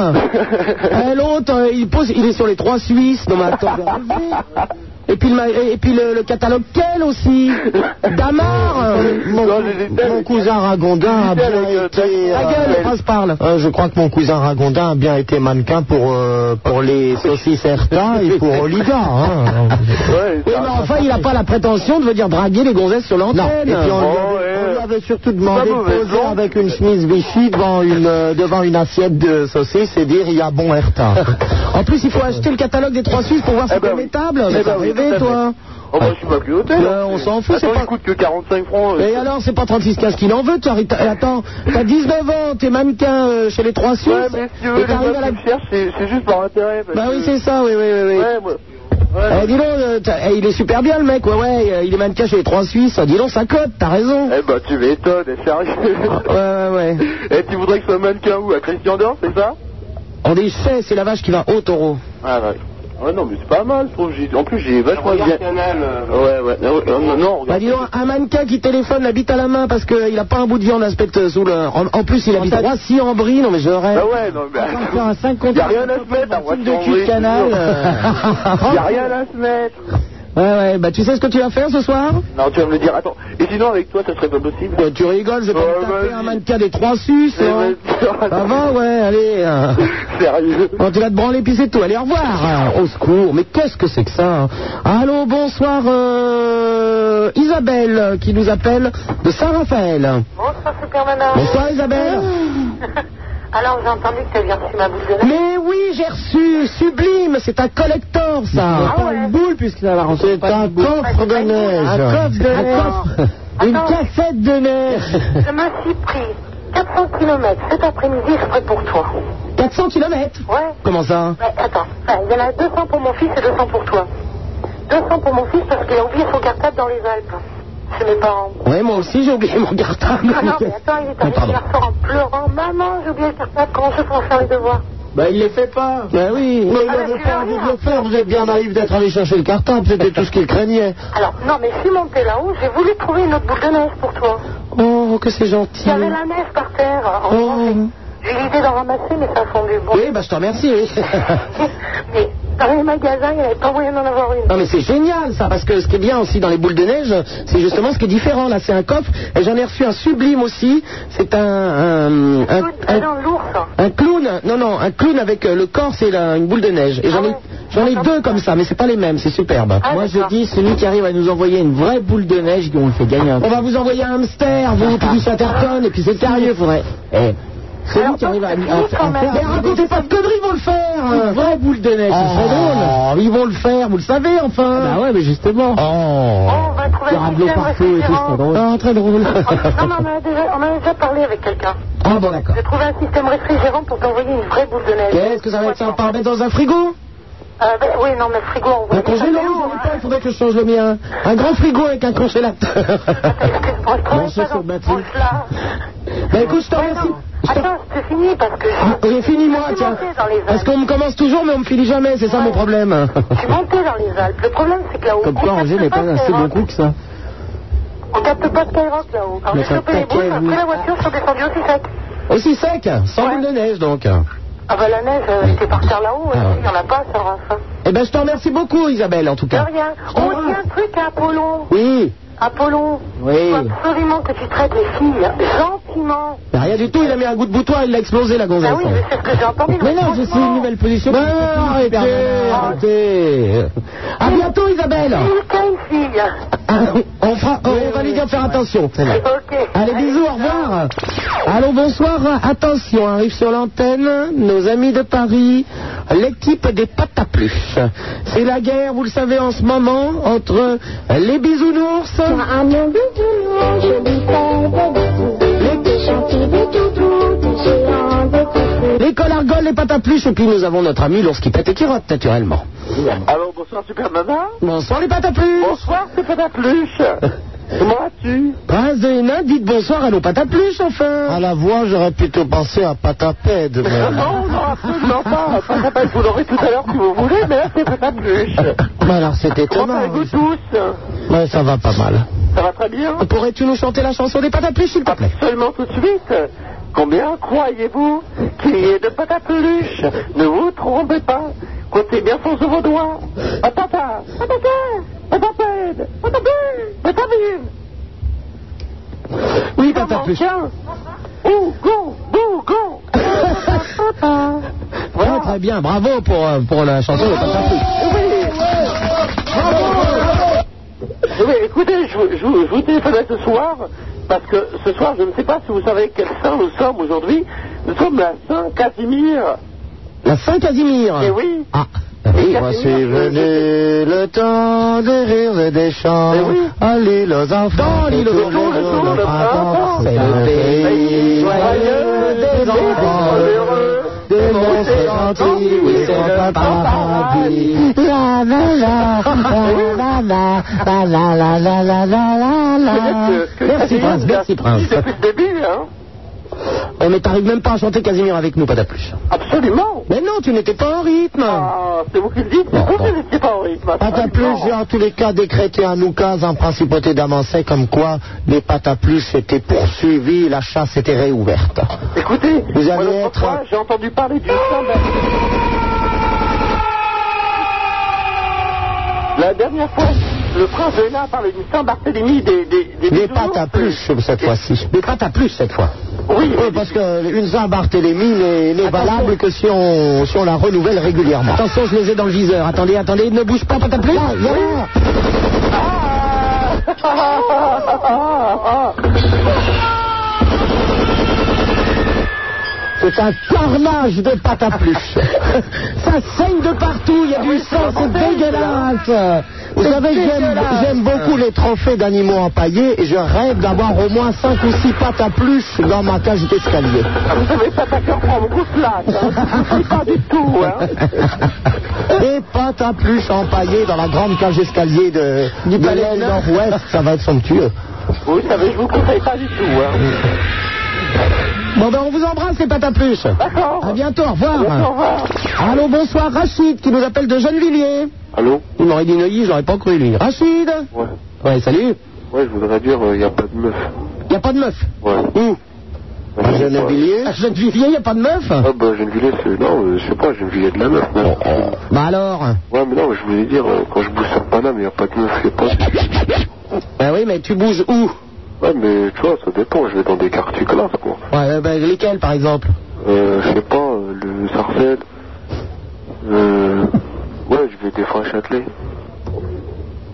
Eh, L'autre, euh, il, pose, il est sur les trois Suisses, non mais attends, je vais relever. Et puis, le, ma- et puis le, le catalogue Kell aussi Damar euh, Mon, Non, j'ai des mon têtes. cousin Ragondin a J'ai des bien têtes avec, été... euh, Ta euh, gueule, le prince parle Euh, je crois que mon cousin Ragondin a bien été mannequin pour, euh, pour les saucisses Erta et pour Olida. hein. Ouais, Oui, ça- mais enfin, il a pas la prétention de venir draguer les gonzesses sur Non, et l'antenne puis on, lui Oh, avait, ouais. on lui avait surtout demandé C'est pas de mauvais, poser non avec une chemise Vichy devant une, euh, devant une assiette de saucisses et dire il y a bon Erta. En plus, il faut acheter le catalogue des trois Suisses pour voir si Eh ben t'es oui. mettable. Eh Mais ben t'as oui, rêvé, tout à fait. toi Oh, Ah bah, je suis pas plus hôtel. Euh, on s'en fout, c'est Attends, pas- il coûte que 45 francs. euh, Et alors, c'est pas 36-15 qu'il en veut, tu arrives- t'as- attends, t'as 19 ans, t'es mannequin euh, chez les trois Suisses, Ouais, mais si tu veux, et les t'arrives à meufs la... qui me cherchent, c'est c'est juste par intérêt. parce Bah oui, que- c'est ça, oui, oui, oui. oui. Ouais, moi. Ouais. Eh, dis donc, euh, t'as- eh, il est super bien le mec, ouais, ouais, euh, il est mannequin chez les trois Suisses, dis donc, ça cote, t'as raison. Eh bah tu m'étonnes, eh, sérieux. Ouais, ouais, ouais. Eh tu voudrais que ce soit mannequin où À Christian Dor, c'est ça On dit, c'est, c'est la vache qui va au taureau. Ah bah oui. Ouais, non, mais c'est pas mal, je trouve. J'ai- En plus, j'ai vachement Ah, Regarde bien. Ouais, ouais. Non, non, non, regarde. Bah dis donc, un mannequin qui téléphone la bite à la main parce qu'il a pas un bout de viande à se mettre sous le... En, en plus, il habite Roissy en brie, non mais je rêve. Bah ouais, non, mais. Encore un cinq Y a rien à se mettre, centimes à Roissy en de cul de Brie, canal, toujours. euh. ah, Y a rien à se mettre. Ouais, ouais, bah tu sais ce que tu vas faire ce soir Non, tu vas me le dire. Attends, et sinon, avec toi, ça serait pas possible Ouais, Euh, Tu rigoles, c'est pas me taper un mannequin des trois sus, hein. Ça va, ouais, allez. euh. Sérieux Bon, tu vas te branler, puis c'est tout. Allez, au revoir. Au secours, mais qu'est-ce que c'est que ça hein Allô, bonsoir, euh, Isabelle, qui nous appelle de Saint-Raphaël. Bonsoir Supermana. Bonsoir, Isabelle. Alors j'ai entendu que tu avais reçu ma boule de neige. Mais oui, j'ai reçu, sublime, c'est un collector, ça. Ah ouais. une boule, puisque ça va rentrer. C'est un coffre de neige. Un coffre de Un neige. coffre. Une cassette de neige. Je me suis pris 400 km cet après-midi exprès pour toi. 400 km Ouais. Comment ça Ouais, attends, Enfin, il y en a 200 pour mon fils et 200 pour toi. 200 pour mon fils parce qu'il a oublié son cartable dans les Alpes. C'est mes parents. Ouais, moi aussi, j'ai oublié mon cartable. Ah non, mais attends, il est arrivé hier soir en pleurant. Maman, j'ai oublié le cartable, comment je fais pour faire les devoirs Bah, il les fait pas. Bah oui. Mais il avait pas envie de le faire. Vous êtes bien naïf d'être allé chercher le cartable. C'était tout ce qu'il craignait. Alors, non, mais je suis montée là-haut, j'ai voulu trouver une autre boule de neige pour toi. Oh, que c'est gentil. Il y avait la neige par terre. En revanche, J'ai eu l'idée d'en ramasser, mais ça a fondu. Bon. Oh. Oui, bah, je te remercie, oui. mais dans les magasins, il n'y avait pas moyen d'en avoir une. Non mais c'est génial ça, parce que ce qui est bien aussi dans les boules de neige, c'est justement ce qui est différent. Là c'est un coffre, et j'en ai reçu un sublime aussi. C'est un... un, un, un- un clown, non non, un clown avec euh, le corps, c'est la- une boule de neige. Et j'en ai, j'en ai deux comme ça, mais c'est pas les mêmes, c'est superbe. Moi je dis, celui qui arrive à nous envoyer une vraie boule de neige, on le fait gagner un On va vous envoyer un Ah, hamster, vous, puis du Chatterton, et puis c'est sérieux, faudrait... Eh, c'est lui qui arrive à... à- à faire- Mais racontez pas de conneries, ils vont le faire euh, Une vraie boule de neige, c'est très drôle Oh, Ils vont le faire, vous le savez, enfin Ah, Bah ouais, mais justement Oh, On va trouver un tableau système partout et tout, c'est très référent. drôle Ah, très drôle Non, mais on en a déjà, on en a déjà parlé avec quelqu'un. Ah bon, d'accord. J'ai trouvé un système réfrigérant pour t'envoyer une vraie boule de neige. Qu'est-ce que ça va être sympa à mettre dans un frigo Euh, ben, oui, non, mais le frigo, on Un congélo Il faudrait que je change le mien. Un grand frigo avec un congélateur. Branché hein, sur batterie. Bah écoute, je te remercie. Attends, c'est fini parce que. Ah, J'ai fini moi, Je suis tiens. montée dans les Parce qu'on me commence toujours, mais on me finit jamais, c'est ça mon problème. Je suis montée dans les Alpes. Le problème, c'est que là-haut. Comme on quoi, capte Angers n'est pas un assez Skyrock. bon coup que ça. On capte pas Skyrock là-haut. Alors Mais j'ai ça chopé les taquait, boules, oui. après la voiture, je suis descendue aussi sec. Aussi sec, sans boule de neige donc. Ah bah la neige, euh, j'étais par terre là-haut, et Ah, il n'y en a pas, ça va. Eh ben je te remercie beaucoup Isabelle en tout De cas. rien. Ah, On dit un truc à Apollon. Oui. Apollon. Oui. Faut absolument que tu traites les filles gentiment. Bah, rien du tout, il a mis un goût de boutoir, il l'a explosé la gonzesse. Ah oui, mais c'est ce que j'ai entendu. Mais non, j'ai essayé une nouvelle position. Mais parce que non, c'est hyper arrêtez, banal. À bientôt, Isabelle. une fille. Ah, on, fera- on va lui dire de faire attention. celle-là. Allez, bisous, au revoir. Allô, bonsoir. Attention, arrive sur l'antenne nos amis de Paris, l'équipe des pâtes à pluche. C'est la guerre, vous le savez, en ce moment, entre les bisounours. Les colargoles, les pâtes à pluche, et puis nous avons notre ami l'ours qui pète et qui rote, naturellement. Alors, Oh, bonsoir, Super Nana. Bonsoir, les pâtes à pluche. Bonsoir, c'est Patapluche. Comment vas-tu Prince de Hénin, Ah, dites bonsoir à nos pâtes à pluche, enfin À la voix, j'aurais plutôt pensé à patapède. Non, non, absolument pas. Ça s'appelle, vous l'aurez tout à l'heure si vous voulez, mais là, c'est Patapluche. Mais Ah, bah alors, c'est étonnant. Vous tous. Ouais, ça va pas mal. Ça va très bien Pourrais-tu nous chanter la chanson des pâtes à pluche, s'il te plaît Seulement tout de suite. Combien croyez-vous qu'il y ait de Patapluche Ne vous trompez pas. Comptez bien sur vos doigts. Patata, patata, patapède, patapède, patapède. Oui, patapluche. Ouh, go, go, go. Ouais, très bien, bravo pour, euh, pour la chanson des pâtes à pluche. Oui, Eh écoutez, je, vous- je, vous- je vous téléphonais ce soir, parce que ce soir, je ne sais pas si vous savez quel saint nous sommes aujourd'hui. Nous sommes la Saint Casimir. La Saint-Casimir. Eh oui. Ah. Oui, moi Casimir, suis venu le temps des rires et des chants. À l'île aux enfants, Eh l'île aux enfants, le printemps, c'est le pays joyeux des enfants heureux. Des monts c'est gentil, oui c'est le paradis. La la la, la la la, la la la la la la la la. Merci Prince, merci Prince. Depuis le début, hein Oh mais t'arrives même pas à chanter Casimir avec nous, pas d'à plus. Absolument. Mais non, tu n'étais pas en rythme. Ah, hein, c'est vous qui le dites. Vous, vous n'étiez pas au rythme. Patapluche, j'ai en tous les cas décrété un oukase en principauté d'Amancet comme quoi les patapluches étaient poursuivis, la chasse était réouverte. Écoutez, Vous moi, allez l'autre être- fois, j'ai entendu parler d'une scandale. La dernière fois, le prince de Hénin a parlé d'une Saint-Barthélemy des, des, des Les bisounours. patapluches cette fois-ci. Les patapluches cette fois. Oui, parce qu'une Saint-Barthélemy n'est n'est valable que si on, si on la renouvelle régulièrement. Ah, Attention, je les ai dans le viseur. Attendez, attendez, ne bouge pas, patapluche. C'est un carnage de patapluche. Ça saigne de partout, il y a du sang, c'est dégueulasse. Vous C'est savez que j'aime- dégueulasse. j'aime beaucoup les trophées d'animaux empaillés et je rêve d'avoir au moins 5 ou 6 patapluches dans ma cage d'escalier. Ah, Vous savez, Patacœur prend beaucoup de place. Hein. C'est pas du tout. Hein. Des patapluches empaillées dans la grande cage d'escalier de, de palais l'aile Blanc. nord-ouest, ça va être somptueux. Vous savez, je vous conseille pas du tout. Hein. Bon ben on vous embrasse les patapluches. D'accord. À bientôt, au revoir. Bientôt, au revoir. Allô, bonsoir Rachid qui nous appelle de Gennevilliers. Allô Il m'aurait dit Neuilly, j'aurais pas cru lui. Rachid Ouais. Ouais, salut. Ouais, je voudrais dire, il n'y a pas de meuf. Y a pas de meuf. Ouais. Où À Gennevilliers Ah, À Gennevilliers, y a pas de meuf Ah bah Gennevilliers, c'est... Non, euh, je sais pas, Gennevilliers de la meuf. mais- Oh, Bah alors Ouais, mais non, mais je voulais dire, euh, quand je bouge sur Paname, il n'y a pas de meuf, c'est pas... Bah oui, mais tu bouges où Ouais, mais tu vois, ça dépend, je vais dans des quartiers classes, quoi. Ouais, bah, lesquels par exemple Euh, je sais pas, euh, le Sarcelles... Euh... Ouais, je vais des fois à Châtelet.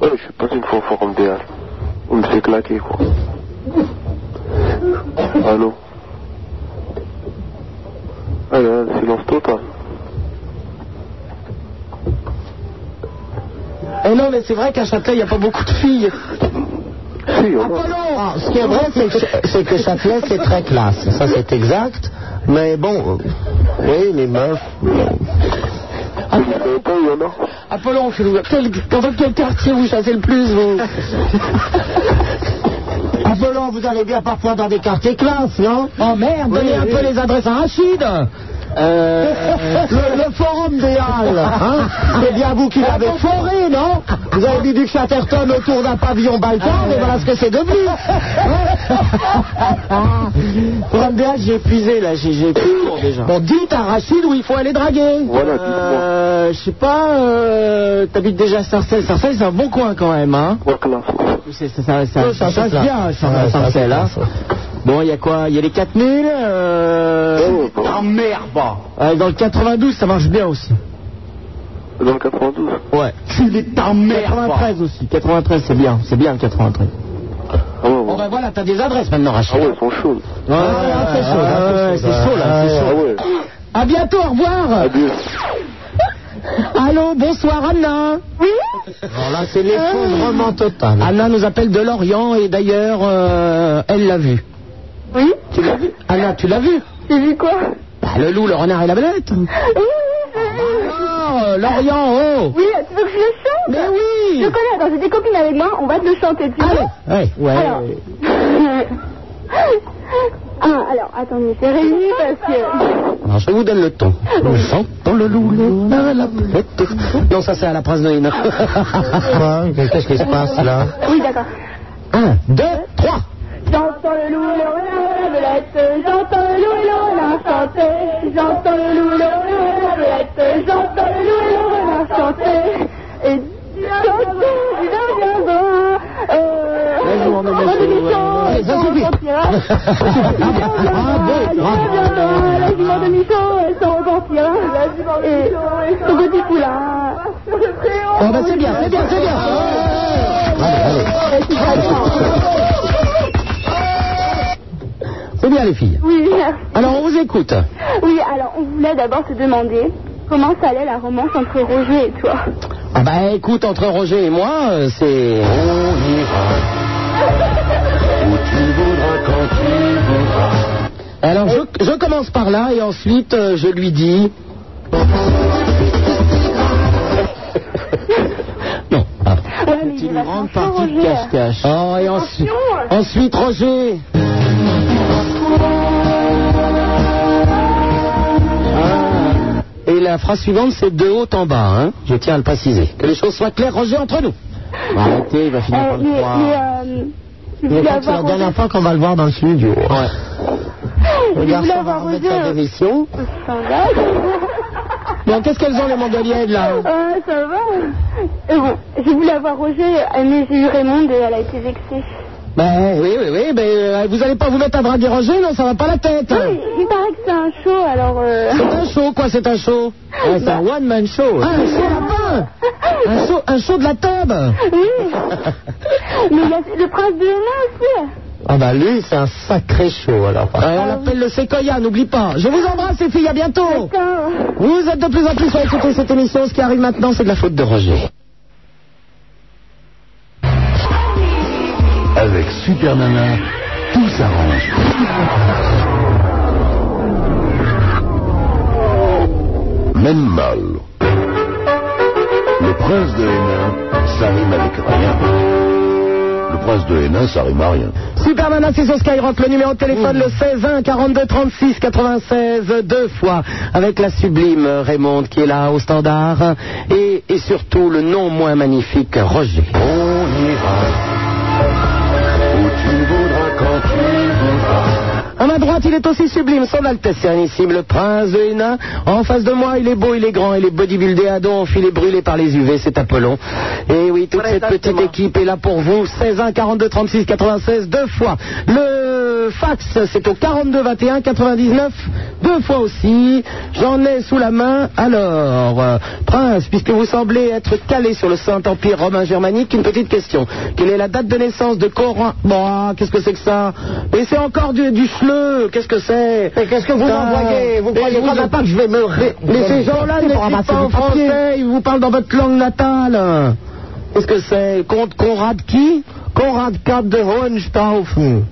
Ouais, je suis passé une fois au Forum des Halles. On me s'est claqué, quoi. Allô Allô, silence total. Eh non, mais c'est vrai qu'à Châtelet, y a pas beaucoup de filles. Ah, ce qui est vrai, c'est que, c'est que Châtelet, c'est très classe. Ça, c'est exact. Mais bon, euh, oui, les meufs. Apollon, je vous... quel, dans quel quartier vous chassez le plus, vous Apollon, vous allez bien parfois dans des quartiers classes, non Oh merde, Oui, donnez un oui. peu les adresses à Rachid Euh, le, le forum des Halles, hein C'est bien vous qui l'avez foré, non Vous avez mis du Chatterton autour d'un pavillon balkan, et voilà ce que c'est devenu. forum des Halles, j'ai épuisé, là, j'ai j'ai plus cours déjà. Bon, dites à Rachid où il faut aller draguer. Euh, je sais pas, euh, t'habites déjà à Sarcelles. Sarcelles, c'est un bon coin quand même, hein C'est- c'est- Ça, ça- ça Ouais, ça passe passe. bien, Ouais, Sar- ça Sarcelles, hein. passe. Bon, il y a quoi Il y a les 4000 euh... bah. merde ouais, Euh, Dans le 92, ça marche bien aussi. Dans le 92 Ouais. Tu les ta 93 aussi. 93, bah. c'est bien. C'est bien le 93. Ah Bon, ben voilà, t'as des adresses maintenant, Ah Rachid. ouais, ils sont chauds. Ouais, ouais, c'est chaud, là, c'est chaud, c'est chaud, là, c'est chaud. Ah ouais. À bientôt, au revoir. Ah, Adieu. Allô, bonsoir Anna. Oui. Alors là, c'est l'effondrement total. Anna nous appelle de Lorient et d'ailleurs, euh, elle l'a vu. Oui. Tu l'as vu Anna, tu l'as vu J'ai vu quoi Le loup, le renard et la belette. Ah. Oh, Lorient, oh Oui, tu veux que je le chante Mais oui Je connais, attends, j'ai des copines avec moi, on va te le chanter, tu veux Ouais, ouais. Alors. Ah, alors, attends, on s'est réunis parce que... Alors, je vous donne le ton. Nous chantons le loup, le renard et la belette. Non, ça c'est à la prince de Hénin. Qu'est-ce qui se passe là Oui, d'accord. Un, deux, trois. J'entends le loup, le renard, la belette, j'entends le loup, le renard chanter, j'entends le loup, le renard, la belette, j'entends le loup, le renard chanter, et chanter, il devient beau, euh, Ah, Allez, ça suffit. ah, Euh, la jument de Michaud, elle s'en repentira, et son petit poulain, Oh, bah, c'est bien, c'est bien, c'est bien. C'est bien les filles. oui, merci. Alors on vous écoute. Oui, alors on voulait d'abord te demander comment ça allait la romance entre Roger et toi. Ah bah écoute, entre Roger et moi, euh, c'est... Alors je, je commence par là et ensuite euh, je lui dis... non, ah. pardon. C'est une grande partie de cache-cache. Oh, et ensuite, ensuite Roger. Ah. Et là, la phrase suivante, c'est de haut en bas. hein. Je tiens à le préciser. Que les choses soient claires, Roger, entre nous. Arrêtez, il va Euh, finir par le croire. Je crois que c'est la dernière fois qu'on va le voir dans le studio. Ah, Regarde, voulais ça va avoir remettre Roger. la démission. Bon, qu'est-ce qu'elles ont les mandoliennes là Euh, ça va. Et bon, j'ai voulu avoir Roger, euh, mais j'ai eu Raymond et elle a été vexée. Ben oui, oui, oui, mais euh, vous allez pas vous mettre à draguer Roger, là, ça va pas la tête. Oui, il paraît que c'est un show, alors. Euh... C'est un show, quoi, c'est un show Ouais, Ah, c'est un one-man show. un show lapin un show, un show de la tub Oui. Mais il y a le prince de Hénin aussi. Ah bah lui, c'est un sacré show, alors. on l'appelle le séquoia, n'oublie pas. Je vous embrasse, les filles, à bientôt Vous êtes de plus en plus à écouter cette émission. Ce qui arrive maintenant, c'est de la faute de Roger. Avec Super Nana, tout s'arrange. Même mal. Le prince de Hénin, ça rime avec rien. Le prince de Hénin, ça rime à rien. Superman c'est sur Skyrock, le numéro de téléphone le 16 1 42 36 96 deux fois Avec la sublime Raymond qui est là au standard. Et, et surtout le non moins magnifique Roger. À ma droite, il est aussi sublime, son Altesse Sérénissime, le prince de Hénin. En face de moi, il est beau, il est grand, il est bodybuildé à donf, il est brûlé par les UV, c'est Apollon. Et oui, toute cette petite équipe est là pour vous. 16 1 42 36 96 deux fois. Le fax, c'est au 42 21 99 deux fois aussi. J'en ai sous la main. Alors, euh, prince, puisque vous semblez être calé sur le Saint-Empire romain germanique, une petite question. Quelle est la date de naissance de Corin Bah, qu'est-ce que c'est que ça Mais c'est encore du, du schleu, qu'est-ce que c'est Mais qu'est-ce que vous envoyez Vous croyez pas pas que je vais me... ré- Ah, Mais- mais ces gens-là Pour n'écrivent ramasser pas en vos papiers. français, ils vous parlent dans votre langue natale. Qu'est-ce que c'est Con- Conrad qui Conrad Karp de Hohenstaufen.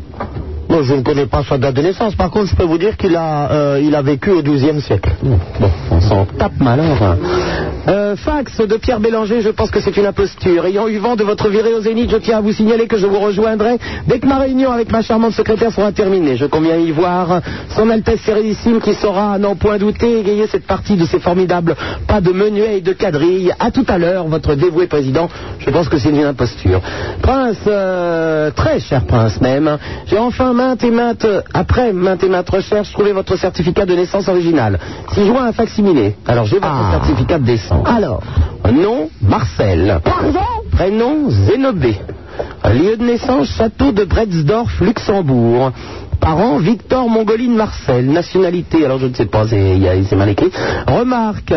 Bon, je ne connais pas sa date de naissance. Par contre, je peux vous dire qu'il a, euh, il a vécu au XIIe siècle. On s'en tape malheur. Euh, fax de Pierre Bélanger, je pense que c'est une imposture. Ayant eu vent de votre virée au Zénith, je tiens à vous signaler que je vous rejoindrai dès que ma réunion avec ma charmante secrétaire sera terminée. Je conviens y voir son Altesse Sérénissime qui saura, à n'en point douter, égayer cette partie de ces formidables pas de menuet et de quadrille. À tout à l'heure, votre dévoué président. Je pense que c'est une imposture. Prince, euh, très cher prince même, j'ai enfin maintes et maintes, après maintes et maintes recherches, trouvé votre certificat de naissance original. Si joint un facsimilé, alors j'ai votre certificat de naissance. Alors Nom, Marcel. Prénom, Zénobé. Lieu de naissance, château de Bretzdorf, Luxembourg. Parents, Victor Mongoline Marcel. Nationalité, alors je ne sais pas, c'est il y a- c'est mal écrit. Remarque,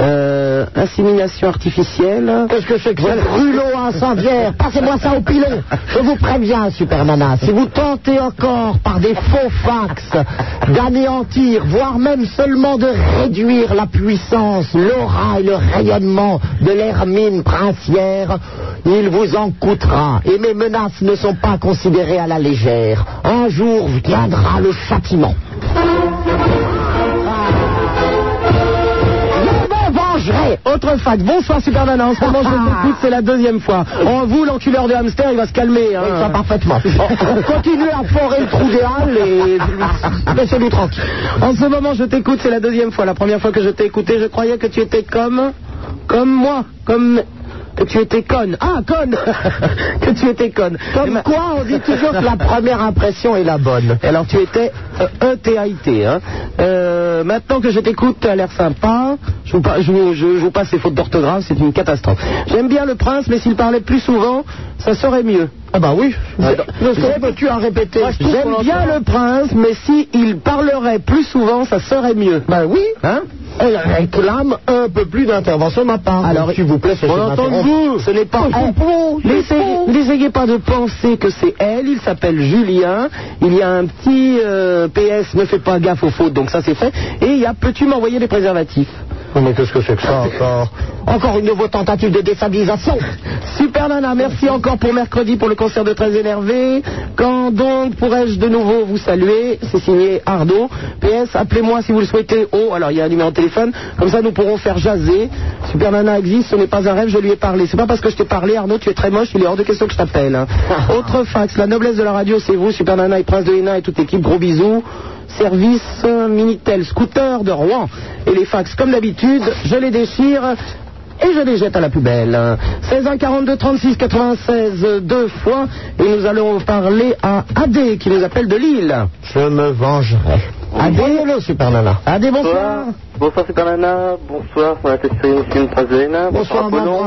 euh, insémination artificielle. Qu'est-ce que c'est que Quel brûlot incendiaire Passez-moi ça au pilon Je vous préviens, Super Nana, si vous tentez encore par des faux fax d'anéantir, voire même seulement de réduire la puissance, l'aura et le rayonnement de l'hermine princière, il vous en coûtera. Et mes menaces ne sont pas considérées à la légère. Un jour viendra le châtiment. Je me vengerai Autre fac, bonsoir Superman, en ce moment je vous écoute, c'est la deuxième fois. Oh, vous, l'enculeur de hamster, il va se calmer. Hein. Oh, ça parfaitement. Continuez à forer le trou des halles et laissez-nous tranquille. En ce moment je t'écoute, c'est la deuxième fois. La première fois que je t'ai écouté, je croyais que tu étais comme... Comme moi, comme... Que tu étais conne. Ah, conne Que tu étais conne. Comme quoi, on dit toujours que la première impression est la bonne. Alors, tu étais euh, ETAIT. Hein. Euh, maintenant que je t'écoute, tu as l'air sympa. Je vous, pa- je, vous- je- je vous passe les fautes d'orthographe, c'est une catastrophe. J'aime bien le prince, mais s'il parlait plus souvent, ça serait mieux. Ah bah oui. tu as répété J'aime bien le prince, mais s'il parlerait plus souvent, ça serait mieux. Bah oui. Hein elle réclame un peu plus d'intervention de ma part. Alors, s'il vous plaît, cessez de m'interrompre. Ce n'est pas Je comprends, je N'essayez n'essayez pas de penser que c'est elle. Il s'appelle Julien. Il y a un petit euh, PS, ne fais pas gaffe aux fautes, donc ça c'est fait. Et il y a peux-tu m'envoyer des préservatifs Mais qu'est-ce que c'est que ça encore Encore une nouvelle tentative de déstabilisation. Super Nana, merci encore pour mercredi pour le concert de Très Énervé. Quand donc pourrais-je de nouveau vous saluer C'est signé Ardo. PS, appelez-moi si vous le souhaitez. Oh, alors il y a un numéro de téléphone. Comme ça, nous pourrons faire jaser. Super Nana existe, ce n'est pas un rêve, je lui ai parlé. C'est pas parce que je t'ai parlé, Arnaud, tu es très moche, il est hors de question que je t'appelle. hein. Autre fax, la noblesse de la radio, c'est vous, Super Nana et Prince de Hénin et toute l'équipe. Gros bisous. service euh, Minitel Scooter de Rouen. Et les fax, comme d'habitude, je les déchire et je les jette à la poubelle. 16 1 42 36 96 euh, deux fois et nous allons parler à Adé qui nous appelle de Lille. Je me vengerai. Adé, hello Super Nana. Adé, bonsoir. Bonsoir Super Nana, bonsoir pour la testerie Monsieur Prince de Hénin, bonsoir, Apollon.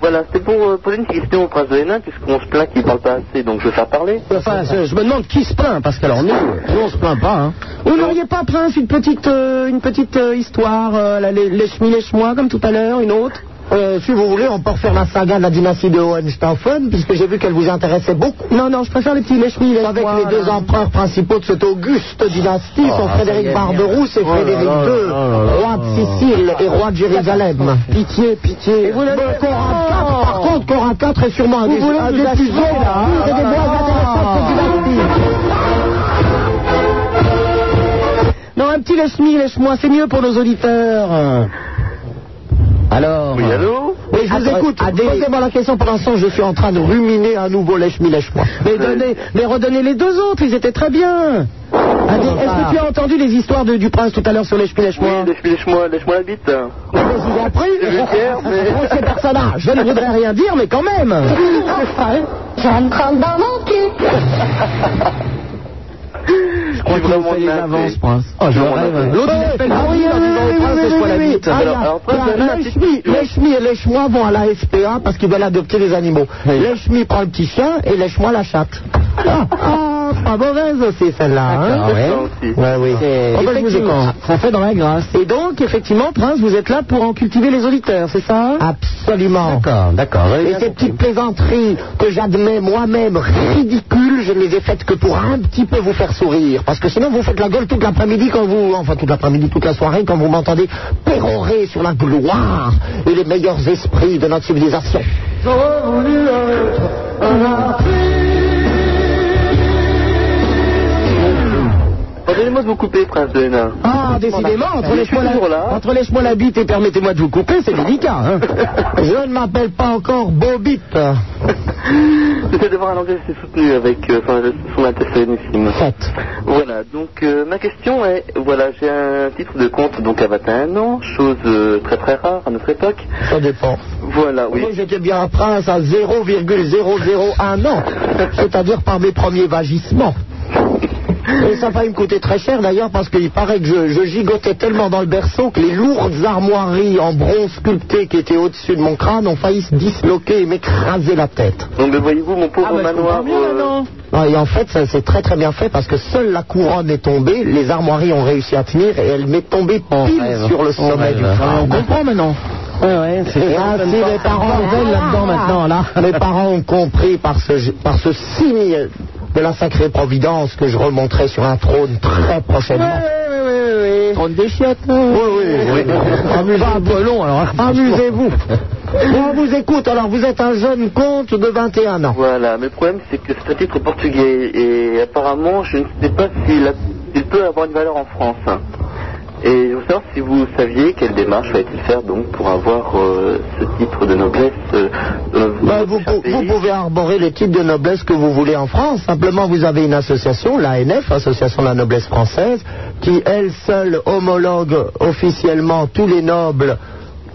Voilà, c'était pour euh, poser une question au Prince de Hénin, puisqu'on se plaint qu'il parle pas assez, donc je vais faire parler. Enfin, je, je me demande qui se plaint, parce que alors nous, nous on se plaint pas. Hein. Vous n'auriez pas, Prince, une petite, euh, une petite euh, histoire, euh, la lè- lèche-mi, lèche-moi, comme tout à l'heure, une autre Euh, si vous voulez, on peut refaire la saga de la dynastie de Hohenstaufen, puisque j'ai vu qu'elle vous intéressait beaucoup. Non, non, je préfère les petits lèche Avec les deux empereurs principaux de cette auguste dynastie, Oh, sont ça y Frédéric est, Barberousse et merde. Frédéric Oh là là II, là là roi de Sicile et roi de Jérusalem. Pitié, pitié. vous l'avez Par contre, Corin IV est sûrement un Vous des, voulez un nous des achever, plus obscurs là, hein et des moins intéressants de cette Non, un petit lèche-mi, lèche-moi, c'est mieux pour nos auditeurs. Alors Oui, allô Oui, je vous écoute. Posez-moi la question. Pour l'instant, je suis en train de ruminer un nouveau lèche-mi, lèche-moi. Mais, donnez, mais redonnez les deux autres, ils étaient très bien. Adé, Est-ce que tu as entendu les histoires de- du prince tout à l'heure sur les lèche-moi Lèche-moi, lèche-moi la bite. Je vous en prie. Je vais faire, mais- Pour ces personnages, je ne voudrais rien dire, mais quand même. Je vais me prendre dans mon cul. Je crois que vraiment une avance, Prince. Oh, je rêve. L'autre, il appelle Ah oui, Camille en oui, disant oui, au prince, oui, lèche-moi la oui, oui, bite. oui. Ah, Alors, il y a- alors, prince, il y a lèche-moi la les bite. chemis- Les chemis et les chmois vont à la SPA parce qu'ils veulent adopter des animaux. Les chemis prend le petit chien et les chmois la chatte. Ah, ah, pas mauvaise aussi celle-là. hein. Ah ouais. Ouais, oui. Oh, ben, je vous Effectivement, écoute. ça fait dans la grâce. Et donc, effectivement, Prince, vous êtes là pour en cultiver les auditeurs, c'est ça Absolument. D'accord, d'accord. hein Et ces petites plaisanteries que j'admets moi-même ridicules, je ne les ai faites que pour un petit peu vous faire sourire. Parce que sinon, vous faites la gueule toute l'après-midi quand vous, enfin toute l'après-midi, toute la soirée, quand vous m'entendez pérorer sur la gloire et les meilleurs esprits de notre civilisation. Pardonnez-moi de vous couper, Prince de Hénin. Ah, décidément, entre bah, Je les suis chevaux toujours la, là. entre les chevaux la bite et permettez-moi de vous couper, c'est délicat. Hein Je ne m'appelle pas encore Bobit. J'essaie d'avoir un langage assez soutenu avec euh, son- son intestinoissime. Voilà, donc euh, ma question est, voilà, j'ai un titre de compte donc à 21 ans, chose euh, très très rare à notre époque. Ça dépend. Voilà, oui. Moi, j'étais bien un prince à 0,001 an, c'est-à-dire par mes premiers vagissements. Et ça a failli me coûter très cher d'ailleurs parce qu'il paraît que je, je gigotais tellement dans le berceau que les lourdes armoiries en bronze sculpté qui étaient au-dessus de mon crâne ont failli se disloquer et m'écraser la tête. Donc mais voyez-vous mon Ah, bah, pauvre manoir. euh, Ah, et en fait, ça c'est très très bien fait parce que seule la couronne est tombée, les armoiries ont réussi à tenir et elle m'est tombée pile rêve, sur le on sommet rêve. du Ah, on crâne. comprend maintenant. Ouais, ouais, c'est Ah, si les parents veulent là-dedans maintenant, là. Mes parents ont compris par ce, par ce signe de la sacrée providence que je remonterai sur un trône très prochainement. Trône des chiottes. Oui, hein. oui, oui. Amusez-vous. alors. hein. Amusez-vous. On vous écoute, alors vous êtes un jeune comte de 21 ans. Voilà, mais le problème c'est que c'est un titre portugais et apparemment je ne sais pas s'il a- s'il peut avoir une valeur en France. Et je veux savoir si vous saviez quelle démarche fallait-il faire donc pour avoir euh, ce titre de noblesse euh, dans notre Ben, vous, pou- vous pouvez arborer les titres de noblesse que vous voulez en France. Simplement, vous avez une association, l'ANF, Association de la Noblesse Française, qui, elle seule, homologue officiellement tous les nobles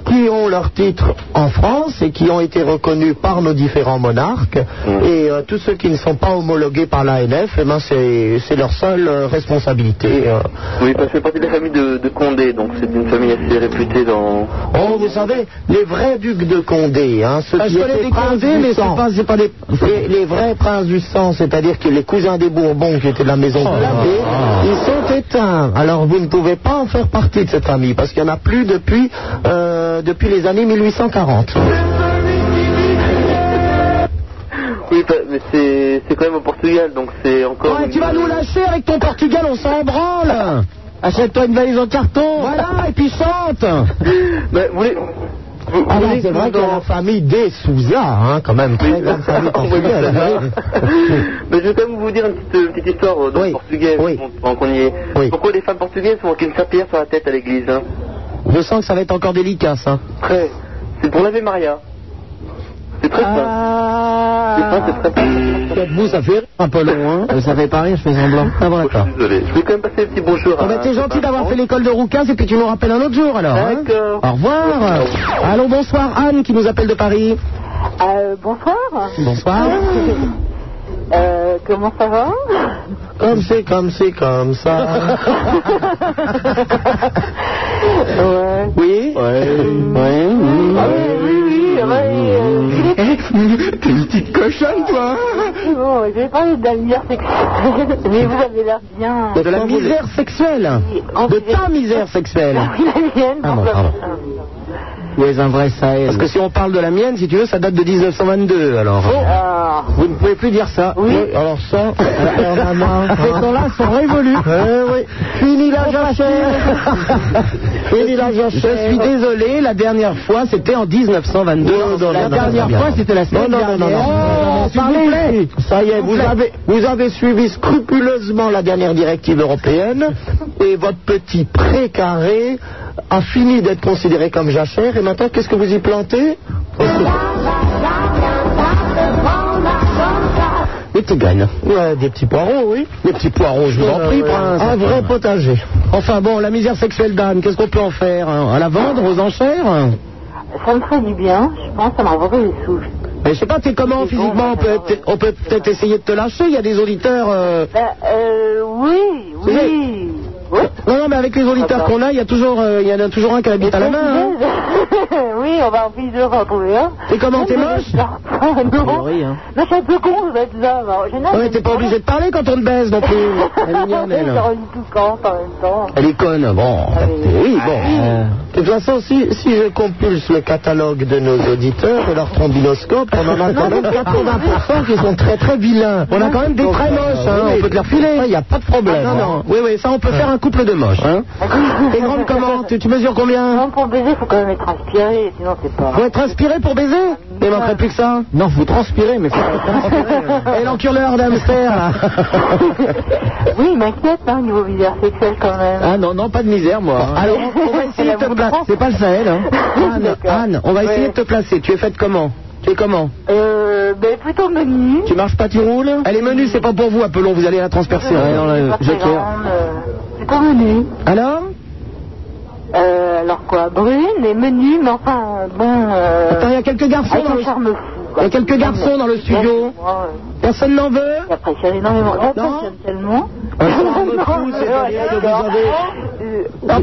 qui ont leur titre en France et qui ont été reconnus par nos différents monarques. Et euh, tous ceux qui ne sont pas homologués par l'ANF, eh ben, c'est c'est leur seule euh, responsabilité. euh. Oui, parce que je fais partie de la famille de, de Condé, donc c'est une famille assez réputée dans. Oh, vous savez, les vrais ducs de Condé, hein, ceux Ah, je qui connais étaient des princes Condés, du mais sang. c'est pas- c'est pas des- Les, les vrais princes du sang, c'est-à-dire que les cousins des Bourbons qui étaient de la maison Oh de l'abbé, ils sont éteints. Alors vous ne pouvez pas en faire partie de cette famille, parce qu'il n'y en a plus depuis, euh, depuis les années 1840. Oui, pa- mais c'est c'est quand même au Portugal, donc c'est encore. Ouais, tu vas nous lâcher avec ton Portugal, on s'en branle. Achète-toi une valise en carton. Voilà, et puis chante. Ben, vous voulez- vous- Ah vous non, voulez c'est que vrai dans- qu'il y a la famille des Souza, hein, quand même, très grande famille portugaise. hein. Mais je vais quand même vous dire une petite, une petite histoire euh, donc, portugaise, pendant qu'on y est. Pourquoi les femmes portugaises ont une serpillière sur la tête à l'église hein Je sens que ça va être encore délicat, ça. Très. C'est pour l'Ave Maria. C'est très Ah. Ah. fin. C'est fin, c'est très fin. Vous, ça fait rire, Apollon, hein Ça fait pas rire, je fais semblant. Ah, bon, d'accord. Désolé. Je vais quand même passer un petit bonjour à. Ah, bah, T'es gentil d'avoir fait l'école de Rouquins et puis tu nous rappelles un autre jour, alors. hein D'accord. Au revoir. Allô, bonsoir, Anne, qui nous appelle de Paris. Euh, bonsoir. Bonsoir. Euh, comment ça va Comme c'est, comme c'est, comme ça. Oui Oui Ah oui, oui, Euh, oui T'es une petite cochonne, toi C'est bon, je vais parler de la misère sexuelle. Mais vous avez l'air bien. De la misère sexuelle. De ta misère sexuelle. Oui, la mienne, Ah, bon, pourquoi pardon. Où est un vrai Sahel Parce que si on parle de la mienne, si tu veux, ça date de 1922, alors. Ah. Vous ne pouvez plus dire ça. Oui. alors ça, ces temps-là sont révolus. oui. Fini la jachère. Fini la jachère. Je suis désolé, la dernière fois, c'était en 1922. la dernière fois, c'était la semaine dernière. Oh, Non, non, non. Parlez ici. Ça y est, vous avez, vous avez suivi scrupuleusement la dernière directive européenne et votre petit précaré a fini d'être considéré comme jachère et maintenant, qu'est-ce que vous y plantez Des petites graines. Ouais, des petits poireaux, oui. Des petits poireaux, je vous en prie, prince. Un vrai potager. Enfin bon, la misère sexuelle d'Anne, qu'est-ce qu'on peut en faire hein À la vendre, aux enchères hein Ça me ferait du bien, je pense, ça m'envoie des souffles. Mais je sais pas, t'es comment physiquement On peut être- On peut peut-être essayer de te lâcher, il y a des auditeurs... euh, Bah, euh, oui, oui. Non, non, mais avec les auditeurs qu'on a, il y, a toujours, euh, il y en a toujours un qui habite à la main. hein. oui, on va en plus de retrouver un. Et comment, t'es Non, moche hein. mais je- Non, non, je suis un peu con, je vais être là. mais en général, Ah Ouais, t'es pas obligé de parler quand on te baise non plus. Elle est mignonne, elle. Genre une toucante en même temps. Elle est conne, bon. Oh, Oui, bon. De toute façon, si, si je compulse le catalogue de nos auditeurs et leur trombinoscope, on en a quand même 80% qui sont très très vilains. On a quand même des Donc, très euh, moches, hein, oui, on peut te les refiler. ça, Il n'y a pas de problème. Ah, non, non. Oui, oui, ça, on peut faire un couple de moches. Hein. T'es grande comment tu, tu mesures combien Non, pour baiser, faut quand même être inspiré, sinon c'est pas. Faut être inspiré pour baiser Il manquerait plus que ça Non, faut transpirer, mais faut Et l'enculeur d'hamster, là Oui, il m'inquiète, hein, niveau misère sexuelle quand même. Ah non, non, pas de misère, moi. alors, on va essayer de te placer. C'est pas le Sahel, hein. Anne, Anne, on va essayer de te placer. Tu es faite comment Tu es comment Euh, ben plutôt menu. Tu marches pas, tu roules Elle est menue, c'est pas pour vous, Apollon, vous allez la transpercer. Euh, Ouais, non, là, C'est joker. euh, plutôt menu. Alors Euh, alors quoi Brune et menu, mais enfin, bon. Euh... Attends, il y a quelques garçons avec dans un le- charme fou. quoi. Il y a quelques garçons dans le studio. Moi, Personne n'en veut euh, J'apprécie énormément. Oh, Non j'aime tellement. Alors,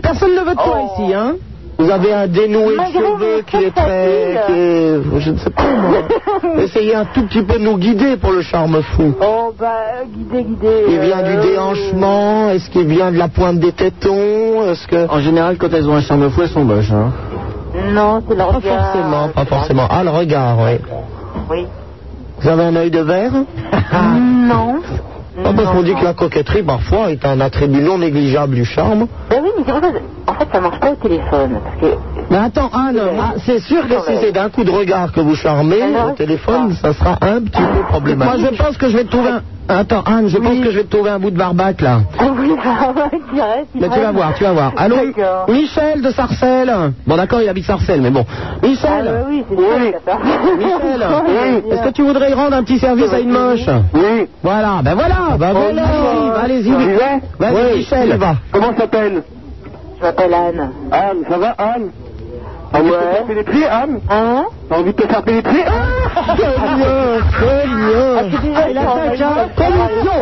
personne ne veut de toi ici, hein Vous avez un dénoué de cheveux qui est très... qui est- euh, Je ne sais pas, moi. Essayez un tout petit peu de nous guider pour le charme fou. Oh, bah, guidé, guidé. Il vient du déhanchement, est-ce qu'il vient de la pointe des tétons Est-ce que... En général, quand elles ont un charme fou, elles sont moches, hein Non, c'est leur Pas forcément, pas forcément. Ah, le regard, oui. Oui. Vous avez un œil de verre Non. Ah, parce qu'on dit que la coquetterie, parfois, est un attribut non négligeable du charme. Ben oui, mais c'est pour ça que- en fait, ça marche pas au téléphone. Parce que Mais attends, Anne, Ah, c'est sûr que si c'est d'un coup de regard que vous charmez, au téléphone, ça sera un petit peu Ah. Moi, problématique. je pense que je vais te trouver un... Attends, Anne, je pense que je vais te trouver un bout de barbac, là. Ah oui, bah, direct. Mais tu vas voir, tu vas voir. Allô D'accord. Michel de Sarcelles Bon, d'accord, il habite Sarcelles, mais bon. Ah, Michel bah oui, c'est oui. Michel, est-ce que tu voudrais rendre un petit service à une moche Oui. Voilà, ben voilà, ben voilà. Oh, Allez-y, J'y vais Vas-y, Oui, Michel. j'y vais. Comment s'appelle Je m'appelle Anne. Anne, ça va, Anne T'as envie de te faire pénétrer, Anne Hein T'as envie de te faire pénétrer Très bien. Il attaque, hein. Commission,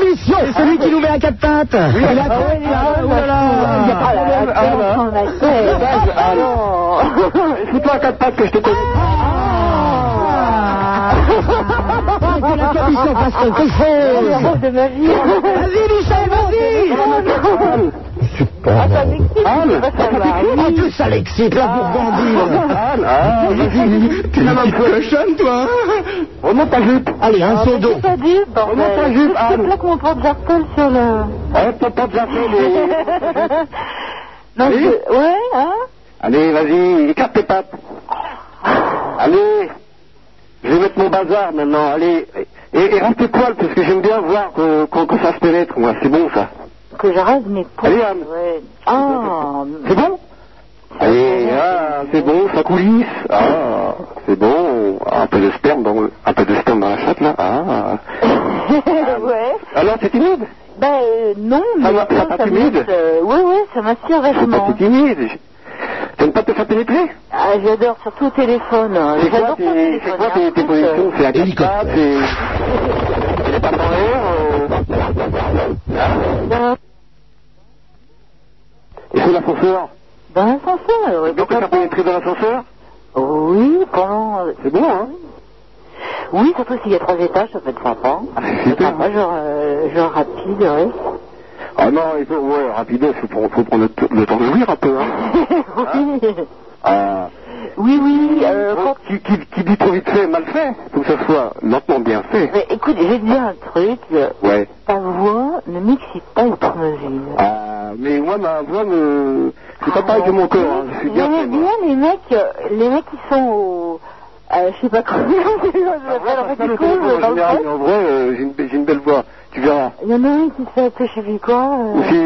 commission. C'est celui qui nous met à quatre pattes. Il attaque, là, oh là là. Ah là là, on a fait. Ah non. Fous-toi à quatre pattes que je te connais. Ah, que la commission fasse quelque C'est la chose. rêve de ma vie. Vas-y, Michel, vas-y. Ah, ça m'excite. Ah, ça va. En plus, ça l'excite, la gourgandine. Anne, Anne, T'es une petite cochonne, toi remonte ta jupe. Ah, Allez, un seau d'eau. C'est pas dur, bordel. Remonte ta jupe, Je Anne. plaque mon porte-jartel sur le... Ouais, t'as pas bien fait, mais... Non, Oui. je- Ouais, hein Allez, vas-y, écarte tes pattes. Allez, je vais mettre mon bazar maintenant, allez. Et, et reste poil, parce que j'aime bien voir que- qu'on qu'on ça se pénètre, moi, c'est bon ça. Que j'arrête mes poils. Allez, Anne. Ouais. Ah, C'est bon Allez, ah, c'est bon, ça coulisse. Ah, c'est bon. Ah, Un peu de sperme dans, le- un peu de sperme dans la chatte, là. Ah. ouais. Alors, c'est timide Ben euh, non, mais Ça va- ça ça, va ça timide m'inspire- euh, ouais, ouais, ça m'inspire vachement. C'est timide. T'aimes pas te faire pénétrer Ah, j'adore, surtout au téléphone. hein. C'est quoi J'adore tes- ça au téléphone, c'est quoi hein. tes- tes Écoute, positions C'est à quatre pattes, c'est... euh. Et c'est l'ascenseur Dans l'ascenseur, Donc, tu as pénétré dans l'ascenseur Oui, pendant. C'est bon, hein Oui, surtout s'il y a trois étages, ça peut être sympa. C'est sympa, Ah, genre, euh, genre rapide, ouais. Ah non, il faut, ouais, rapide, il faut, prendre- faut prendre le t- le temps d'ouvrir un peu, hein. oui. Ah. Hein, oui, oui, euh, quand- Qui, qui, qui dit trop vite fait, mal fait Faut que ça soit lentement bien fait. Mais écoute, je vais te dire un truc. euh, Ouais. Ta voix ne m'excite pas et ton origine. Ah, mais moi, ma voix me... C'est Ah, pas pareil que mon corps, hein. Je suis Il y bien avait fait, moi. bien les mecs, euh, les mecs qui sont au. euh, je sais pas comment je les appelle, en fait, Pas ils Ah, le courent téléphone, en dans le général, froid. mais en vrai, euh, j'ai une, be- j'ai une belle voix. Tu verras. Il y en a un qui fait appeler je sais plus quoi. euh, Aussi,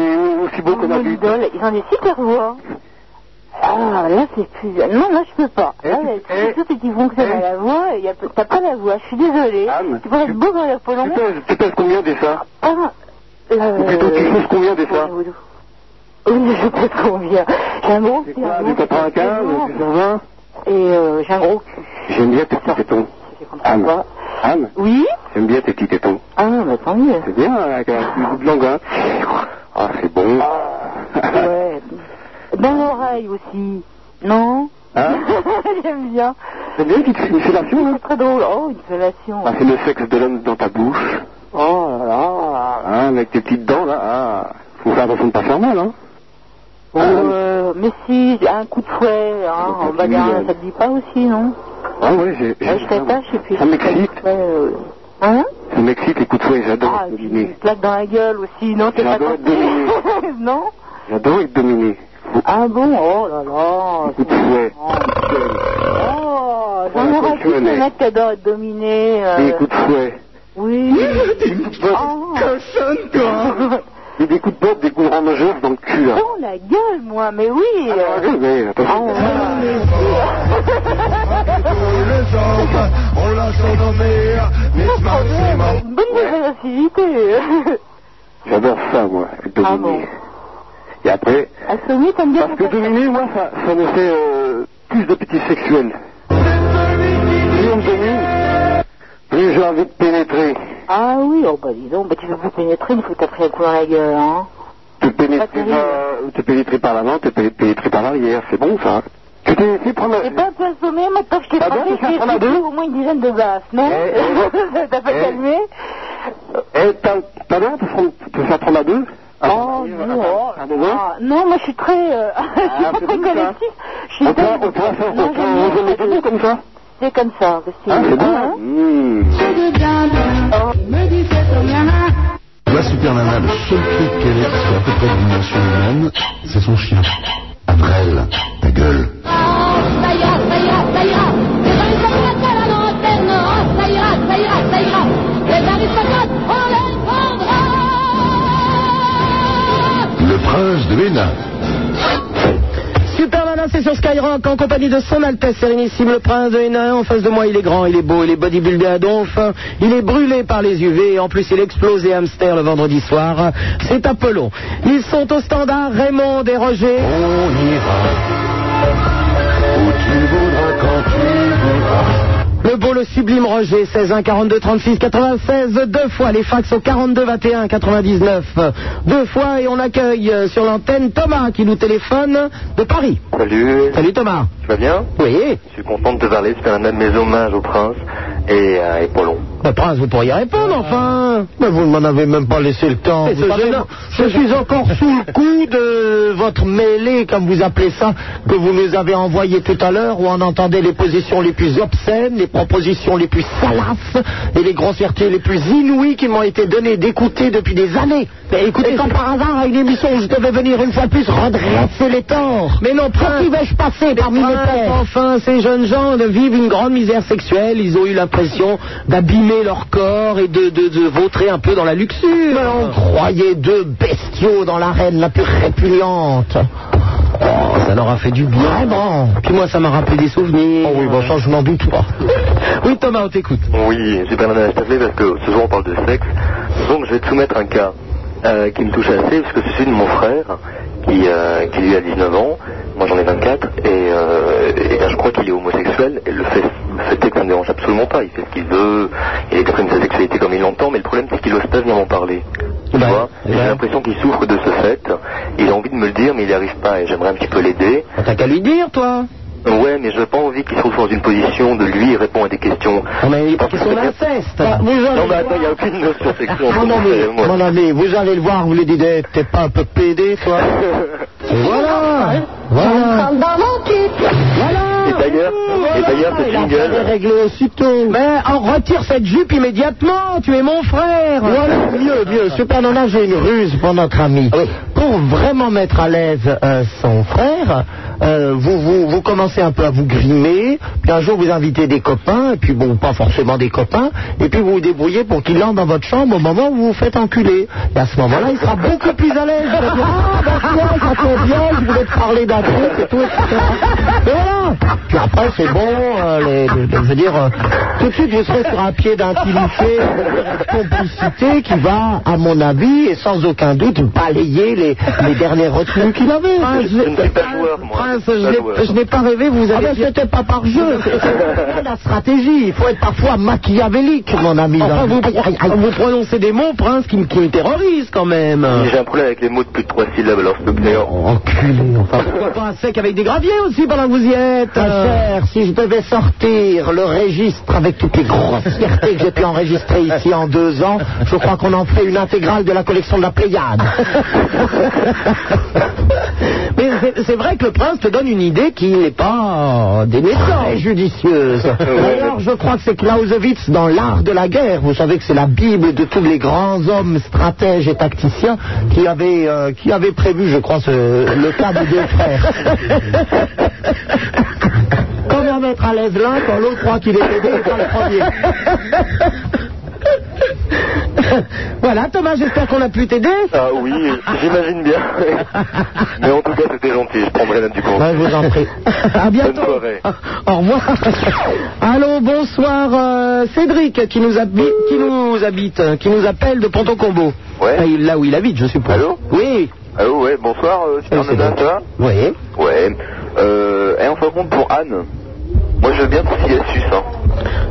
aussi beau qu'on a mon vu. idole. Ils ont des super voix. Ah, là, c'est plus. Non, là, je peux pas. Eh, Là, c'est tout, c'est qu'ils vont que ça dans la voix. il y a- T'as pas la voix, je suis désolée. tu pourrais être beau dans la peau Tu longue. pèses, tu pèses combien des ça Ah, euh, Ou plutôt, tu pèses combien des ça Oui, je sais pas combien. J'ai un gros cul. Du 95, du 120 Et euh, j'ai un gros cul. J'aime bien tes petits tétons. Anne. Anne Oui J'aime bien tes petits tétons. Ah, mais tant mieux. C'est bien, hein, avec un petit bout de langue, hein. Ah, c'est bon. Ouais. Dans l'oreille aussi. Non Hein J'aime bien. C'est bien qu'il te fait une fellation, là C'est très drôle. Oh, une fellation. Ah, c'est le sexe de l'homme dans ta bouche. Oh là là. Hein, avec tes petites dents, là. Ah. Faut faire attention de pas faire mal, hein. Ah. Euh, mais si, un coup de fouet, hein, en bagarre, ça te dit pas aussi, non Ah ouais, j'ai... j'ai- Ouais, Je t'attache et puis... Ça m'excite. Ouais, euh, Hein Ça m'excite les coups de fouet, j'adore Ah, être et puis dominé. une plaque dans la gueule aussi, non T'es pas J'adore être tenté Non J'adore être dominé. Ah bon Oh là là Coup de fouet. Oh, Ouais, j'en aurais faut le plus les tuer, mecs qui adorent être dominés. euh, Des coups de fouet. Oui. Ah. Oh. Et des coups de botte, des coups de rangeur dans le cul, là. Dans Oh, la gueule, moi, mais oui. Ah. euh, Ah, mais attention. On l'a surnommée Miss Maxima. Bonne véracité. J'adore ça, moi, être Ah dominé. Et après... Assommé, t'aimes bien Parce que dominer, moi, ça, ça me fait euh, plus d'appétit sexuel. Plus on me domine, plus j'ai envie de pénétrer. Ah oui, oh bah dis donc, bah, tu veux plus pénétrer une fois que t'as pris un coup dans la gueule, hein. Te pénétrer, par, te pénétrer par l'avant, te pé- pénétrer par l'arrière, c'est bon, ça. Tu t'es fait prendre... T'es pas un peu assommé, maintenant que je t'ai Ah bon, frappé, tu je t'ai cherches un Eh, à foutu deux au moins une dizaine de baffes, non T'as pas calmé Hein Eh, t'as t'as l'air de prendre- de faire prendre à deux Oh, non, oh, Ah, bon, hein ah, non, moi je suis très, euh, je suis Ah, pas c'est très bon, ça. collectif. Je suis On pourra- très- on pourra faire- Non, on pourra- on j'aime bien va mettre ça. comme ça C'est comme ça, parce que- Ah, c'est bon, hein Hmm. Mmh. La super nana, le seul truc qu'elle est, c'est à peu près de dimension humaine, c'est son chien. Avrel, ta gueule. Ça ira, ça ira, ça ira. Les aristocrates à la antenne, oh, ça ira, ça ira, ça ira. Les aristocrates, on les prendra. Le prince de Hénin. Super Nana, c'est sur Skyrock en compagnie de son Altesse Sérénissime, le prince de Hénin. En face de moi, il est grand, il est beau, il est bodybuildé à donf. Il est brûlé par les UV et en plus, il explose et hamster le vendredi soir. C'est Apollon. Ils sont au standard Raymond et Roger. Le beau, le sublime Roger, 16 1 42 36 96, deux fois. Les fax au 42 21 99, deux fois. Et on accueille euh, sur l'antenne Thomas qui nous téléphone de Paris. Salut. Salut Thomas. Tu vas bien Oui. Je suis content de te parler. C'était un de mes hommages au prince et à Épaulon. Bah, Prince, vous pourriez répondre, enfin Mais vous ne m'en avez même pas laissé le temps. Mais Vous ce savez, gênant- moi, je suis encore sous le coup de votre mêlée, comme vous appelez ça, que vous nous avez envoyé tout à l'heure, où on entendait les positions les plus obscènes, les propositions les plus salaces et les grossièretés les plus inouïes qui m'ont été données d'écouter depuis des années. Mais écoutez, et quand par hasard, à une émission où je devais venir une fois de plus redresser les torts. Mais non, Prince, qui vais-je passer parmi les torts Enfin, ces jeunes gens vivent une grande misère sexuelle. Ils ont eu l'impression d'abîmer leur corps et de, de, de vautrer un peu dans la luxure. Mais on croyait deux bestiaux dans l'arène la plus répugnante. Oh, ça leur a fait du bien. Vraiment. Puis moi, ça m'a rappelé des souvenirs. Oh oui, bon, ça, je m'en doute pas. oui, Thomas, on t'écoute. Oui, j'ai pas mal à t'appeler parce que ce jour on parle de sexe. Donc je vais te soumettre un cas euh, qui me touche assez parce que c'est celui de mon frère qui, euh, qui lui a 19 ans. Moi j'en ai 24 et, euh, et ben, je crois qu'il est homosexuel. Et le fait, le fait est que ça ne me dérange absolument pas. Il fait ce qu'il veut, il exprime sa sexualité comme il l'entend, mais le problème c'est qu'il n'ose pas venir m'en parler. Tu vois Et J'ai l'impression qu'il souffre de ce fait. Il a envie de me le dire, mais il n'y arrive pas et j'aimerais un petit peu l'aider. T'as qu'à lui dire, toi. Ouais, mais je n'ai pas envie qu'il se retrouve dans une position de lui répond à des questions. Mais Je pense que question c'est bien- d'inceste. Non, mais attends, il n'y a aucune notion sexuelle. Mon ami, Moi, mon ami, vous allez le voir, vous lui dites, eh, t'es pas un peu pédé, toi Et voilà Voilà Et d'ailleurs, et d'ailleurs, ce jingle. réglé aussitôt. Mais Ben, on retire cette jupe immédiatement, tu es mon frère. Voilà, mieux, mieux. Ah, Super Nana, j'ai une ruse pour notre ami. Ah Pour vraiment mettre à l'aise euh, son frère, euh, vous, vous, vous commencez un peu à vous grimer, puis un jour vous invitez des copains, et puis bon, pas forcément des copains, et puis vous vous débrouillez pour qu'il entre dans votre chambre au moment où vous vous faites enculer. Et à ce moment-là, il sera beaucoup plus à l'aise. Il va dire, ah, bah, toi, ça tombe bien, je voulais te parler d'un truc et tout, etc. Et voilà. Puis après, c'est bon, euh, les- les- les- je veux dire, euh, tout de suite, je serai sur un pied d'intimité, de complicité qui va, à mon avis, et sans aucun doute, balayer les, les dernières retenues qu'il avait. Ah, Prince, Ah, je n'ai- je n'ai pas rêvé, vous avez. ben, Ah, c'était pas par jeu. La stratégie, il faut être parfois machiavélique, mon ami. Enfin, vous, vous prononcez des mots, Prince, qui, me- qui me terrorisent quand même. J'ai un problème avec les mots de plus de trois syllabes, alors s'il te plaît. Enculé, enfin. Pourquoi pas un sec avec des graviers aussi pendant que vous y êtes Ma chère, si je devais sortir le registre avec toutes les grossièretés que j'ai pu enregistrer ici en deux ans, je crois qu'on en fait une intégrale de la collection de la Pléiade. Mais c'est- c'est vrai que le prince te donne une idée qui n'est pas euh, dénaissante. Très judicieuse. D'ailleurs, je crois que c'est Clausewitz dans l'art de la guerre. Vous savez que c'est la Bible de tous les grands hommes, stratèges et tacticiens qui avaient, euh, qui avaient prévu, je crois, ce- le cas des deux frères. Comment mettre à l'aise l'un quand l'autre croit qu'il est aidé et pas le premier Voilà, Thomas, j'espère qu'on a pu t'aider. Ah oui, j'imagine bien. Mais en tout cas, c'était gentil, je prendrai même du compte. Ouais, je vous en prie. À Bonne bientôt. soirée. Au revoir. Allô, bonsoir, euh, Cédric, qui nous, habi- qui nous habite, euh, qui nous appelle de Ponto Combo. Enfin, Ouais. Ah, il- là où il habite, je suppose. Allô Oui. Allô, ouais, bonsoir, euh, Super Nana, ça va Oui. Ouais. Euh, et on se rencontre pour Anne. Moi, je veux bien qu'on s'y astuce, hein.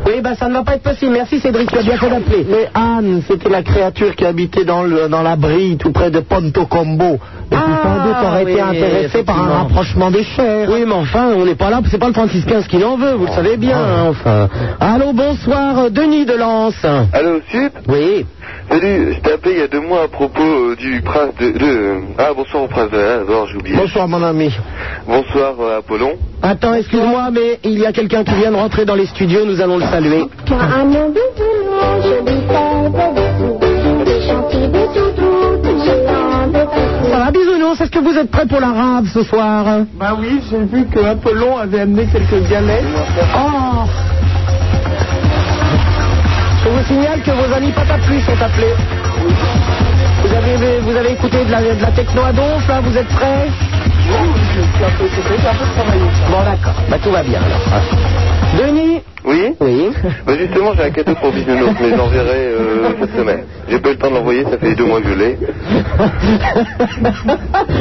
Oui, bah ça ne va pas être possible. Merci, Cédric, tu as bien fait d'appeler. Mais Anne, c'était la créature qui habitait dans, le, dans la brille, tout près de Ponto Combo. Et qui sans doute aurait Ah, oui, été intéressée par un effectivement. rapprochement des chairs. Oui, mais enfin, on n'est pas là, c'est pas le 3615 qui l'en veut, vous le savez bien, hein, enfin. Allô, bonsoir, euh, Denis de Lens. Allô, Sup Oui. Salut, je t'ai appelé il y a deux mois à propos euh, du prince de... de- Ah, bonsoir au prince de... Ah, d'abord, j'ai oublié. Bonsoir, mon ami. Bonsoir, euh, Apollon. Attends, excuse-moi, mais il y a quelqu'un qui vient de rentrer dans les studios, nous allons le saluer. Ça va, bisounours, est-ce que vous êtes prêts pour l'arabe ce soir Bah oui, j'ai vu que Apollon avait amené quelques dialectes. Oh Je vous signale que vos amis Patapluie sont appelés. Vous avez, vous avez écouté de la, de la techno à donf, là, vous êtes prêts Bon, d'accord, bah tout va bien alors. Denis Oui Oui. Bah justement, j'ai un cadeau pour Bisounours, mais je l'enverrai euh, cette semaine. J'ai pas eu le temps de l'envoyer, ça fait deux mois que je l'ai.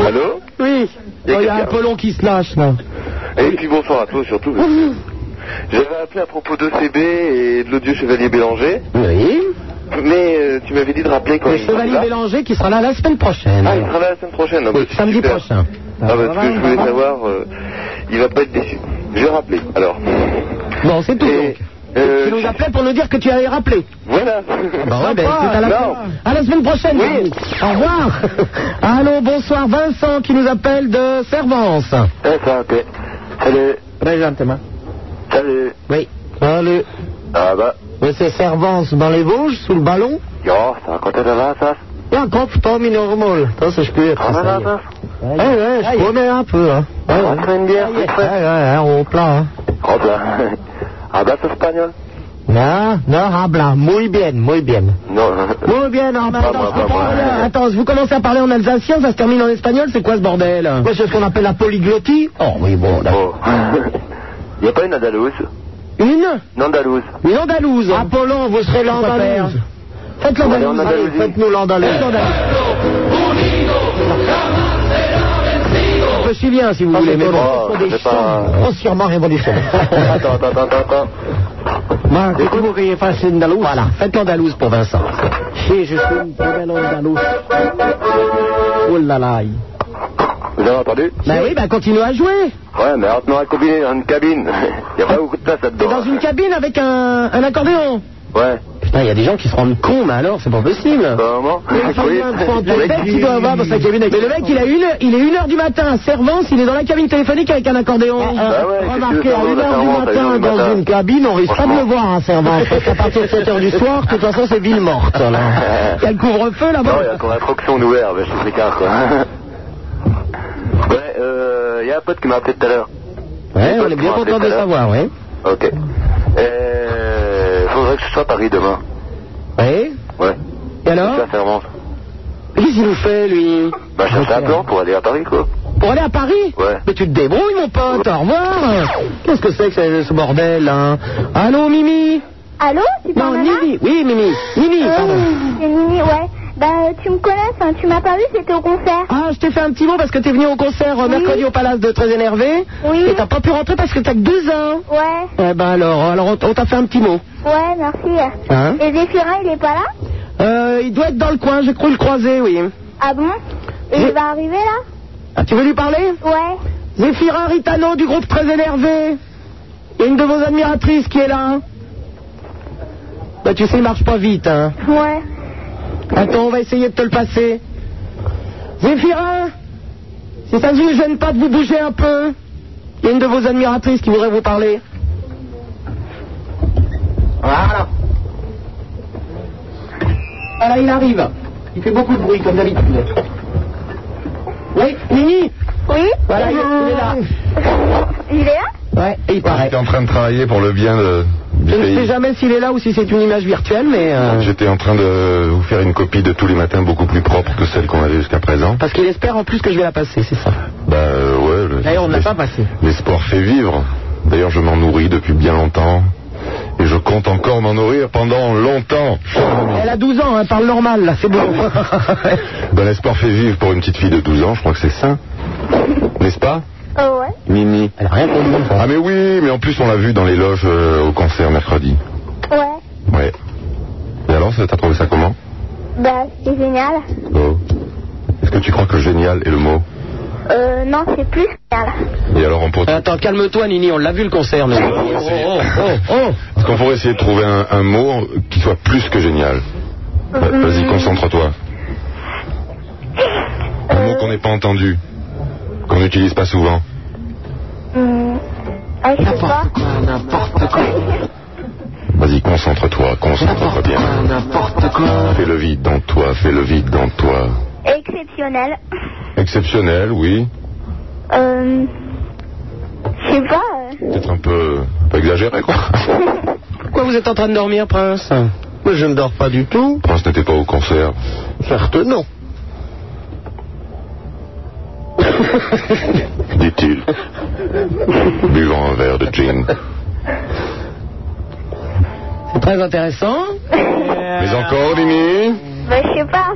Allô Oui. Il Oh, Il y y a a un quelqu'un. Apollon qui se lâche, là. Et puis bonsoir à tous, surtout. J'avais appelé à propos de CB et de l'odieux Chevalier Bélanger, Oui. mais euh, tu m'avais dit de rappeler quand Le il sera chevalier là. Bélanger qui sera là la semaine prochaine. Ah, il sera là la semaine prochaine. ah, bah, c'est samedi super. prochain. Ah, bah, ce que je voulais savoir, euh, il va pas être déçu. Je vais rappeler, alors. Bon, c'est tout. Et, donc. euh, tu nous appelais pour nous dire que tu avais rappelé. Voilà. Ah Bon, ouais, ben, c'est à, la... Non. à la semaine prochaine. Denis. Au revoir. Allô, bonsoir. Vincent qui nous appelle de Servance. Eh, ça, ok. Salut. Présentement. Salut. Oui. Salut. Ah, bah. Mais c'est Servance dans les Vosges, sous le ballon Yo, ça va compter de là, ça Ja, Kopf, Tommy, normal. Das ist gut. Ah, bah, là, ça Eh ouais, je connais un peu. Hein. Eh, Ouais, ouais. On crée une bière, Ouais, ouais, ouais, au plat. Hein. Hop là. Ah, bah, c'est espagnol. No, no habla. Muy bien, muy bien. Non, Muy bien, Norman. Attends, je comprends rien. Attends, vous commencez à parler en alsacien, ça se termine en espagnol, c'est quoi ce bordel Quoi, c'est ce qu'on appelle la polyglottie Oh oui, bon, d'accord. Il n'y a pas une Andalouse Une Une Andalouse. Une Andalouse Apollon, vous serez l'Andalouse. Faites Allez, en l'Andalouse. Andalousie. Allez, Faites-nous l'Andalouse. Je suis bien, si vous voulez, mais bon. Oh, c'est pas... Grossièrement révolutionnaire. Attends, attends, attends, attends. Bah, écoute, vous voyez pas, c'est l'Andalouse. Voilà, faites l'Andalouse pour Vincent. Si, je suis une très belle Andalouse. Oh là là. Vous avez entendu Bah oui, bah continuez à jouer. Ouais, mais maintenant à combiner dans une cabine. Il n'y a pas beaucoup de place T'es là-dedans. dans une cabine avec un, un accordéon. Ouais. Putain, il y a des gens qui se rendent compte, mais alors, c'est pas possible. Comment Ah, Le mec, il doit avoir dans sa cabine avec- Mais le mec, il, a une, il est 1h du matin, servance, il est dans la cabine téléphonique avec un accordéon. Bah ouais, qu'est-ce que tu veux Remarquez, faire dans à la 1h servante, à du une heure matin, du matin dans une cabine, on risque pas de le Franchement. hein, voir, un servant. Parce qu'à partir de 7h du soir, de toute façon, c'est ville morte. là. Il y a le couvre-feu Non, là-bas. il y a encore la fraction d'ouvert, mais je suis écart quoi. ouais, euh, il y a un pote qui m'a appelé tout à l'heure. Ouais, on est bien content de le savoir, Ah ouais. Ok. Euh, faudrait que je sois à Paris demain. Ouais. Ouais. Et alors Je suis à Servance. Qu'est-ce qu'il nous fait, lui Bah, je cherche un plan pour aller à Paris quoi. Pour aller à Paris Ouais. Mais tu te débrouilles, mon pote, au revoir. Qu'est-ce que c'est que ce- ce bordel, hein Allô, Mimi Allô, c'est pas Non, Nana Mimi. Oui, Mimi. Mimi, Euh, Ah, pardon. C'est Mimi, ouais. Bah, euh, tu me connais, enfin, tu m'as pas vu, c'était au concert. Ah, je t'ai fait un petit mot parce que t'es venu au concert euh, mercredi au Palace de Très Énervé. Oui. Et t'as pas pu rentrer parce que t'as que deux ans. Ouais, Eh ben alors, alors on t- on t'a fait un petit mot. ouais, merci. Hein Et Zéphirin, il est pas là Euh, il doit être dans le coin, j'ai cru le croiser, oui. Ah bon Et il va arriver là Ah, tu veux lui parler Ouais. Zéphirin Ritano du groupe Très Énervé. Il y a une de vos admiratrices qui est là. hein. Bah tu sais, il marche pas vite, hein. Ouais. Attends, on va essayer de te le passer. Zéphirin Si ça ne vous gêne pas de vous bouger un peu, il y a une de vos admiratrices qui voudrait vous parler. Voilà. Voilà, il arrive. Il fait beaucoup de bruit, comme d'habitude. Oui, Mimi Oui Voilà, il est- il est là. Il est là Ouais, et il paraît. J'étais en train de travailler pour le bien de- du Je ne sais pays. jamais s'il est là ou si c'est une image virtuelle, mais... euh, J'étais en train de vous faire une copie de tous les matins beaucoup plus propre que celle qu'on avait jusqu'à présent. Parce qu'il espère en plus que je vais la passer, c'est ça. Bah euh, ouais, le- D'ailleurs, on ne l'a pas passée. l'espoir fait vivre. D'ailleurs, je m'en nourris depuis bien longtemps. Et je compte encore m'en nourrir pendant longtemps. Elle a 12 ans, hein, parle normal, là, c'est bon. Ben, l'espoir fait vivre pour une petite fille de 12 ans, je crois que c'est ça. N'est-ce pas Oh ouais. Mimi. Elle a rien compris. Ah mais oui, mais en plus on l'a vu dans les loges euh, au concert mercredi. Ouais. Ouais. Et alors, ça, t'as trouvé ça comment Bah, c'est génial. Oh. Est-ce que tu crois que génial est le mot Euh, non, c'est plus génial. Et alors on pourrait... Attends, calme-toi, Nini, on l'a vu le concert, nous. Oh, oh, oh, Est-ce qu'on pourrait essayer de trouver un, un mot qui soit plus que génial Va- Vas-y, concentre-toi. Un mot qu'on n'ait pas entendu, qu'on n'utilise pas souvent. Hum. Ah, je sais pas. N'importe quoi, Vas-y, concentre-toi, concentre-toi bien. n'importe quoi. Fais le vide dans toi, fais le vide dans toi. Exceptionnel. Exceptionnel, oui. Euh, je sais pas. euh, Peut-être un peu, un peu exagéré, quoi. Pourquoi vous êtes en train de dormir, Prince Moi, Ah. je ne dors pas du tout. Prince n'était pas au concert. Certes, non. dit-il, buvant un verre de gin. C'est très intéressant. Mais encore, Mimi Bah, je sais pas.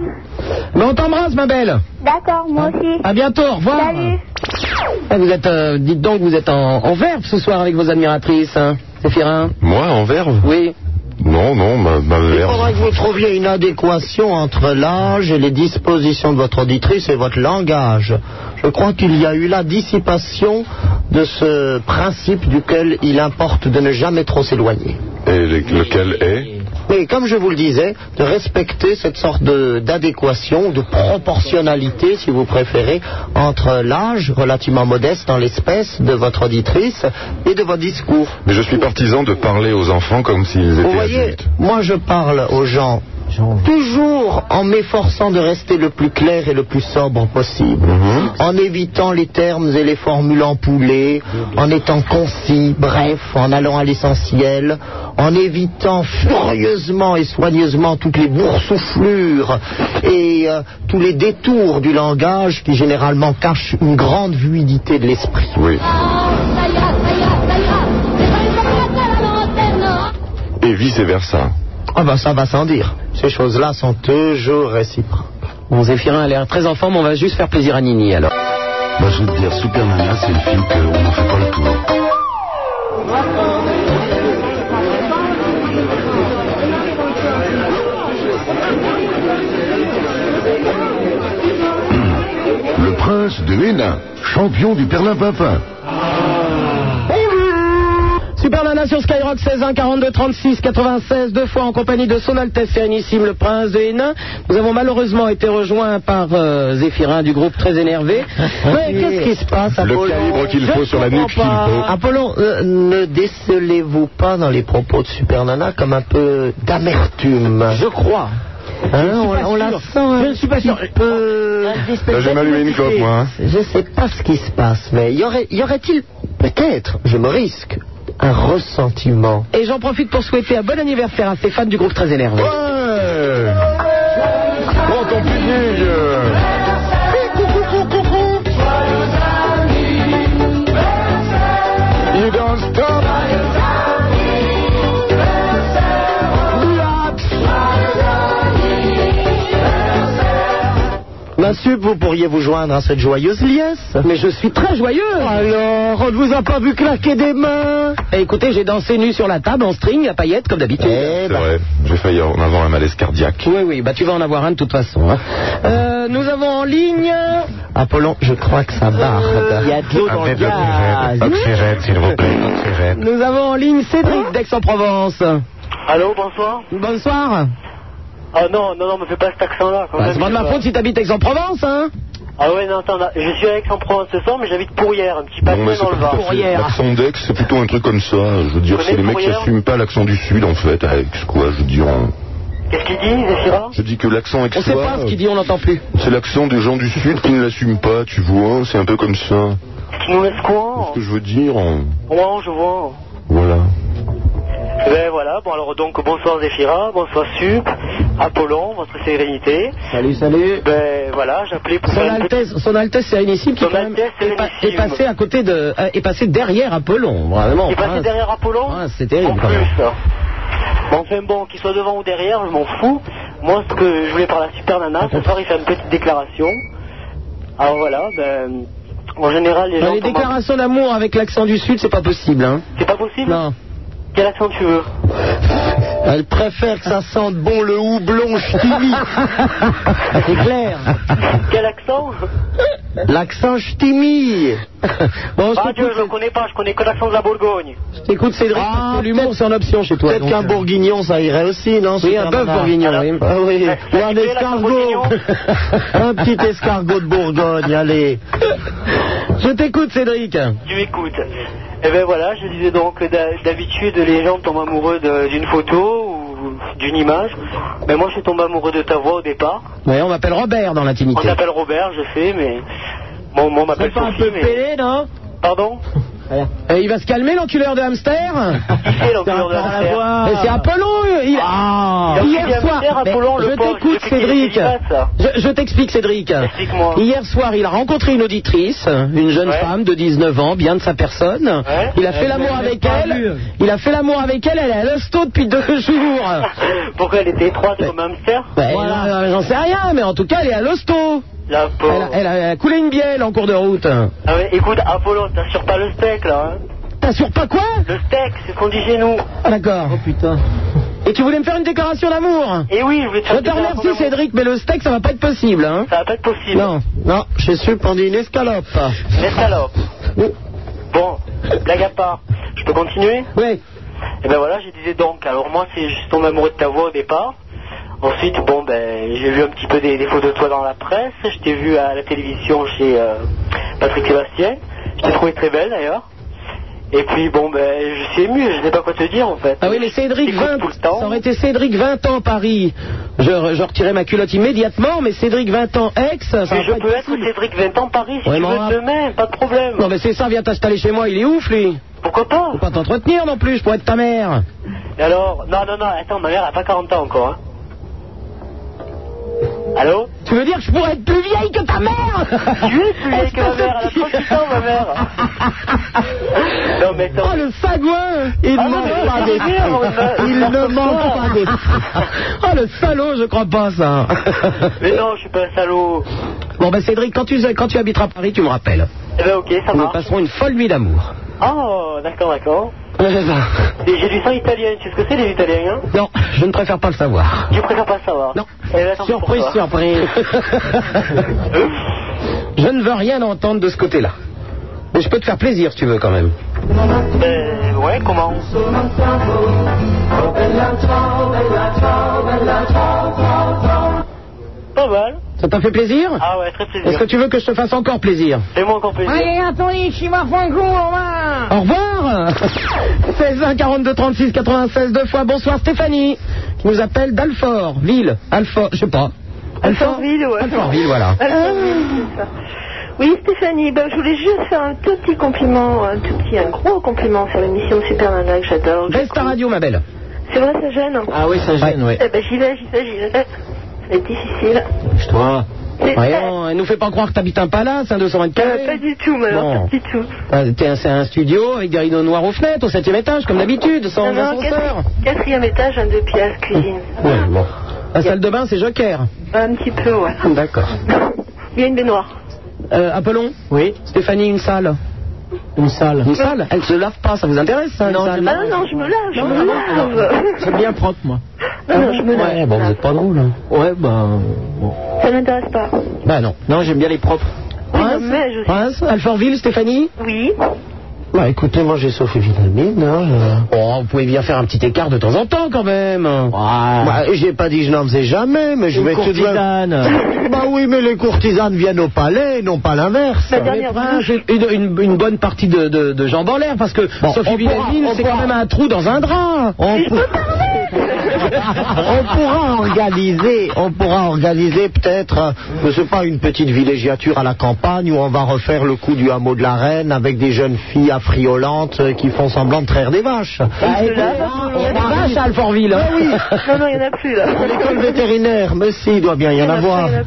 Mais on t'embrasse, ma belle. D'accord, moi aussi. À bientôt, au revoir. Salut. Ah, Vous êtes, euh, dites donc, vous êtes en, en verbe ce soir avec vos admiratrices, hein. Zéphirin Moi, en verve Oui. Non, non, ma, ma Il verve. faudrait que vous trouviez une adéquation entre l'âge et les dispositions de votre auditrice et votre langage. Je crois qu'il y a eu la dissipation de ce principe duquel il importe de ne jamais trop s'éloigner. Et le- lequel est Mais comme je vous le disais, de respecter cette sorte de- d'adéquation, de, proportionnalité, si vous préférez, entre l'âge relativement modeste dans l'espèce de votre auditrice et de votre discours. Mais je suis partisan de parler aux enfants comme s'ils étaient Vous voyez, adultes. moi je parle aux gens toujours en m'efforçant de rester le plus clair et le plus sobre possible, en évitant les termes et les formules empoulées, en étant concis, bref, en allant à l'essentiel, en évitant furieusement et soigneusement toutes les boursouflures et euh, tous les détours du langage qui généralement cachent une grande fluidité de l'esprit. Oui. Et vice-versa. Ah ben ça va sans dire. Ces choses-là sont toujours réciproques. Bon, Zéphirin a l'air très en forme, on va juste faire plaisir à Nini alors. Bah, je veux te dire, Super Nana, c'est le film qu'on n'en fait pas le tour. Le prince de Hénin, champion du Perlin-Pimpin. Super Nana sur Skyrock 16 1 42 36 96 deux fois en compagnie de son Altesse Sérénissime le Prince de Hénin. Nous avons malheureusement été rejoints par euh, Zéphirin du groupe très énervé. Mais qu'est-ce qui se passe Apollon Le calibre qu'il faut sur la nuque qu'il faut. Apollon, euh, ne décelez-vous pas dans les propos de Super Nana comme un peu d'amertume Je crois. Hein, on, on la sent un Je ne suis pas sûr. petit peu- Là, j'ai m'allumé une clope, moi. hein. Je ne sais pas ce qui se passe, mais y aurait- y aurait-il peut-être, je me risque, un ressentiment Et j'en profite pour souhaiter un bon anniversaire à Stéphane du groupe très énervé. Ouais Prends ton pilier, vieux hein. You don't stop Monsieur, vous pourriez vous joindre à cette joyeuse liesse. Mais je suis très joyeux. Alors, on ne vous a pas vu claquer des mains Et Eh, écoutez, j'ai dansé nu sur la table en string à paillettes comme d'habitude. Eh, C'est bah. vrai, j'ai failli en avoir un malaise cardiaque. Oui, oui, bah tu vas en avoir un de toute façon. hein. Euh, nous avons en ligne. Apollon, je crois Euh, que ça barde. Il y a de l'eau dans le gaz. Mmh. s'il vous plaît, Nous avons en ligne Cédric d'Aix-en-Provence. Allô, bonsoir Bonsoir. Ah non, non, non, me fais pas cet accent-là. quand Bah, même, c'est pas de je ma sais faute si t'habites Aix-en-Provence, hein pas. Ah ouais, non, attends, là, je suis à Aix-en-Provence ce soir, mais j'habite Pourrières, un petit Non, mais bassin c'est dans le pas Var. tout à fait- Pourrières. L'accent d'Aix, c'est plutôt un truc comme ça. Je veux dire, Vous c'est les mecs qui connaissez n'assument pas l'accent du Sud, en fait, à Aix, quoi. Je veux dire, on- Qu'est-ce qu'il dit, Zéphira je dis que l'accent On sait pas aixois, ce qu'il dit, on n'entend plus. c'est l'accent des gens du Sud qui ne l'assument pas, tu vois. C'est un peu comme ça. Tu nous laisses Ce quoi que je veux dire, on- Ouais, je vois. voilà. Ben voilà, bon alors donc bonsoir Zéphira, bonsoir Sup, Apollon, votre sérénité. Salut, salut. Ben voilà, j'appelais pour Son faire une Altesse, son Altesse Sérénissime qui Son quand même Altesse est, pa- Sérénissime. est passé à côté de, euh, est passé derrière Apollon, vraiment. petite- Il est passé Prince. derrière Apollon Ah, c'est terrible, En quand plus. hein. même. Bon, Enfin bon, qu'il soit devant ou derrière, je m'en fous. Moi, ce que je voulais parler à Super Nana, ce soir il fait une petite déclaration. Alors voilà, ben en général les Dans gens. les tombent- déclarations d'amour avec l'accent du Sud, c'est pas possible, hein C'est pas possible Non. Quel accent tu veux Elle préfère que ça sente bon le houblon ch'timi. Ah, C'est clair. Quel accent L'accent ch'timi. Bon, Ah je Dieu, je le t'écoute- connais pas, je connais que l'accent de la Bourgogne. je t'écoute, Cédric. parce que L'humour, c'est en option chez toi. Peut-être donc, qu'un euh, bourguignon, ça irait aussi, non Oui, Super un bœuf Nana bourguignon, oui. Ah oui, ou un Salut, l'accent escargot. bourguignon. un petit escargot de Bourgogne, allez. Je t'écoute, Cédric. Tu m'écoutes. Et ben voilà, je disais donc que d'ha- d'habitude les gens tombent amoureux de- d'une photo ou d'une image. Mais moi je suis tombé amoureux de ta voix au départ. Ouais, on m'appelle Robert dans On l'intimité. t'appelle Robert, je sais, mais bon, moi on m'appelle C'est pas un Sophie. peu mais- pélé, non Pardon Et il va se calmer, l'enculeur de hamster C'est l'enculeur de hamster. Mais c'est Apollon il... ah. Il a Hier enculé soir, hamster, Mais Apollon, le je pauvre, t'écoute depuis qu'il est Cédric célibataire, ça. Je, je t'explique Cédric Explique-moi. Hier soir, il a rencontré une auditrice, une jeune Ouais. femme de 19 ans, bien de sa personne. Il a fait l'amour avec elle. Il a fait l'amour avec elle, elle est à l'hosto depuis deux jours. Pourquoi elle était étroite comme un hamster Ben, non, J'en sais rien, mais en tout cas, elle est à l'hosto. La Elle, pauvre. a- elle a- elle a coulé une bielle en cours de route. Ah ouais, écoute, Apollo, t'assures pas le steak là. hein. T'assures pas quoi Le steak, c'est ce qu'on dit chez nous. Ah, D'accord. Oh putain. Et tu voulais me faire une déclaration d'amour Et Eh oui, je voulais te Je faire te plaisir, remercie Apollo. Cédric, mais le steak ça va pas être possible, hein Ça va pas être possible. Non, Non, je suis pendu une escalope. L'escalope. Bon, blague à part, je peux continuer oui. Et ben voilà, je disais donc, alors moi c'est juste tombé amoureux de ta voix au départ. Ensuite, bon ben, j'ai vu un petit peu des, des photos de toi dans la presse. Je t'ai vu à la télévision chez euh, Patrick Sébastien. Je t'ai trouvé très belle d'ailleurs. Et puis bon ben, je suis ému, je sais pas quoi te dire en fait. Ah oui, mais Cédric, Je t'écoute 20, tout le ça temps. aurait été Cédric 20 ans Paris. Je, re- je retirais ma culotte immédiatement, mais Cédric 20 ans ex, ça va Mais je pas peux être être possible. Cédric 20 ans Paris si Ouais, ah. tu mais on veux va- demain, pas de problème. Non mais c'est ça, viens t'installer chez moi, il est ouf lui. Pourquoi pas Faut pas t'entretenir non plus, je pourrais être ta mère. Et alors Non, non, non, attends, ma mère a pas 40 ans encore. Hein. Allô Tu veux dire que je pourrais être plus vieille que ta mère Tu es plus vieille Eh, que ma mère, elle a 38 ans, ma mère Non, mais attends. Oh, le sagouin Il Ah, ne non, manque mais pas c'est d'esprit. sûr, on va- Il ne on va manque voir. pas d'esprit. Oh, le salaud, je crois pas ça. Mais non, je suis pas un salaud. Bon, ben Cédric, quand tu, quand tu habiteras Paris, tu me rappelles. Eh ben, ok, ça Nous marche. passerons une folle nuit d'amour. Oh, d'accord, d'accord. Et J'ai du sang italien, tu sais ce que c'est les Italiens hein Non, je ne préfère pas le savoir. Je préfère pas le savoir. ben, Non. Eh Surprise, surprise. je ne veux rien entendre de ce côté-là. Mais je peux te faire plaisir si tu veux quand même. Euh, ouais, comment Pas mal. Ça t'a fait plaisir Ah ouais, très plaisir. Est-ce que tu veux que je te fasse encore plaisir Fais-moi encore plaisir. Allez, attendez, je suis ma fin de au revoir Au revoir 16 1 42 36 96 deux fois. Bonsoir Stéphanie, qui nous appelle d'Alfort, ville. Alfort, je sais pas. Alfortville, ouais. Alfortville, voilà. Alfortville, c'est ça. Oui, Stéphanie, ben, je voulais juste faire un tout petit compliment, un tout petit, un gros compliment sur l'émission Super Nana que j'adore. Ben, Reste à radio, ma belle. C'est vrai, ça gêne hein. Ah oui, ça gêne, oui. Eh ben, j'y vais, j'y vais, j'y vais. C'est difficile. Toi. Voyons, elle nous fait pas croire que t'habites un palace, un 224. Euh, Pas du tout, mais alors, Bon. pas du tout. Ah, t'es un- C'est un studio avec des rideaux noirs aux fenêtres, au septième étage, comme d'habitude, sans Non, non, ascenseur. quatri- Quatrième étage, un deux pièces, cuisine. Ouais, bon. La salle de bain, c'est Joker. Un petit peu, ouais. D'accord. Il y a une baignoire. Euh, Apollon Oui. Stéphanie, une salle Une salle Une salle Elle se lave pas, ça vous intéresse ça, une salle Ah non, non, je me lave, je me lave. C'est bien propre, moi. Non, non, je me lave. Ouais, bon, vous êtes pas drôle. Hein. Ouais, ben. Bon. Ça m'intéresse pas. Bah non. Non, j'aime bien les propres. Prince, Prince, Alfortville, Stéphanie Oui. Bah écoutez, moi j'ai Sophie Vitamine. hein, Oh, vous pouvez bien faire un petit écart de temps en temps quand même. Bah, j'ai pas dit que je n'en faisais jamais, mais je Une vais tout de courtisane. même. Bah oui, mais les courtisanes viennent au palais, non pas l'inverse. Mais Prince, une, une- une bonne partie de, de, de jambes en l'air parce que Sophie on pourra, Villeneuve, on c'est quand pourra. même un trou dans un drap. On, pour- on pourra organiser, on pourra organiser peut-être, euh, je sais pas, une petite villégiature à la campagne où on va refaire le coup du hameau de la reine avec des jeunes filles affriolantes euh, qui font semblant de traire des vaches. Bah, Il y a des vaches à Alfortville. hein. Non, non, il n'y en a plus, là. L'école vétérinaire, mais si, il doit bien y en avoir. Là,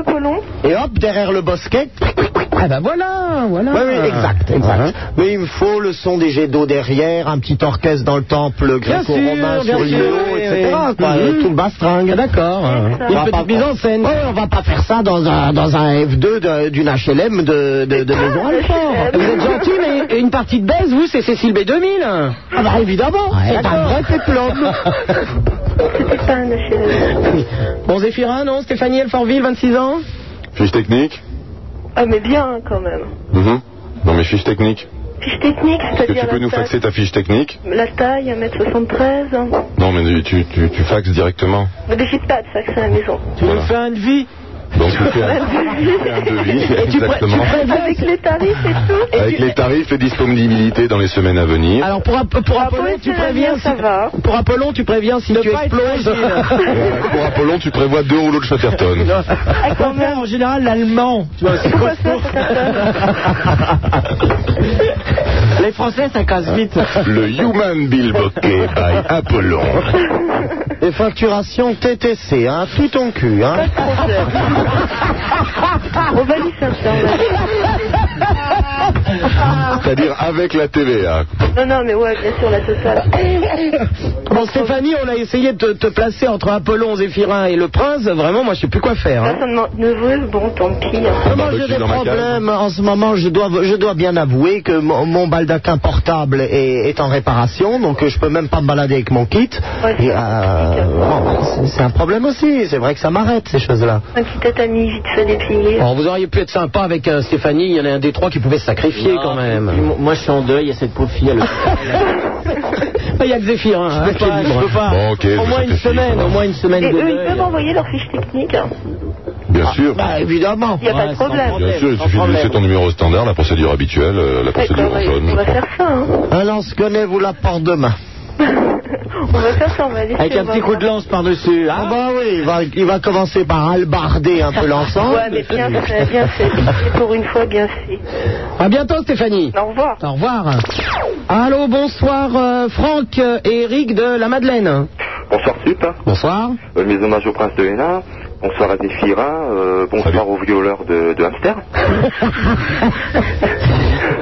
Apollon Et hop, derrière le bosquet. Ah ben voilà, voilà. Oui, oui, Ah. exact, exact. Mais il me faut le son des jets d'eau derrière, un petit orchestre dans le temple Bien sûr, bien gréco-romain sur sûr, l'îlot, oui, etc. oui. quoi, Mhm. et Tout le bastringue. D'accord. Une petite mise en scène. Ouais, on va pas faire ça dans un, dans un F2 de- d'une HLM de, de, Ah, de Maison Alfort. Vous êtes gentil, mais une partie de baise, vous, c'est Cécile B2000. Ah bah évidemment, c'est un vrai péplum. C'était pas un HLM. Bon, Zéphirin, non Stéphanie Elfortville, 26 ans Fiche technique Ah, mais bien, hein, quand même. Mhm. Non, mais fiche technique. Fiche technique, Est-ce que c'est-à-dire tu peux la, nous faxer taille- ta fiche technique la taille, 1m73. hein. Non, mais tu, tu, tu faxes directement. Ne décide pas de faxer à la maison. Tu veux faire un devis Donc, tu fais un, tu fais un devis, exactement. Avec les tarifs et tout. Avec les tarifs et disponibilités dans les semaines à venir. Alors, pour, Ap- pour Apollon, tu préviens. si- Pour Apollon, tu préviens si tu exploses. Euh, pour Apollon, tu prévois deux rouleaux de Chatterton. en général l'allemand. Tu vois, c'est quoi Les Français, ça casse vite. Le Human Bill Bokeh by Apollon. Et facturation TTC, hein, tout ton cul. Hein. On va lui faire ça. C'est-à-dire avec la TVA. Non, non, mais ouais, bien sûr, la totale. Bon, Stéphanie, on a essayé de te, te placer entre Apollon, Zéphirin et le prince. Vraiment, moi, je sais plus quoi faire. hein. Ça demande neveu, bon, tant pis. hein. Bah, Moi, j'ai des problèmes en ce moment. Je dois, je dois bien avouer que mon, mon baldaquin portable est, est en réparation, donc euh, je peux même pas me balader avec mon kit. Et, euh, bon, c'est- c'est un problème aussi. C'est vrai que ça m'arrête ces choses-là. Un petit tatami vite fait déplié. Alors, vous auriez pu être sympa avec euh, Stéphanie. Il y en a un des trois qui pouvait se sacrifier quand même. Moi, je suis en deuil. Il y a cette pauvre fille. Il y a que Zéphirin. hein, Je peux pas- pas, je peux pas. Bon, ok, au je moins une sacrifie, ça semaine. va. Au moins une semaine Et de eux, deuil. ils peuvent envoyer leur fiche technique. Bien Ah, sûr. Bah, évidemment. Il n'y a pas de problème. Bien sûr, il suffit de laisser ton numéro standard, la procédure habituelle, euh, la procédure D'accord, en ouais, on jaune. va faire ça. Hein. Alors, ce connaît vous la porte demain. On va faire ça, on va aller Avec chez un petit moi. coup de lance par-dessus. hein. Ah, bah oui, il va, il va commencer par albarder un peu l'ensemble. Ouais, mais bien fait, bien fait. Pour une fois, bien fait. À bientôt, Stéphanie. Au revoir. Au revoir. Allô, bonsoir, euh, Franck euh, et Eric de la Madeleine. hein. Bonsoir Sup. hein. Euh, Bonsoir. mes hommages au prince de Hénin. Bonsoir à Zéphira. euh, bonsoir aux violeurs de, de Hamster.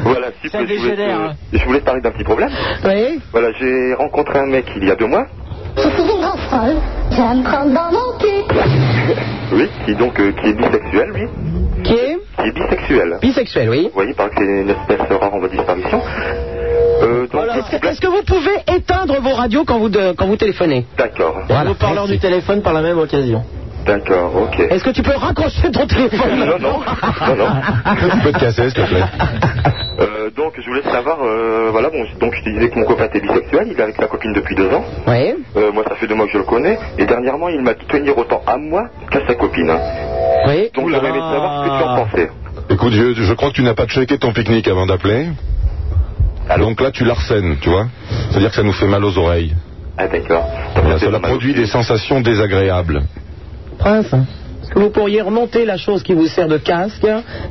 voilà, Sup, je voulais, te- hein. je voulais te parler d'un petit problème. Oui. Voilà, j'ai rencontré un mec il y a deux mois. Je suis une grosse folle, j'aime prendre dans mon cul. Oui, qui donc euh, qui est bisexuel, lui. Qui est Qui est bisexuel. Bisexuel, oui. Oui, il paraît que c'est une espèce rare en voie de disparition. Euh, donc, le Est-ce que, est-ce que vous pouvez éteindre vos radios quand vous, de- quand vous téléphonez D'accord. Nous parlons du téléphone par la même occasion. D'accord, ok. Est-ce que tu peux raccrocher ton téléphone Non, non, non, non. Tu peux te casser, s'il te plaît. Euh, donc je voulais savoir, euh, voilà, bon, donc je te disais que mon copain était bisexuel, il est avec sa copine depuis deux ans. Oui. Euh, moi ça fait deux mois que je le connais, et dernièrement il m'a dit tenir autant à moi qu'à sa copine. Oui. Donc j'aurais aimé savoir ce que tu en pensais. Écoute, je, je crois que tu n'as pas checké ton pique-nique avant d'appeler. Ah, Donc là, tu l'arsènes, tu vois. C'est-à-dire que ça nous fait mal aux oreilles. Ah, d'accord. Ça a produit des sensations désagréables. Ah, Prince, est-ce que vous pourriez remonter la chose qui vous sert de casque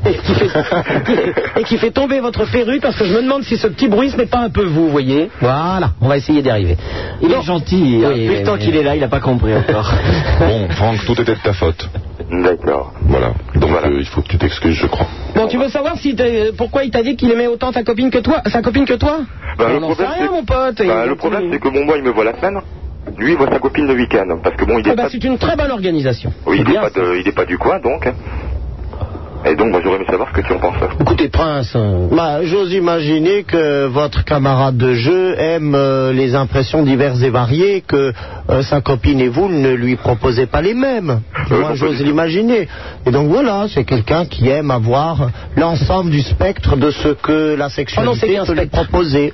et qui fait, et qui fait tomber votre féru parce que je me demande si ce petit bruit ce n'est pas un peu vous, voyez Voilà, on va essayer d'y arriver. Il est gentil, hein. depuis le temps qu'il est là, il n'a pas compris encore. Bon, Franck, tout était de ta faute. D'accord. Voilà. Donc euh, il faut que tu t'excuses, je crois. bon, tu veux savoir si t'es- pourquoi il t'a dit qu'il aimait autant ta copine que toi Sa copine que toi Bah, On n'en sait rien, c'est- mon pote. bah, et- le problème, c'est que bon, moi il me voit la semaine, lui il voit sa copine le week-end, parce que bon, il est Ah bah, pas, c'est une très bonne organisation. oui, il est pas, de- il est pas du coin donc. hein. Et donc moi j'aurais aimé savoir ce que tu en penses. Écoutez, Prince. euh, Bah, j'ose imaginer que votre camarade de jeu aime euh, les impressions diverses et variées que euh, sa copine et vous ne lui proposez pas les mêmes. Euh, Du moins, j'ose l'imaginer. Et donc voilà, c'est quelqu'un qui aime avoir l'ensemble du spectre de ce que Oh la sexualité peut lui proposer.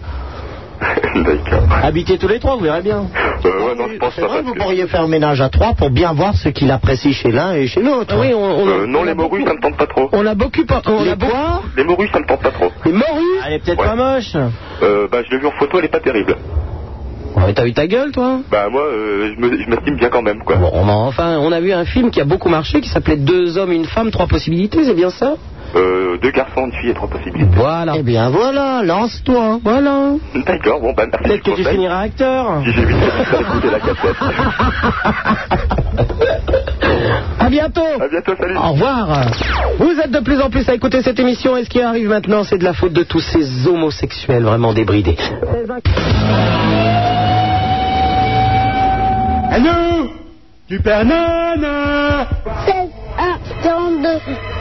Habitez tous les trois, vous verrez bien. Euh, ouais, non, je pense C'est pas. vrai, parce vous que- pourriez faire ménage à trois pour bien voir ce qu'il apprécie chez l'un et chez Ah l'autre. Ah Oui, on, Euh, non, les morues, ça me tente pas trop. on a beaucoup... On a beaucoup... Les morues, ça me tente pas trop. Les morues Elle est peut-être pas moche. Euh, bah, je l'ai vu en photo, elle est pas terrible. Mais t'as vu ta gueule, hein toi Bah, moi, euh, je me- je m'estime bien quand même, quoi. Bon, bah, enfin, on a vu un film qui a beaucoup marché qui s'appelait Deux hommes, une femme, trois possibilités, c'est bien ça Euh, deux garçons, une fille et trois possibilités. Voilà. Eh bien voilà, lance-toi. Voilà. D'accord, bon, bah, merci. Peut-être que tu finiras acteur. J'ai vu ça, écouter la cassette. À bientôt. À bientôt, salut. Ah, Au revoir. Vous êtes de plus en plus à écouter cette émission et ce qui arrive maintenant, c'est de la faute de tous ces homosexuels vraiment débridés. Allô Super Nana 16, 1, 42,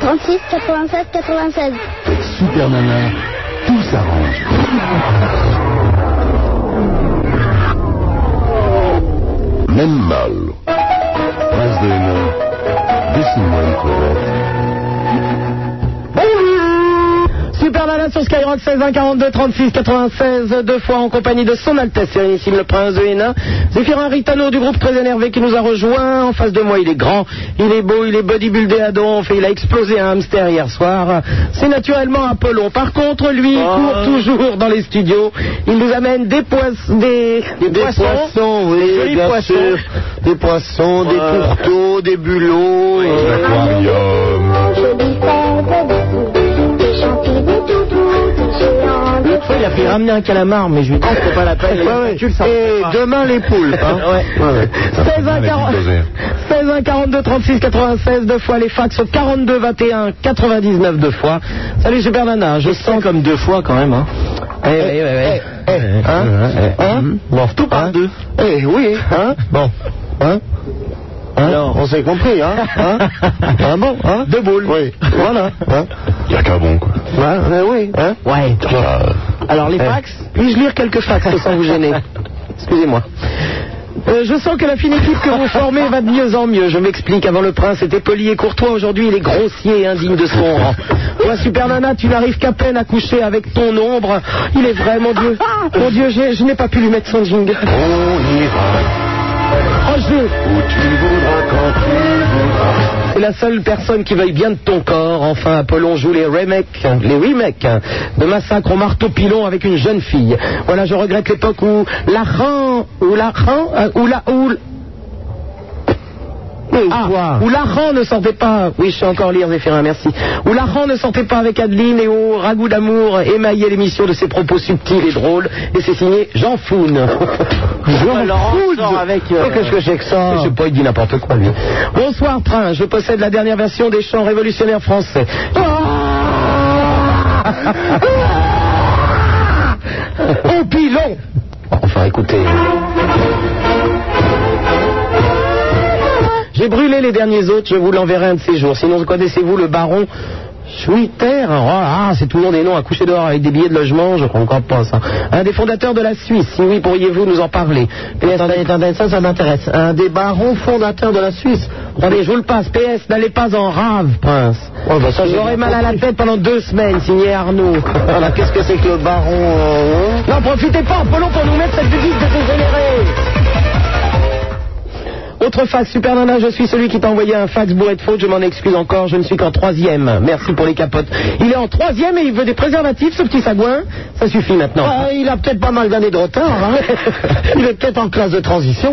36, 96, 96. Super Nana, tout s'arrange. Même mal. Prince de Hénin, dessine-moi une crevette. Super Nana sur Skyrock 16 1 42 36 96 deux fois en compagnie de son Altesse Sérénissime le Prince de Hénin. Zéphirin Ritano du groupe très énervé qui nous a rejoint. En face de moi, il est grand, il est beau, il est bodybuildé à donf et il a explosé un hamster hier soir. C'est naturellement Apollon. Par contre, lui, Ah. il court toujours dans les studios. Il nous amène des poissons, des, Des poissons, des oui, jolis bien poissons. sûr. Des poissons, des tourteaux, des bulots. euh, et- L'autre fois, il a fait ramener un calamar, mais je lui dis que c'est pas la peine. Ouais, ouais. Tu le sens Et pas. demain, les poulpes. hein. Ouais. Ouais, ouais. 16 1 40 16 1 42 36 96 deux fois les fax au 42 21 99 deux fois. Salut Super Nana, je sens comme deux fois quand même hein. Eh ouais ouais ouais. Hein Hein Bon, tout par deux. Eh oui, hein Bon. Hein Hein On s'est compris, hein Hein Hein, bon Hein Deux boules. Oui, voilà. Hein Il y a qu'un bon, quoi. Euh, Ouais, ouais, oui, hein Ouais. Alors les Eh. fax, puis-je lire quelques fax sans vous gêner Excusez-moi. Euh, je sens que la fine équipe que vous formez va de mieux en mieux. Je m'explique, avant le prince était poli et courtois, aujourd'hui il est grossier et indigne de son rang. Toi, Super Nana, tu n'arrives qu'à peine à coucher avec ton ombre. Il est vrai, mon Dieu. Mon Dieu, j'ai- je n'ai pas pu lui mettre son jingle. On ira Roger C'est la seule personne qui veuille bien de ton corps. Enfin, Apollon joue les remakes, les remakes hein, de Massacre au marteau pilon avec une jeune fille. Voilà, je regrette l'époque où la ran, où la ran, euh, où la, où l- ah, où Laurent ne sortait pas. Oui, je sais encore lire Zéphirin, merci. Où Laurent ne sortait pas avec Adeline et au ragoût d'amour émaillait l'émission de ses propos subtils et drôles. Et c'est signé Jean Foune. Jean Foune avec. Qu'est-ce que c'est que ça Je sais pas, il dit n'importe quoi lui. Bonsoir, Prince. Je possède la dernière version des chants révolutionnaires français. Ah Au pilon Enfin, écoutez. J'ai brûlé les derniers autres, je vous l'enverrai un de ces jours. Sinon, connaissez-vous le baron Schwitter Ah, c'est toujours des noms à coucher dehors avec des billets de logement, je comprends pas ça. Un des fondateurs de la Suisse, si oui, pourriez-vous nous en parler PS, Attendez, attendez, ça, ça m'intéresse. Un des barons fondateurs de la Suisse. Attendez, je vous le passe. PS, n'allez pas en rave, Prince. Oh, bah, ça, j'ai J'aurai bien mal à la tête pendant deux semaines, signé Arnaud. Voilà, qu'est-ce que c'est que le baron euh, hein N'en profitez pas, Apollon, pour nous mettre cette musique dégénérée. Autre fax, Super Nana, je suis celui qui t'a envoyé un fax bourré de fautes, je m'en excuse encore, je ne suis qu'en troisième. Merci pour les capotes. Il est en troisième et il veut des préservatifs, ce petit sagouin. Ça suffit maintenant. Ah, il a peut-être pas mal d'années de retard. hein. il est peut-être en classe de transition.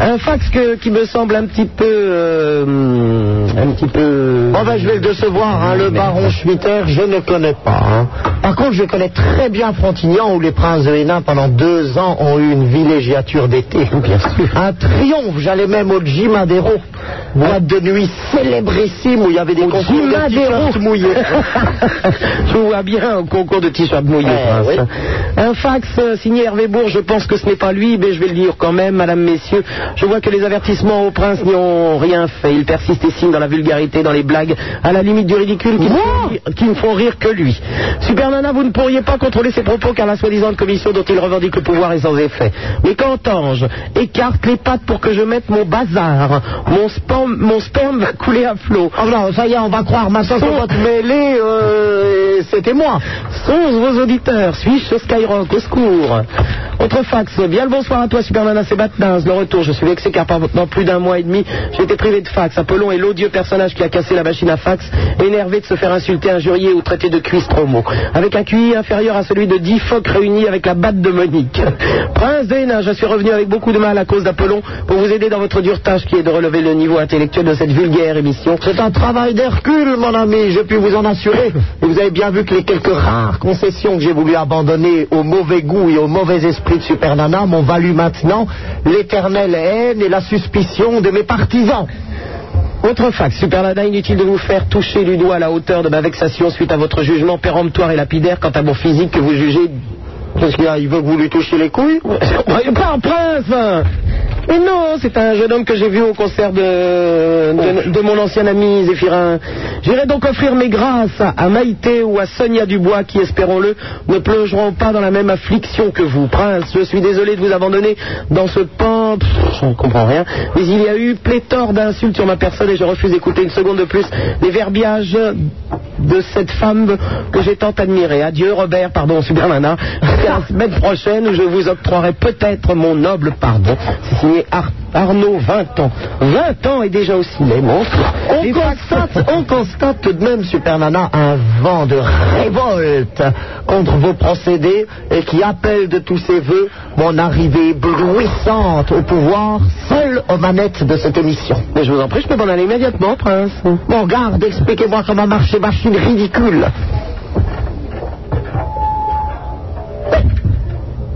Un fax que- qui me semble un petit peu... euh, Hmm, hum, un petit peu... Bon ben, je vais le décevoir, hein, le baron Schmitter, je ne connais pas. hein. Par contre, je connais très bien Frontignan, où les princes de Hénin, pendant deux ans, ont eu une villégiature d'été. Un triomphe, j'allais même au Gimadero, boîte de nuit célébrissime, où il y avait des concours de Gimadero. t-shirts mouillés. Je vous vois bien au concours de t-shirt mouillé, Eh, Prince. Un fax euh, signé Hervé Bourg, je pense que ce n'est pas lui, mais je vais le dire quand même, madame, messieurs. Je vois que les avertissements au prince n'y ont rien fait. Il persiste et signe dans la vulgarité, dans les blagues, à la limite du ridicule, qui, me font rire- qui ne font rire que lui. Super Nana, vous ne pourriez pas contrôler ses propos car la soi-disant commission dont il revendique le pouvoir est sans effet. Mais qu'entends-je Écarte les pattes pour que je mette mon bazar. Mon sperme, mon sperme va couler à flot. Oh non, ça y est, on va croire, maintenant qu'on va te mêler, euh, et c'était moi. Songe vos auditeurs, suis-je sur Skyrock, au secours. Autre fax, bien le bonsoir à toi Superman, c'est Batnaz, le retour, je suis vexé car pendant plus d'un mois et demi, j'ai été privé de fax. Apollon est l'odieux personnage qui a cassé la machine à fax, énervé de se faire insulter, injurier ou traiter de cuisse promo. Avec un QI inférieur à celui de 10 phoques réunis avec la batte de Monique. Prince des nains, je suis revenu avec beaucoup de mal à cause d'Apollon pour vous aider dans votre dure tâche qui est de relever le niveau intellectuel de cette vulgaire émission. C'est un travail d'Hercule, mon ami, je puis vous en assurer. Et vous avez bien vu que les quelques rares concessions que j'ai voulu abandonner au mauvais goût et au mauvais esprit de Super Nana m'ont valu maintenant l'éternelle haine et la suspicion de mes partisans. Autre fax, Super Nana, inutile de vous faire toucher du doigt à la hauteur de ma vexation suite à votre jugement péremptoire et lapidaire quant à mon physique que vous jugez. Parce qu'il a- il veut que vous lui touchiez les couilles Pas un prince hein? Mais non, c'est un jeune homme que j'ai vu au concert de, de, de mon ancien ami Zéphirin. J'irai donc offrir mes grâces à Maïté ou à Sonia Dubois qui, espérons-le, ne plongeront pas dans la même affliction que vous. Prince, je suis désolé de vous abandonner dans ce pan... Pff, je ne comprends rien. Mais il y a eu pléthore d'insultes sur ma personne et je refuse d'écouter une seconde de plus les verbiages de cette femme que j'ai tant admirée. Adieu Robert, pardon, super nana. À la semaine prochaine où je vous octroierai peut-être mon noble pardon. C'est signé Ar- Arnaud, 20 ans. 20 ans et déjà aussi les monstres. On constate, on constate tout de même, Super Nana, un vent de révolte contre vos procédés et qui appelle de tous ses voeux mon arrivée bruissante au pouvoir, seule aux manettes de cette émission. Mais je vous en prie, je peux m'en aller immédiatement, prince. Bon, garde, expliquez-moi comment marche ces machines ridicules.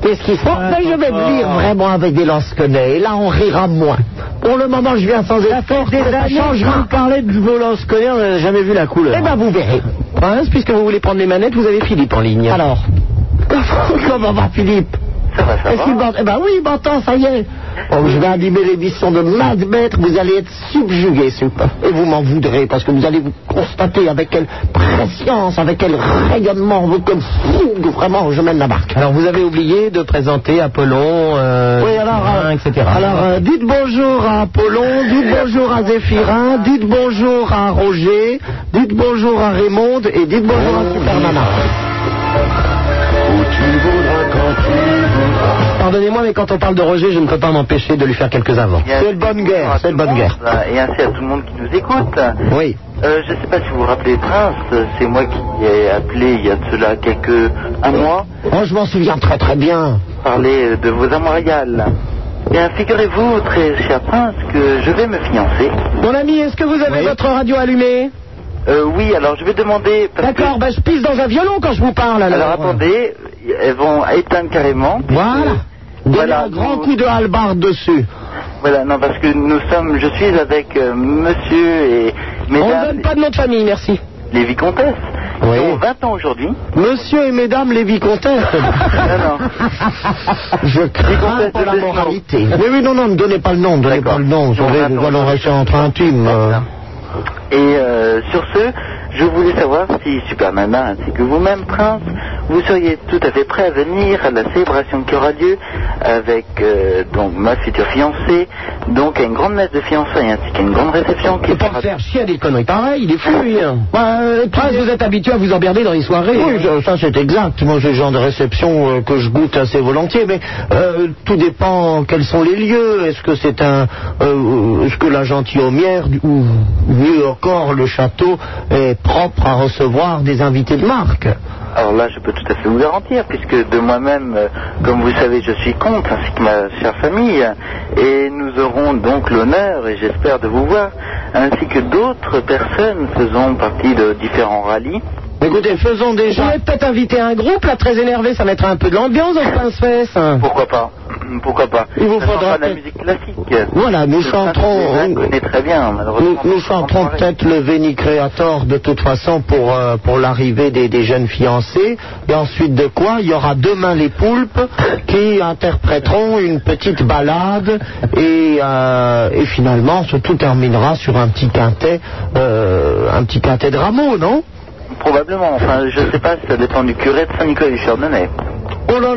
Qu'est-ce qu'il faut Ah, Mais Je vais me lire vraiment avec des lansquenets, et là on rira moins. Pour le moment, je viens sans effort, des ça années que changera. vous parlez de vos lansquenets, on n'a jamais vu la couleur. Hein, Eh ben, vous verrez. Prince, puisque vous voulez prendre les manettes, vous avez Philippe en ligne. Alors, comment va Philippe Est-ce qu'il m'entend Eh ben oui, il m'entend, ça y est. Bon, Oh, je vais animer l'émission de Mad Maître, vous allez être subjugué, super. Et vous m'en voudrez, parce que vous allez vous constater avec quelle prescience, avec quel rayonnement, vous, comme fou, vraiment, je mène la barque. Alors, vous avez oublié de présenter Apollon, euh, Oui, alors, Zéphirin, euh, etc. alors euh, dites bonjour à Apollon, dites bonjour à Zéphirin, dites bonjour à Roger, dites bonjour à Raymond et dites bonjour à Supermana. Où tu voudras quand Pardonnez-moi, mais quand on parle de Roger, je ne peux pas m'empêcher de lui faire quelques avants. C'est le bonne guerre, c'est le bonne guerre. euh, Et ainsi à tout le monde qui nous écoute. Oui. Euh, je ne sais pas si vous vous rappelez Prince, c'est moi qui ai appelé il y a de cela quelques un mois. Oh, je m'en souviens très très bien. Parler de vos amours royales. Bien, figurez-vous, très cher Prince, que je vais me fiancer. Mon ami, est-ce que vous avez votre radio allumée Euh, oui, alors je vais demander. parce que- D'accord, ben je pisse dans un violon quand je vous parle alors. Alors attendez, elles vont éteindre carrément. Voilà. Donnez un grand coup de hallebarde dessus. Voilà, non, parce que nous sommes, je suis avec euh, monsieur et On ne mesdames donne pas de nom de famille, merci. les vicomtesses, qui ont 20 ans aujourd'hui. Monsieur et mesdames les vicomtesses. Je crains pour la moralité. Mais oui, non, non, ne donnez pas le nom, ne donnez pas le nom. Sauvez, nous allons rester entre intimes. euh. Et euh, sur ce, je voulais savoir si Supermana ainsi que vous-même, Prince, vous seriez tout à fait prêt à venir à la célébration qui aura lieu avec euh, donc ma future fiancée, donc à une grande messe de fiançailles ainsi qu'à une grande réception qui Pour me faire chier à des conneries pareilles, il est fou, lui. hein. Bah, euh, Prince, vous êtes habitué à vous emmerder dans les soirées. Oui, hein. je- ça c'est exact. Moi, j'ai le genre de réception euh, que je goûte assez volontiers, mais euh, tout dépend quels sont les lieux. Est-ce que c'est un, euh, est-ce que la gentilhommière du- ou mieux encore le château est propre à recevoir des invités de marque Alors là, je peux tout à fait vous garantir, puisque de moi-même, euh, comme vous le savez, je suis comte, ainsi que ma chère famille, et nous aurons donc l'honneur, et j'espère de vous voir, ainsi que d'autres personnes faisant partie de différents rallyes. Écoutez, faisons déjà. Je vais peut-être inviter un groupe, là, très énervé, ça mettra un peu de l'ambiance dans Prince Fest. hein. Pourquoi pas Pourquoi pas Il vous Ça sera faudra de la peut-être- musique classique. Voilà, nous chanterons. Je connais très bien, malheureusement. Nous, nous chanterons peut-être le Veni Creator de toute façon pour, euh, pour l'arrivée des, des jeunes fiancés. Et ensuite de quoi Il y aura demain les poulpes qui interpréteront une petite balade et, euh, et finalement ce tout terminera sur un petit quintet, euh, un petit quintet de rameaux, non Probablement, enfin, je sais pas, ça dépend du curé de Saint-Nicolas du Chardonnay. Oh là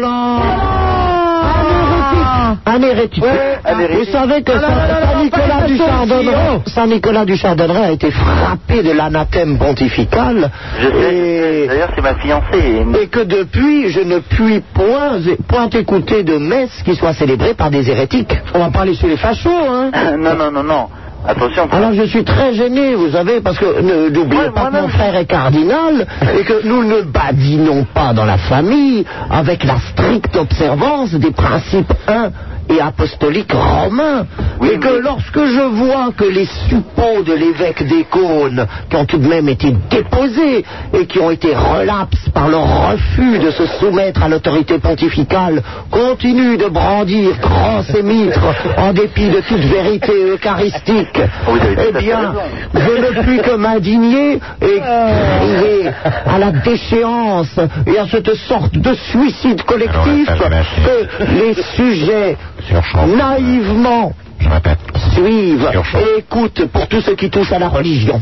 là Un hérétique. un hérétique. Vous savez que Saint-Nicolas du Chardonneret, Saint-Nicolas du Chardonneret a été frappé de l'anathème pontificale. Je sais, je sais. d'ailleurs, c'est ma fiancée. Et que depuis, je ne puis point, point écouter de messe qui soit célébrée par des hérétiques. On va parler sur les fachos, hein Non, non, non, non. Attention. Alors je suis très gêné, vous savez, parce que ne- n'oubliez pas que mon frère est cardinal et que nous ne badinons pas dans la famille avec la stricte observance des principes 1 et apostoliques romains. et que lorsque je vois que les suppôts de l'évêque d'Écône, qui ont tout de même été déposés et qui ont été relapses par leur refus de se soumettre à l'autorité pontificale, continuent de brandir cross et mitre en dépit de toute vérité eucharistique, eh bien, je ne puis que m'indigner et crier à la déchéance et à cette sorte de suicide collectif que les sujets naïvement suivent et écoutent pour tout ce qui touche à la religion.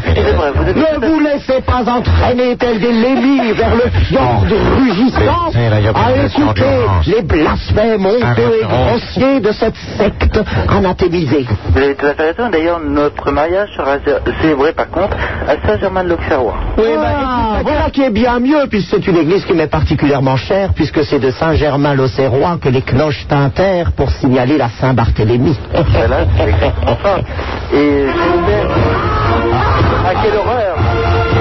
Ne vous laissez pas entraîner tel des lévis vers le fjord rugissant à écouter les blasphèmes honteux et grossiers de cette secte anathémisée. Vous avez tout à fait raison. D'ailleurs, notre mariage sera cé- célébré par contre à Saint-Germain-de-l'Auxerrois. Oui, bah, écoute, voilà qui est bien mieux, puisque c'est une église qui m'est particulièrement chère, puisque c'est de Saint-Germain-l'Auxerrois que les cloches tintèrent pour signaler la Saint-Barthélemy. Voilà, c'est exactement ça. Et j'espère. Ah, quelle horreur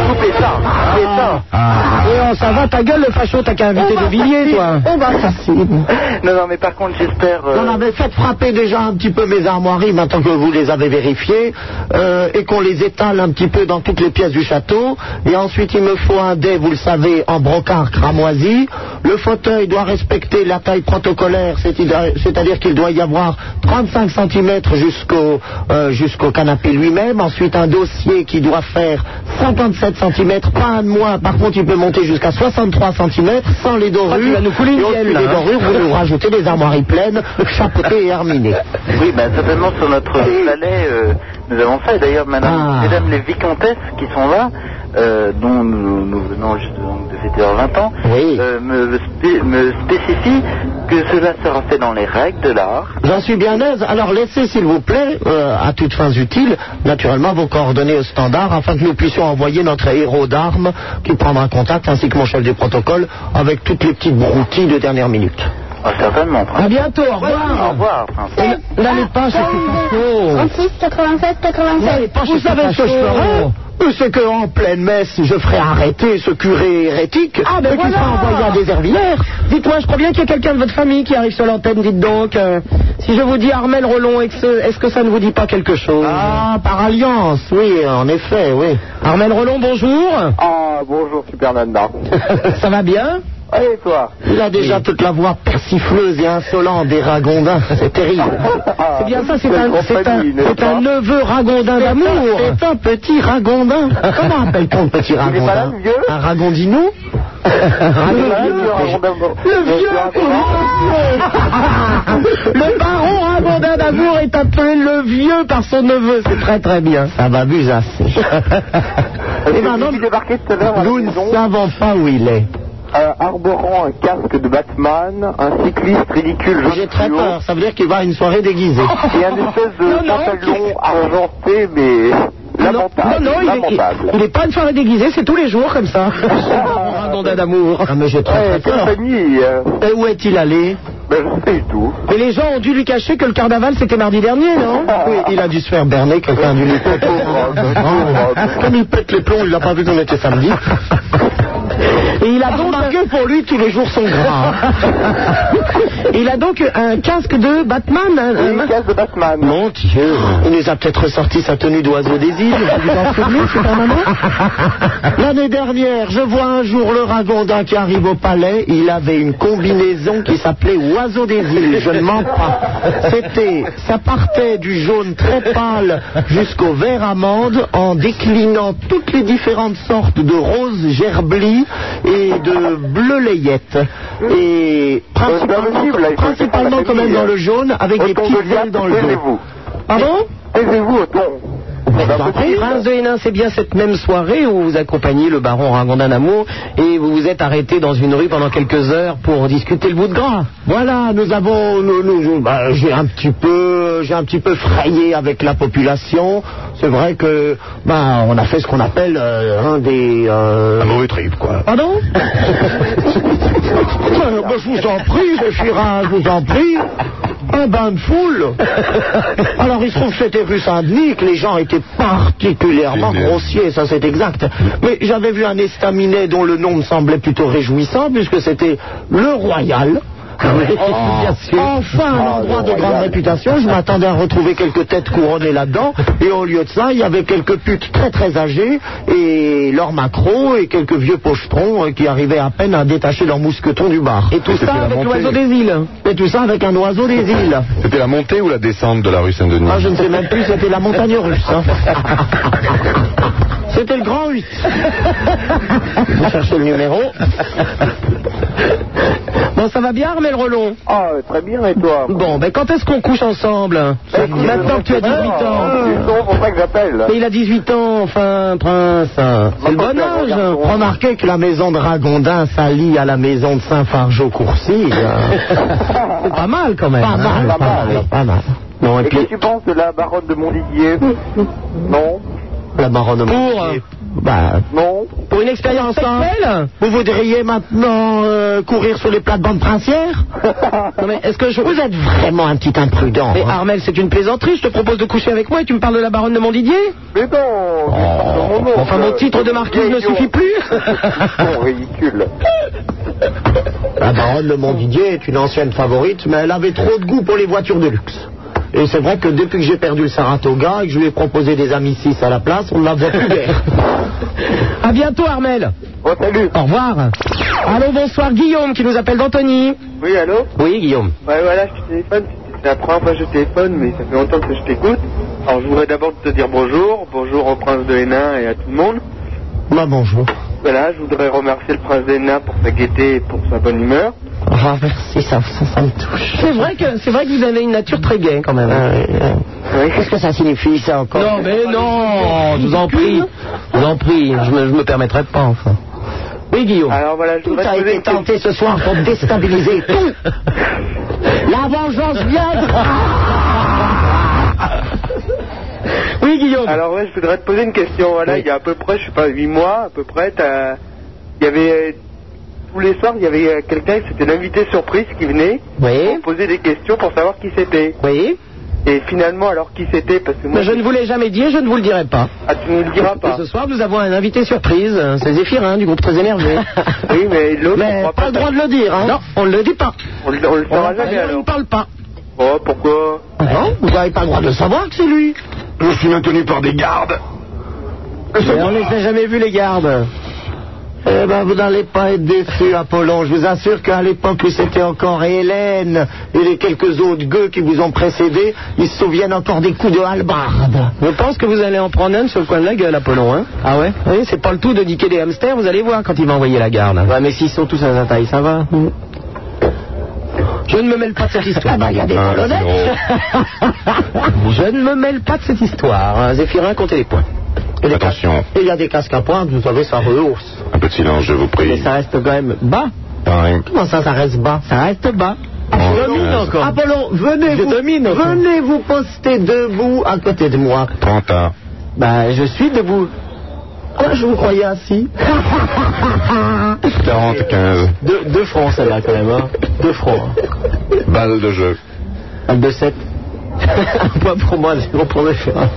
Coupez ça Coupez Ah. ça Oh, ça va, ta gueule, le facho, t'as qu'à inviter de Villiers, toi. On m'assassine. Non, non, mais par contre, j'espère. euh, Non, non, mais faites frapper déjà un petit peu mes armoiries maintenant que vous les avez vérifiées euh, et qu'on les étale un petit peu dans toutes les pièces du château. Et ensuite, il me faut un dé, vous le savez, en brocart cramoisi. Le fauteuil doit respecter la taille protocolaire, c'est- c'est-à-dire qu'il doit y avoir 35 cm jusqu'au euh, jusqu'au canapé lui-même. Ensuite, un dossier qui doit faire 57 cm, pas un de moins. Par contre, il peut monter jusqu'à 63 cm sans les dorures. Oh, tu vas nous couler une Et au-dessus gueule, des là, hein. dorures, vous nous rajoutez des armoiries pleines, chapeautées et herminées. Oui, ben certainement Ah. sur notre palais, euh, nous avons ça. Et d'ailleurs, madame, mesdames les vicomtesses qui sont là euh, dont nous, nous venons juste donc de fêter leurs 20 ans, euh, me, spé- me spécifie que cela sera fait dans les règles de l'art. J'en suis bien aise. Alors laissez, s'il vous plaît, euh, à toutes fins utiles, naturellement vos coordonnées au standard afin que nous puissions envoyer notre héros d'armes qui prendra contact, ainsi que mon chef du protocole, avec toutes les petites broutilles de dernière minute. Ah, certainement. À bientôt, au revoir. Au revoir, Prince. N'allez pas chez Picasso. 36, 87, 87. Vous savez ce que je ferai C'est qu'en pleine messe, je ferai arrêter ce curé hérétique Ah, ben et qui voilà. sera envoyé en déservière. Dites-moi, je crois bien qu'il y a quelqu'un de votre famille qui arrive sur l'antenne, dites donc. euh, si je vous dis Armel Rollon, est-ce est-ce que ça ne vous dit pas quelque chose Ah, par alliance, oui, en effet, oui. Armel Rollon, bonjour. Ah, bonjour, Super Nana. ça va bien Allez, toi Il a déjà toute la voix persifleuse et insolente des ragondins. C'est terrible. Ah, C'est Eh bien ça, c'est quelle un, c'est un- compagnie, n'est-ce c'est un pas neveu ragondin C'est un- d'amour. C'est un petit ragondin. Comment appelle-t-on le petit pas ragondin là, le Un ragondino Ah, Euh, Le baron ragondin d'amour est appelé le vieux par son neveu. C'est très très bien. Ça m'abuse assez. Et maintenant, Nous ne savons pas où il est. Euh, arborant un casque de Batman, un cycliste ridicule jaune J'ai très fluo, peur. Ça veut dire qu'il va à une soirée déguisée. Ah, et un espèce de pantalon argenté, mais lamentable. Non, non, il est- lamentable. il n'est pas une soirée déguisée, c'est tous les jours comme ça. Ragondin d'amour. Ah, mais j'ai très, Eh, Ouais, très peur. famille. euh, Et où est-il allé ben, je sais pas du tout. Mais les gens ont dû lui cacher que le carnaval c'était mardi dernier, non Oui, il a dû se faire berner, quelqu'un a dû lui péter. Hein Comme il pète les plombs, il n'a pas vu qu'on était samedi. Et il a donc Ah, Que pour lui, tous les jours sont gras. il a donc un casque de Batman. un- un- Casque de Batman. Mon Dieu, il nous a peut-être ressorti sa tenue d'oiseau des îles. Ah, Vous vous en souvenez, super maman L'année dernière, je vois un jour le ragondin qui arrive au palais. Il avait une combinaison qui s'appelait oiseau des îles. Je ne mens pas. C'était, ça partait du jaune très pâle jusqu'au vert amande en déclinant toutes les différentes sortes de roses gerblis et de bleu layette. Et principalement, principalement quand même dans le jaune avec des petites ailes dans le dos. Pardon Bah, Taisez-vous, autant. Prince de Hénin, c'est bien cette même soirée où vous accompagnez le baron Ragondin d'amour et vous vous êtes arrêté dans une rue pendant quelques heures pour discuter le bout de gras. Voilà, nous avons, nous, nous- nous- bah, j'ai un petit peu, j'ai un petit peu frayé avec la population. C'est vrai que, bah, on a fait ce qu'on appelle euh, un des. euh, Un mauvais trip, quoi. Pardon Euh, bah, Je vous en prie, Zéphirin, je vous en prie. Un bain de foule. Alors, il se trouve que c'était rue Saint-Denis, que les gens étaient particulièrement grossiers, ça c'est exact. Mais j'avais vu un estaminet dont le nom me semblait plutôt réjouissant, puisque c'était le Royal. Enfin, un endroit de grande réputation. Je m'attendais à retrouver quelques têtes couronnées là-dedans. Et au lieu de ça, il y avait quelques putes très très âgées et leurs macros et quelques vieux pochetrons euh, qui arrivaient à peine à détacher leurs mousquetons du bar. Et tout C'était ça la avec montée. l'oiseau des îles. Et tout ça avec un oiseau des îles. C'était la montée ou la descente de la rue Saint-Denis Ah, je ne sais même plus, c'était la montagne russe. hein. C'était le grand 8. Vous cherchez le numéro Bon, ça va bien, Armel Rollon Ah, très bien, et toi Bon, ben quand est-ce qu'on couche ensemble Maintenant que tu as 18 ans. Ah, C'est pour ça que j'appelle. Mais il a 18 ans, enfin, prince. C'est le bon âge. Remarquez que la maison de Ragondin s'allie à la maison de Saint-Fargeau-Courcy. C'est pas mal quand même. Pas mal, hein. pas mal, pas mal. Non, et Et puis qu'est-ce que tu penses de la baronne de Montdidier Non la baronne Pour, euh, bah, Non pour une expérience sexuelle Vous voudriez maintenant euh, courir sur les plates-bandes princières Non, mais est-ce que je... Vous êtes vraiment un petit imprudent. Mais ah, hein. Armel, c'est une plaisanterie. Je te propose de coucher avec moi et tu me parles de la baronne de Montdidier Mais non mais pas de mon nom, Oh. Enfin, mon titre de marquise ne suffit plus. Ils sont ridicules. ah, bah. La baronne de Montdidier est une ancienne favorite, mais elle avait trop de goût pour les voitures de luxe. Et c'est vrai que depuis que j'ai perdu le Saratoga et que je lui ai proposé des amis 6 à la place, on ne la voit plus guère. à bientôt, Armel. Bon, salut. Au revoir. Allô, bonsoir, Guillaume qui nous appelle d'Antony. Oui, allô Oui, Guillaume. Ouais, voilà, je te téléphone. C'est la première fois que je téléphone, mais ça fait longtemps que je t'écoute. Alors, je voudrais d'abord te dire bonjour. Bonjour au prince de Hénin et à tout le monde. bah bonjour. Voilà, je voudrais remercier le prince de Hénin pour sa gaieté et pour sa bonne humeur. Ah merci, ça, ça, ça me touche. Ah, C'est vrai que c'est vrai que vous avez une nature très gaie quand même. Euh, euh, Qu'est-ce que ça signifie ça encore Non mais non, je vous en prie. Je vous en prie, je me, je me permettrai pas, enfin. Oui, Guillaume. Alors voilà, je Tout voudrais a poser été une question. tenté ce soir pour déstabiliser tout. La vengeance Oui, Guillaume. Alors ouais, je voudrais te poser une question. Voilà, il y a à peu près, je sais pas, 8 mois, à peu près, t'as- il y avait euh, tous les soirs, il y avait euh, quelqu'un, c'était l'invité surprise qui venait Oui. pour poser des questions pour savoir qui c'était. Oui. Et finalement, alors qui c'était Parce que moi, Mais je ne vous l'ai jamais dit et je ne vous le dirai pas. ah, tu ne le diras pas. Ce soir, nous avons un invité surprise, euh, c'est Zéphirin du groupe Très Énervé. Oui, mais l'autre, Mais pas, le droit de le dire, hein Non, on ne le dit pas. on, le- on le saura On- jamais on alors. ne parle pas. Oh, pourquoi Non, vous n'avez pas le droit de le savoir que c'est lui. Je suis maintenu par des gardes. Mais on ne les a jamais vus, les gardes. Eh ben, vous n'allez pas être déçus, Apollon. Je vous assure qu'à l'époque où c'était encore Hélène et les quelques autres gueux qui vous ont précédés, ils se souviennent encore des coups de halbarde. Je pense que vous allez en prendre un sur le coin de la gueule, Apollon. Hein ah ouais Oui, c'est pas le tout de niquer des hamsters, vous allez voir quand il va envoyer la garde. Ouais, mais s'ils sont tous à la taille, ça va. Je ne me mêle pas de cette histoire. Ah bah, il y a des malhonnêtes. Je ne me mêle pas de cette histoire. hein. Zéphirin, comptez les points. Attention, Et il y a des casques à pointe, vous savez, ça rehausse. un peu de silence, je vous Mais prie. ça reste quand même bas. Time. Comment ça, ça reste bas Ça reste bas. Je domine encore. Euh, Apollon, venez, Je vous, domine encore. venez vous poster debout à côté de moi. Ben, Prends ta. Bah, je suis debout. Ah, je vous croyais assis. 45. Deux, deux francs, celle-là, quand même. Hein. Deux francs. hein. Balle de jeu. Un 2-7. Un point pour moi, zéro pour Zéphirin.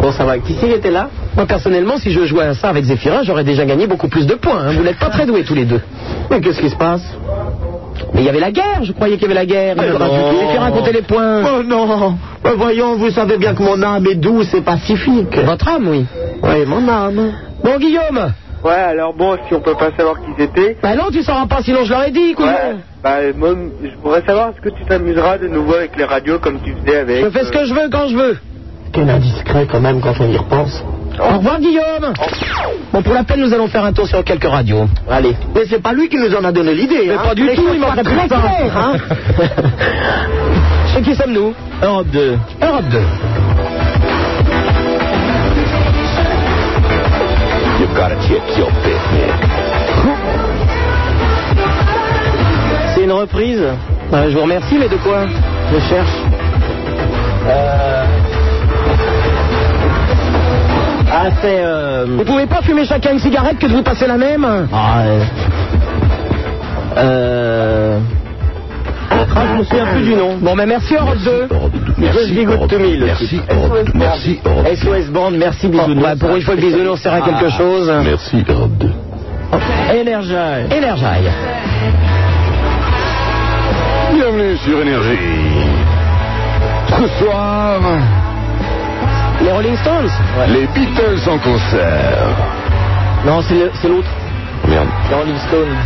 bon, ça va. Qui qui était là Moi, personnellement, si je jouais à ça avec Zéphirin, j'aurais déjà gagné beaucoup plus de points. hein. Vous n'êtes pas très doués tous les deux. Mais qu'est-ce qui se passe Mais il y avait la guerre, je croyais qu'il y avait la guerre. Il y aura du tout. Zéphirin comptait les points. Oh non Ben Voyons, vous savez bien que mon âme est douce et pacifique. Votre âme, oui. Oui, mon âme. Bon, Guillaume Ouais, alors bon, si on peut pas savoir qui c'était, Bah non, tu sauras pas, sinon je l'aurais dit, cousin. ouais, bah, moi, je voudrais savoir est-ce que tu t'amuseras de nouveau avec les radios comme tu faisais avec. euh, Je fais ce que je veux quand je veux. Quel indiscret quand même quand on y repense. Au revoir, Guillaume. Bon, pour la peine, nous allons faire un tour sur quelques radios. Allez. Mais c'est pas lui qui nous en a donné l'idée. Mais hein. pas du Les tout, choses il soient manquerait très plus ça. claires, hein. Chez qui sommes-nous Europe 2. Europe 2. You gotta check your business. C'est une reprise Euh, Je vous remercie, mais de quoi Je cherche. Ah, c'est. Vous pouvez pas fumer chacun une cigarette que de vous passer la même Ah, Euh. Ah, je me souviens plus du nom. Bon, mais merci Europe 2. Merci, Good Europe to me, le Merci, titre. Europe Merci, Europe SOS Band, merci Bisounours. Bah, pour une fois que Bisounours sert à quelque chose. Merci, Europe 2. Énergie. Énergie. Bienvenue sur Énergie. Ce soir, Les Rolling Stones les Beatles en concert. Non, c'est le- c'est l'autre. Merde. Les Rolling Stones.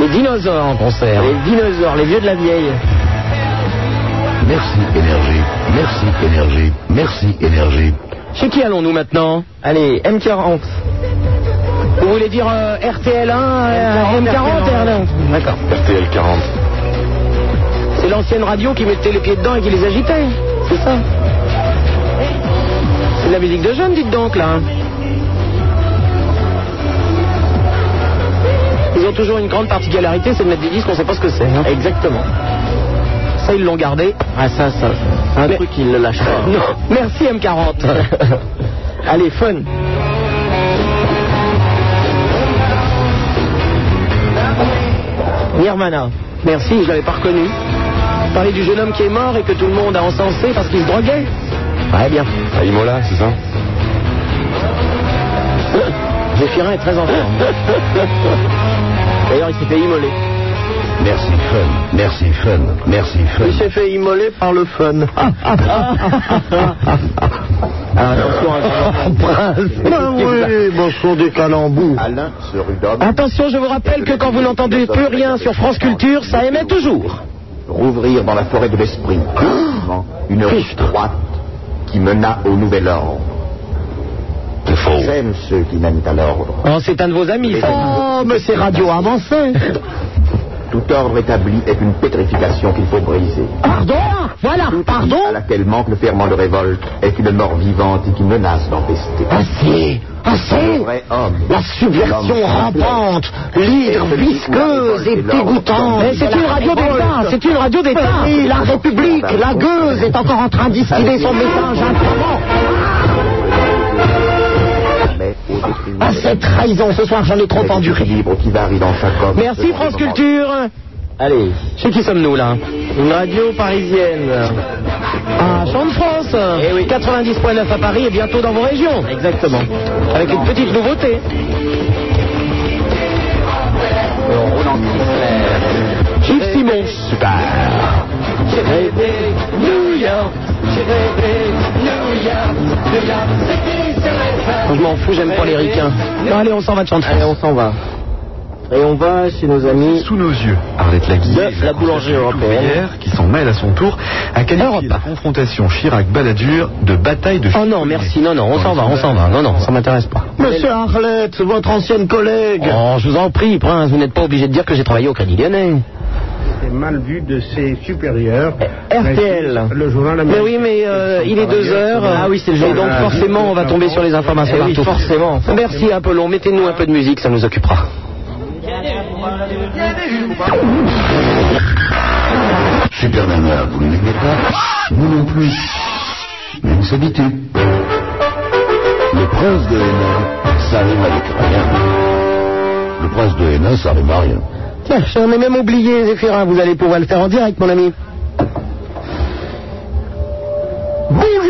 Les dinosaures en concert. Les dinosaures, les vieux de la vieille. Merci Énergie. Merci Énergie. Merci Énergie. Chez qui allons-nous maintenant Allez, M40. Vous voulez dire euh, RTL1, euh, M40 RTL1 D'accord. RTL 40. C'est l'ancienne radio qui mettait les pieds dedans et qui les agitait. C'est ça. C'est de la musique de jeunes, dites donc, là. Ils ont toujours une grande particularité, c'est de mettre des disques, on ne sait pas ce que c'est. Exactement. Ça, ils l'ont gardé. Ah, ça, ça. Un truc, ils ne lâchent pas. Non. Merci, M40. Allez, fun. Nirvana. Merci, je l'avais pas reconnu. Parler du jeune homme qui est mort et que tout le monde a encensé parce qu'il se droguait. Très bien. Ah, À Imola, c'est ça Zéphirin est très en forme. D'ailleurs, il s'est fait immoler. Merci Fun. Merci Fun. Merci Fun. Il s'est fait immoler par le fun. Ah, attention, attention. Ben oui, bon, ce sont des calembous. Alain se Ah, rudomme. Attention, je vous rappelle que quand vous n'entendez plus rien sur France Culture, ça émet toujours. Rouvrir dans la forêt de l'esprit. Une riche droite qui mena au nouvel ordre. J'aime ceux qui mènent à l'ordre. Oh, c'est un de vos amis, ça. Oh, mais c'est radio avancée. Tout ordre établi est une pétrification qu'il faut briser. Pardon Voilà, pardon Ah, à laquelle manque le ferment de révolte est une mort vivante et qui menace d'empester. Assez, passer la subversion rampante, libre, visqueuse et dégoûtante. Mais c'est de la une radio révolte. d'État, c'est une radio d'État. Et la République, la gueuse, est encore en train d'istiller son message infamant. Ah, cette trahison, ce soir j'en ai trop enduré. libre qui varie dans chaque homme. Merci France Culture. Allez, chez qui sommes-nous là Une radio parisienne. Ah, Champ de France Eh oui. 90.9 à Paris et bientôt dans vos régions. Exactement. Avec une petite nouveauté. Yves Simon. Super. J'ai rêvé New York, j'ai rêvé New York, New York City, c'est rêve. Je m'en fous, j'aime pas les ricains. Non, allez, on s'en va de Champ de France. Allez, on s'en va. Et on va chez nos amis. Sous nos yeux, Arlette Laguille, De la boulangerie européenne. ouvrière, qui s'en mêle à son tour, a qualifié la confrontation Chirac-Balladur de bataille de Oh non, merci, non, non, on s'en va, on s'en va. Non, non, ça m'intéresse pas. Monsieur Arlette, votre ancienne collègue. Oh, je vous en prie, Prince, vous n'êtes pas obligé de dire que j'ai travaillé au Crédit Lyonnais. C'est mal vu de ses supérieurs. Eh, RTL. Le journal Mais oui, mais euh, il est 2 heures. Ah oui, c'est le jour. Et donc Ah, forcément, on va tomber sur les informations Eh oui, partout. forcément. Merci Apollon, mettez-nous un peu de musique, ça nous occupera. Super Nana, vous ne l'aimez pas Nous non plus. Mais on s'habitue. Le prince de Hénin, ça rime avec rien. Le prince de Hénin, ça rime à rien. Tiens, j'en ai même oublié, Zéphirin, vous allez pouvoir le faire en direct, mon ami. Bonjour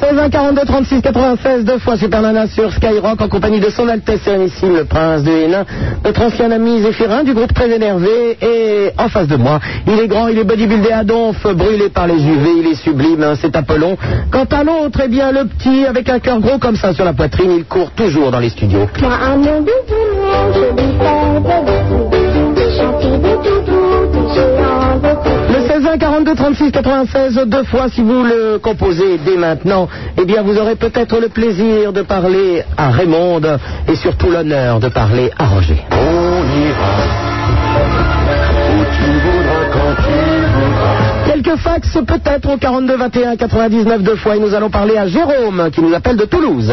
16 1 42 36 96, deux fois Super Nana sur Skyrock en compagnie de son Altesse Sérénissime, le Prince de Hénin, notre ancien ami Zéphirin du groupe Très Énervé et en face de moi, il est grand, il est bodybuildé à donf, brûlé par les UV, il est sublime, hein, c'est Apollon. Quant à l'autre, eh bien le petit avec un cœur gros comme ça sur la poitrine, il court toujours dans les studios. Le 16 1 42 36 96 deux fois si vous le composez dès maintenant, eh bien vous aurez peut-être le plaisir de parler à Raymond et surtout l'honneur de parler à Roger. Quelques fax peut-être au 42 21 99 deux fois et nous allons parler à Jérôme qui nous appelle de Toulouse.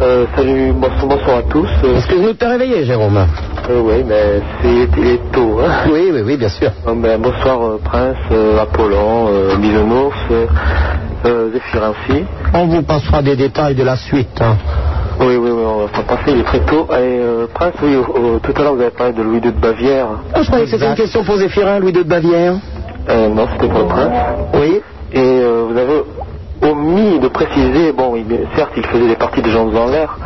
Euh, salut, bonsoir, bonsoir à tous. Est-ce que nous t'es réveillé, Jérôme Euh, oui, mais c'est il est tôt. Hein. Oui, oui, oui, bien sûr. bonsoir, euh, Prince, euh, Apollon, euh, Milonos, euh, euh, Zéphirin aussi. On vous passera des détails de la suite. hein. Oui, oui, oui, on va s'en passer, il est très tôt. Et euh, Prince, oui, au- au- tout à l'heure, vous avez parlé de Louis II de Bavière. Ah, je croyais que c'était une question pour Zéphirin, Louis II de Bavière. Euh, non, c'était pour le Prince. Oui. Et euh, vous avez omis de préciser, bon, il- certes, il faisait des parties de jambes en l'air,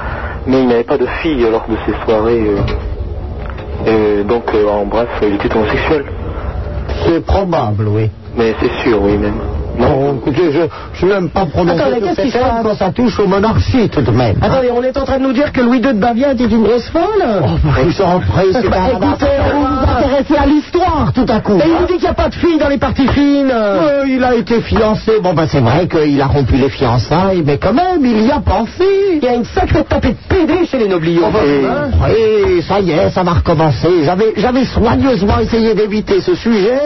mais il n'avait pas de fille lors de ses soirées. euh. Et donc, euh, en bref, il était homosexuel. C'est probable, oui. Mais c'est sûr, oui, même. Non, écoutez, je ne même pas prononcer Attendez, sur qu'est-ce ces qui se termes passe quand ça touche aux monarchies, tout de même. Attendez, on est en train de nous dire que Louis II de Bavière était une grosse folle Oh, bah, Ils sont en presse, c'est pas Écoutez, vous vous intéressez à l'histoire tout à coup. Et il nous dit qu'il n'y a pas de filles dans les parties fines. Euh, il a été fiancé. Bon, ben c'est vrai qu'il a rompu les fiançailles, mais quand même, il y a pensé. Oh, Il y a une sacrée tapée de PD chez les nobliaux. Et ça y est, ça va recommencer. J'avais, j'avais soigneusement essayé d'éviter ce sujet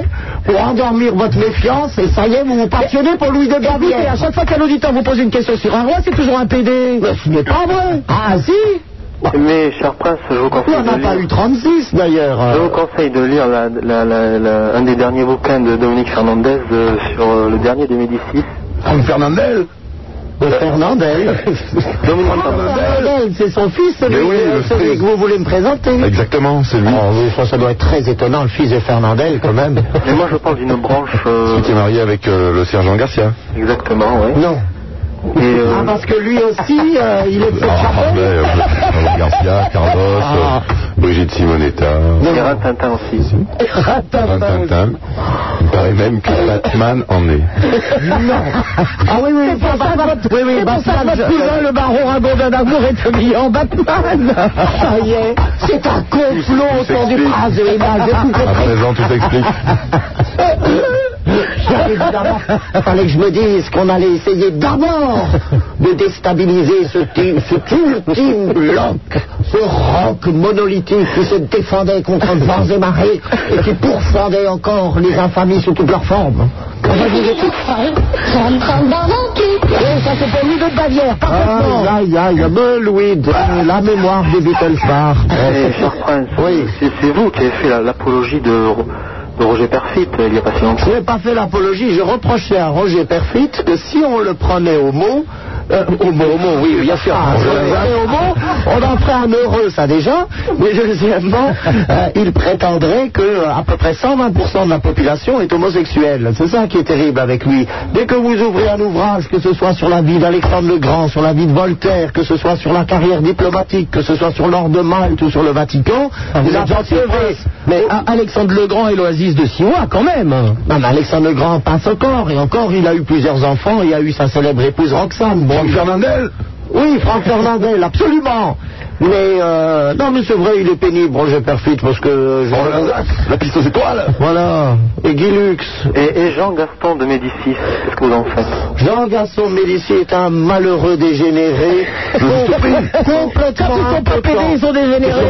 pour endormir votre méfiance, et ça y est, vous vous passionnez pour Louis de Écoutez, Bavière. à chaque fois qu'un auditeur vous pose une question sur un roi, c'est toujours un PD. Mais ce n'est pas vrai. Ah, si Mais, cher Prince, je vous Il n'y conseille en de a lire... pas eu 36, d'ailleurs. Je vous conseille de lire la- la- la- la- un des derniers bouquins de Dominique Fernandez euh, sur euh, le dernier des Médicis. Fernandel De Fernandel. Dominique Fernandez. Fernandel, c'est son fils, celui, euh, celui que vous voulez me présenter. Exactement, c'est lui. Oh, oui, ça, ça doit être très étonnant, le fils de Fernandel, quand même. Mais moi, je parle d'une branche. euh, Celui qui est marié avec euh, le sergent Garcia. Exactement, euh, oui. Non. Ah, parce que lui aussi, euh, il est de cette Ah, ben, chapelle. euh, Sergent Garcia, Carlos, euh, Brigitte Simonetta. bah, Et Tintin aussi. Tintin. Il paraît même que Batman en est. Non. Ah oui, oui, c'est pour ça que votre, oui, oui, c'est pour ça Batman, que votre je- cousin, le baron Ragondin d'Amour, est habillé en Batman. Ça y est, c'est un complot autour du prince de Hénin, j'ai tout À compris. présent, tout s'explique. J'avais d'abord, fallait que je me dise qu'on allait essayer d'abord de déstabiliser ce, team, cet ultime bloc, ce roc monolithique qui se défendait contre vents et marées et qui pourfendait encore les infamies sous toutes leurs formes. Quand je disais tout ça, ça me prend dans mon cul. Et ça s'est permis de Bavière, parfaitement. Aïe, aïe, aïe, me Louis, la mémoire des Beatles Bar. Eh, cher prince, oui. c'est vous qui avez fait la- l'apologie de, Ro- de Roger Perfit euh, il n'y a pas si longtemps. Je n'ai pas fait l'apologie, je reprochais à Roger Perfit que si on le prenait au mot, euh, au mot, au mot, oui, bien sûr, on le prenait au mot, on en ferait un heureux, ça déjà, mais deuxièmement, euh, il prétendrait que euh, à peu près 120% de la population est homosexuelle. C'est ça qui est terrible avec lui. Dès que vous ouvrez un ouvrage, que ce soit sur la vie d'Alexandre le Grand, sur la vie de Voltaire, que ce soit sur la carrière diplomatique, que ce soit sur l'ordre de Malte ou sur le Vatican, Ah, vous, vous êtes gentil, apercevez. Mais à- Alexandre le Grand et l'oasis de Siwa, quand même. hein. Non, mais Alexandre le Grand passe encore, et encore, il a eu plusieurs enfants, il a eu sa célèbre épouse Roxane. Franck Fernandel Oui, Franck Fernandel, absolument. Mais, euh, non, mais c'est vrai, il est pénible, Roger Perfit, parce que... euh, je- La piste aux étoiles Voilà. Et Guy Lux. Et, et Jean Gaston de Médicis, qu'est-ce que vous en faites Jean Gaston de Médicis est un malheureux dégénéré. Com- complètement. ils sont dégénérés.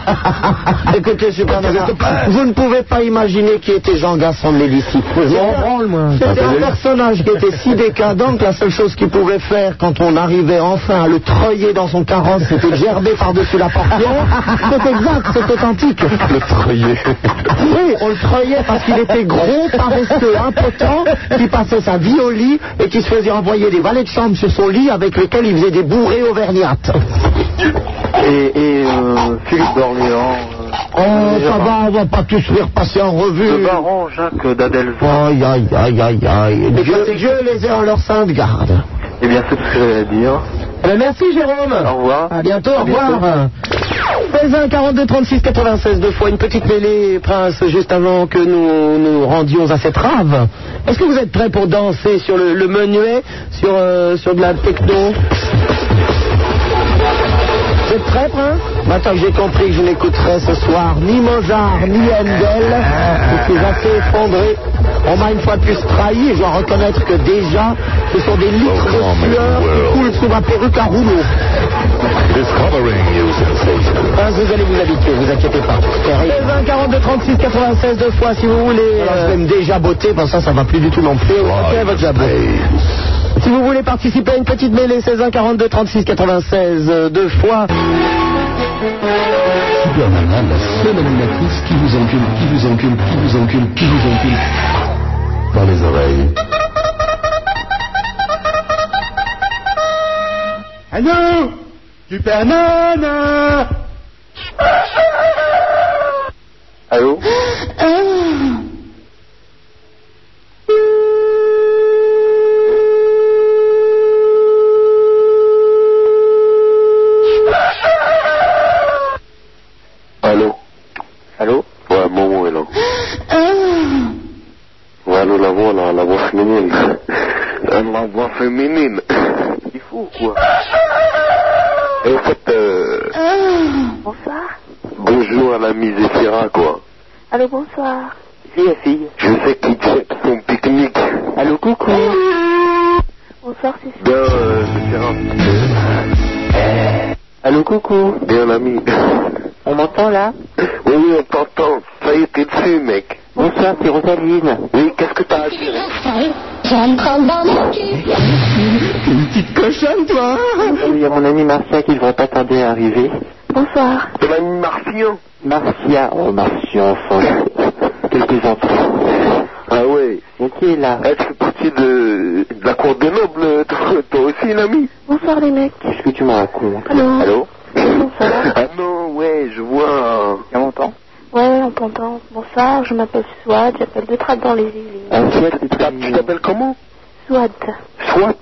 Écoutez, Super Nana, vous ne pouvez pas imaginer qui était Jean Gaston de Médicis. C'était un personnage qui était si décadent que la seule chose qu'il pouvait faire quand on arrivait enfin à le treuiller dans son carrosse, c'était de gerber par-dessus la portière. C'est exact, c'est authentique. Le treuiller. Oui, on le croyait parce qu'il était gros, paresseux, impotent, qui passait sa vie au lit et qui se faisait envoyer des valets de chambre sur son lit avec lesquels il faisait des bourrées auvergnates. Oh, Et, et, euh, Philippe d'Orléans, euh, Oh, ça va, on va pas tous les repasser en revue. le baron Jacques d'Adelvaux. Aïe, aïe, aïe, aïe, aïe. Dieu, Dieu les ait en leur sainte garde. Eh bien, c'est tout ce que j'avais à dire. Eh ben, merci Jérôme. Au revoir. À bientôt, au À bientôt. revoir. 16 1 42 36 96 deux fois une petite mêlée, Prince, juste avant que nous nous rendions à cette rave. Est-ce que vous êtes prêts pour danser sur le, le menuet, sur, euh, sur de la techno Vous êtes prêts, Prince Maintenant que j'ai compris que je n'écouterai ce soir ni Mozart ni Handel, je suis assez effondré. On m'a une fois de plus trahi et je dois reconnaître que déjà, ce sont des litres de sueur qui coulent sous ma perruque à rouleau. Discovering new sensations. Prince, vous allez vous habituer, vous inquiétez pas. 20, 42, 36, 96 deux fois si vous voulez. Alors, je vais me déjaboter, bon ça, ça va plus du tout non plus. Ok, votre jabot. euh, Si vous voulez participer à une petite mêlée, 16 1 42 36 96 euh, deux fois. Super Nana, la seule animatrice qui vous encule, qui vous encule, qui vous encule, qui vous encule. Dans les oreilles. Allô Super Nana Allô Allô Allô Euh. Ouais, Momo est là. Ouais, allô, la voix, là, la voix féminine. Euh, la voix féminine. Il faut quoi Et en fait, euh, Bonsoir. bonjour à l'ami Zéphira, quoi. Allô, bonsoir. Si, si. Je sais qu'il check son pique-nique. Allô, coucou. Bonsoir, c'est Bien, euh, Zéphira. Euh. Allô, coucou. Bien, l'ami. On m'entend là Oui, oui, on t'entend. Ça y est, t'es dessus, mec. Bonsoir, c'est Rosaline. Oui, qu'est-ce que t'as à dire T'es une petite cochonne, toi hein Il y a mon ami Marcia qui ne va pas tarder à arriver. Bonsoir. C'est l'ami Martillon. Marcia, oh Marcia, enfin. Quelques enfants. Ah ouais. Et qui est là Eh, tu fais partie de, de la cour des nobles, euh, toi, toi aussi, l'ami Bonsoir, les mecs. Qu'est-ce que tu me racontes Allô Allô Bonsoir. Ah non, ouais, je vois. Il y a longtemps. Ouais, on t'entend. Bonsoir, je m'appelle Swad, j'appelle de Trade dans les Yvelines. Un souhait, c'est très Tu mignon. t'appelles comment Swad. Swat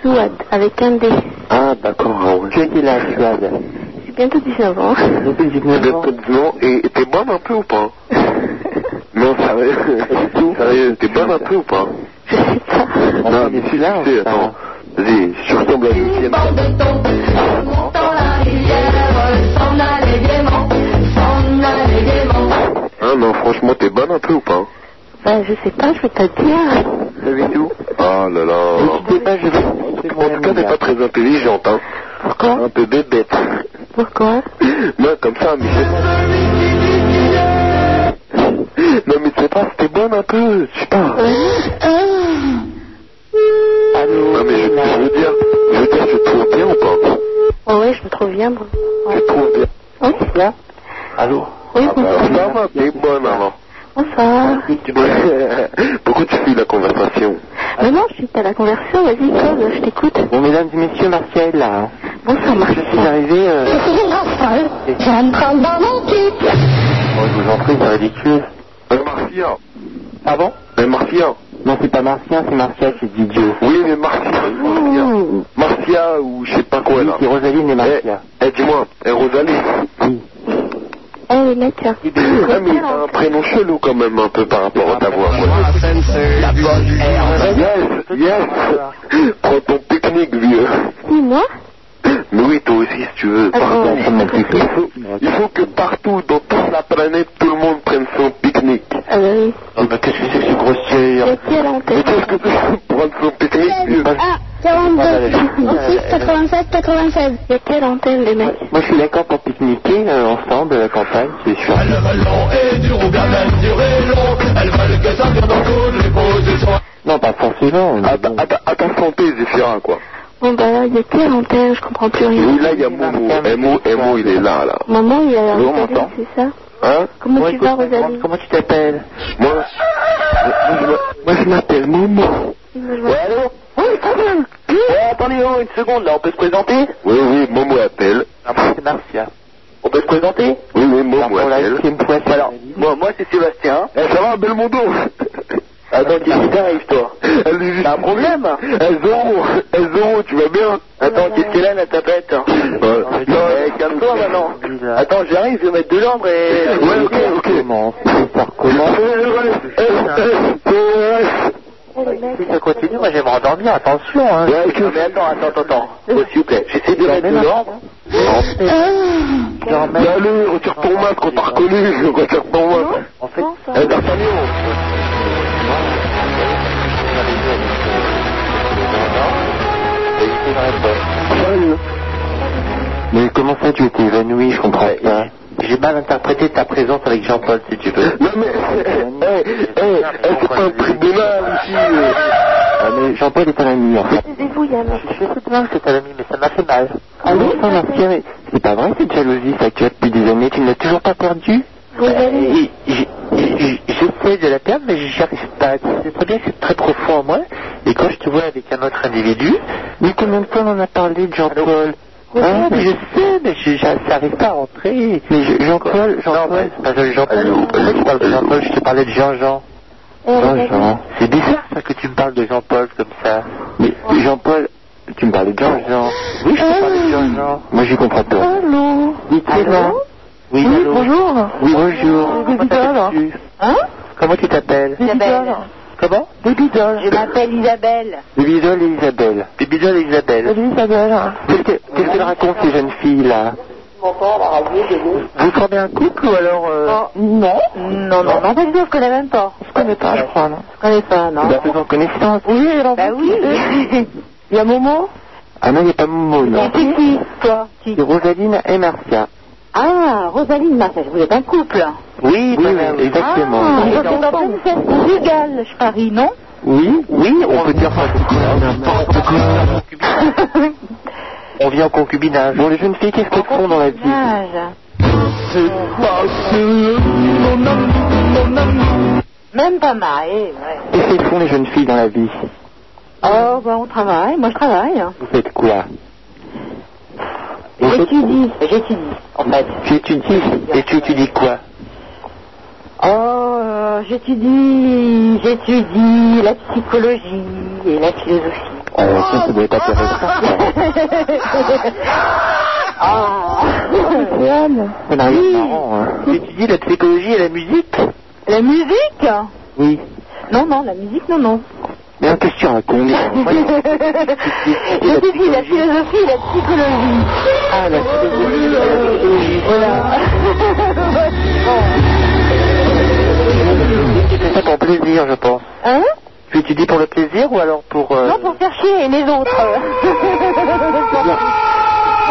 Swad, avec un D. Ah, d'accord, ah ouais. Tu as quel âge, Suade J'ai bientôt 19 ans. Depuis Vous 19 êtes ans. pas de nom et et t'es bonne un peu ou pas Non, sérieux. Sérieux, t'es bonne un peu ou pas Je sais pas. Non, mais si, là, tu sais, ça. attends. Vas-y, je ressemble à Lucienne. Ah non, franchement, t'es bonne un peu ou pas Ben, je sais pas, je vais pas te dire. Salut tout. Ah Oh là là. En tout cas, t'es pas très intelligente, hein. Pourquoi Un peu bébête. Pourquoi Non, comme ça, mais je- Non, mais tu sais pas, c'était bonne un peu, je sais pas. Allô Non, mais je, je veux dire, je veux dire, je te trouve bien ou pas Oh, ouais, je me trouve bien, moi. Je te trouve bien. Oui, c'est bien. Allô Oui, Ah bah, Ça va, t'es bonne alors. bonsoir. Tu dois- Pourquoi tu fuis la conversation Mais non, je suis à la conversion, vas-y, Claude, je t'écoute. Bon, mesdames et messieurs, Marcia est là. Bonsoir, Marcia. Je suis arrivé. euh, Je suis une grosse folle. Je vais me prendre dans mon cul. Oh, je vous en prie, c'est ridicule. Euh, Marcia Ah bon Mais Marcia Non, c'est pas Martien, c'est Marcia qui dit Dieu. Oui, mais Marcia Marcia, Marcia ou je sais pas quoi là. C'est Rosaline et Marcia. Eh, dis-moi, eh, Rosalie Eh, là, tiens. Ah, mais il a un prénom chelou quand même un peu par rapport à ta voix. La bonne Yes, yes. Prends ton pique-nique, vieux. Dis, moi Mais oui, toi aussi, si tu Ah, veux. Pardon, il, faut, il faut que partout, dans toute la planète, tout le monde prenne son pique-nique. Ah, bah oui. Ah, mais qu'est-ce que c'est que ce grossier hein Et qui est là, Mais qu'est-ce que c'est prendre son pique-nique, vieux Ah, 42, 36, 87, 96. Il y a quelle antenne, les mecs Moi, je suis d'accord pour pique-niquer euh, ensemble à la campagne, c'est sûr. Non, pas forcément. mais À ta, bon. à ta- à ta santé, Zéphirin, quoi. Bon, bah là, il y a quelle antenne Je comprends plus rien. Oui, là, il y a Momo. Eh, Mo, eh, Mo, il est là, là. Maman, il y a Oui, on un m'entend. c'est ça Hein Comment Moi, tu écoute, vas, je me demande Rosalie Comment tu t'appelles Moi, moi, je m'a- moi, je m'appelle Momo. Ouais, allô Oui, très bien. Eh, attendez, oh, une seconde, là, on peut se présenter Oui, oui, Momo appelle. Ah, moi, c'est Marcia. On peut se présenter Oui, oui, Momo Pour la appelle. ultime fois, c'est Alors, la vie. moi, moi c'est Sébastien. Eh, ça va, Belmondo Attends, qu'est-ce qui t'arrive, toi Elle est juste... T'as un problème Eh, Zorro, eh, Zorro, tu vas bien Attends, qu'est-ce qu'elle a, la tapette Ouais. Non, Eh, Calme-toi maintenant. Attends, j'arrive, je vais mettre de l'ombre et. Ouais, ok, ok. Eh, Comment Ça recommence. Eh, Si ça continue, moi, je vais me rendormir, attention, hein. Eh. Ouais, ok. Non, mais attends, attends, attends, attends. Oh, s'il vous plaît, j'essaie de Ah. mettre de l'ordre. Ah. Genre, même- Mais allez, retire ton masque, on t'a reconnu, retire ton masque. En fait, Eh, D'Artagnan Mais comment ça tu étais évanoui, je comprends pas. J'ai mal interprété ta présence avec Jean-Paul si tu veux. Non mais, eh, eh, eh, eh, c'est pas un tribunal ici. euh. Ah, mais Jean-Paul est un ami en fait. Taisez-vous, Yann. Je suis assez bien que c'est un ami, mais ça m'a fait mal. Ah oui, ça m'a fait mal. C'est pas vrai cette jalousie, ça que tu as depuis des années, tu ne l'as toujours pas perdue Rosalie. Et j- j- J'essaie de la perdre, mais j'y arrive pas. Tu sais très bien que c'est très profond en moi. Et quand je te vois avec un autre individu, mais combien de fois on en a parlé de Jean-Paul ah, mais je sais, mais je, je- ça n'arrive pas à rentrer. Mais je- Jean-Paul, Jean-Paul, c'est pas Jean-Paul. Pourquoi tu parles de Jean-Paul Je te parlais de Jean-Jean. Eh, Rosalie. C'est bizarre ça que tu me parles de Jean-Paul comme ça. Mais Jean-Paul, tu me parlais de Jean-Jean. Oui, je te parlais de Jean-Jean. Moi, j'y comprends pas. Allô Oui, très bien. Oui, allô. Bonjour. Oui, bonjour. Des Comment t'appelles-tu Hein Comment tu t'appelles Isabelle. Comment Bébidole. Je m'appelle Isabelle. Bébidole et Isabelle. Bébidole et Isabelle. Isabelle. Qu'est-ce que- qu'est-ce qu'elles racontent ces jeunes filles-là Vous formez un couple ou alors euh, Oh. non. Non, non, non, pas du tout, je connais même pas. Je connais pas, je crois, non. Je connais pas, non. vous Bah avez en Eh ben, connaissance Oui, alors. Bah oui. Il y a Momo Ah non, il n'y a pas Momo, non. C'est qui, toi qui C'est Rosaline et Marcia. Ah, Rosaline Marseille, vous êtes un couple. Oui, madame, Ah, exactement. donc vous êtes en pleine fête conjugale, je parie, non Oui, oui, on peut dire ça. On vit en concubinage. Bon, les jeunes filles, qu'est-ce qu'elles font dans la vie Dommage. Même pas mal, eh, ouais. Qu'est-ce qu'elles font les jeunes filles dans la vie Oh, bah on travaille, moi je travaille. hein. Vous faites quoi J'étudie, j'étudie, en fait. Tu étudies Et tu étudies quoi Oh, euh, j'étudie, j'étudie la psychologie et la philosophie. Oh, ça, ça doit être Ah. intéressant. Oh. On a rien de marrant, hein. Tu étudies la psychologie et la musique La musique Oui. Non, non, la musique, non, non. Mais en question, à combien J'étudie la philosophie et la psychologie. Ah, la psychologie et la psychologie. Voilà. tu fais ça pour plaisir, je pense. Hein Tu tu dis pour le plaisir ou alors pour... euh, Non, pour faire chier les autres.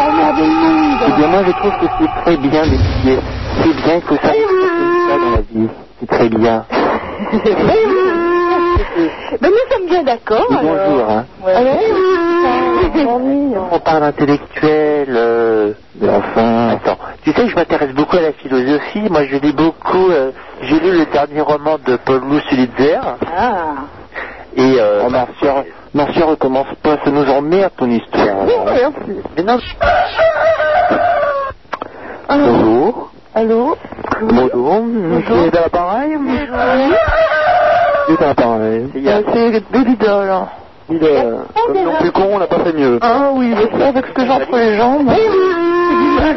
Emmerder le monde. Eh bien, moi, je trouve que c'est très bien d'étudier. C'est bien, il faut savoir que c'est ça dans la vie. C'est très bien. Ben, nous sommes bien d'accord. Dis bonjour, hein. On parle intellectuel, euh, mais enfin, attends. Tu sais que je m'intéresse beaucoup à la philosophie. Moi, je lis beaucoup. euh, J'ai lu le dernier roman de Paul Sulitzer. Ah. Et euh, Marcia, Marcia recommence pas, ça nous emmerde ton histoire. Mais non. Bonjour. Allô Bonjour. Bonjour. Vous l'appareil C'est l'appareil. C'est Bédida, là. Il est euh, comme non plus con, on n'a pas fait mieux. Ah oui, mais ça, avec ce que j'ai entre les jambes. Eh Oui, Eh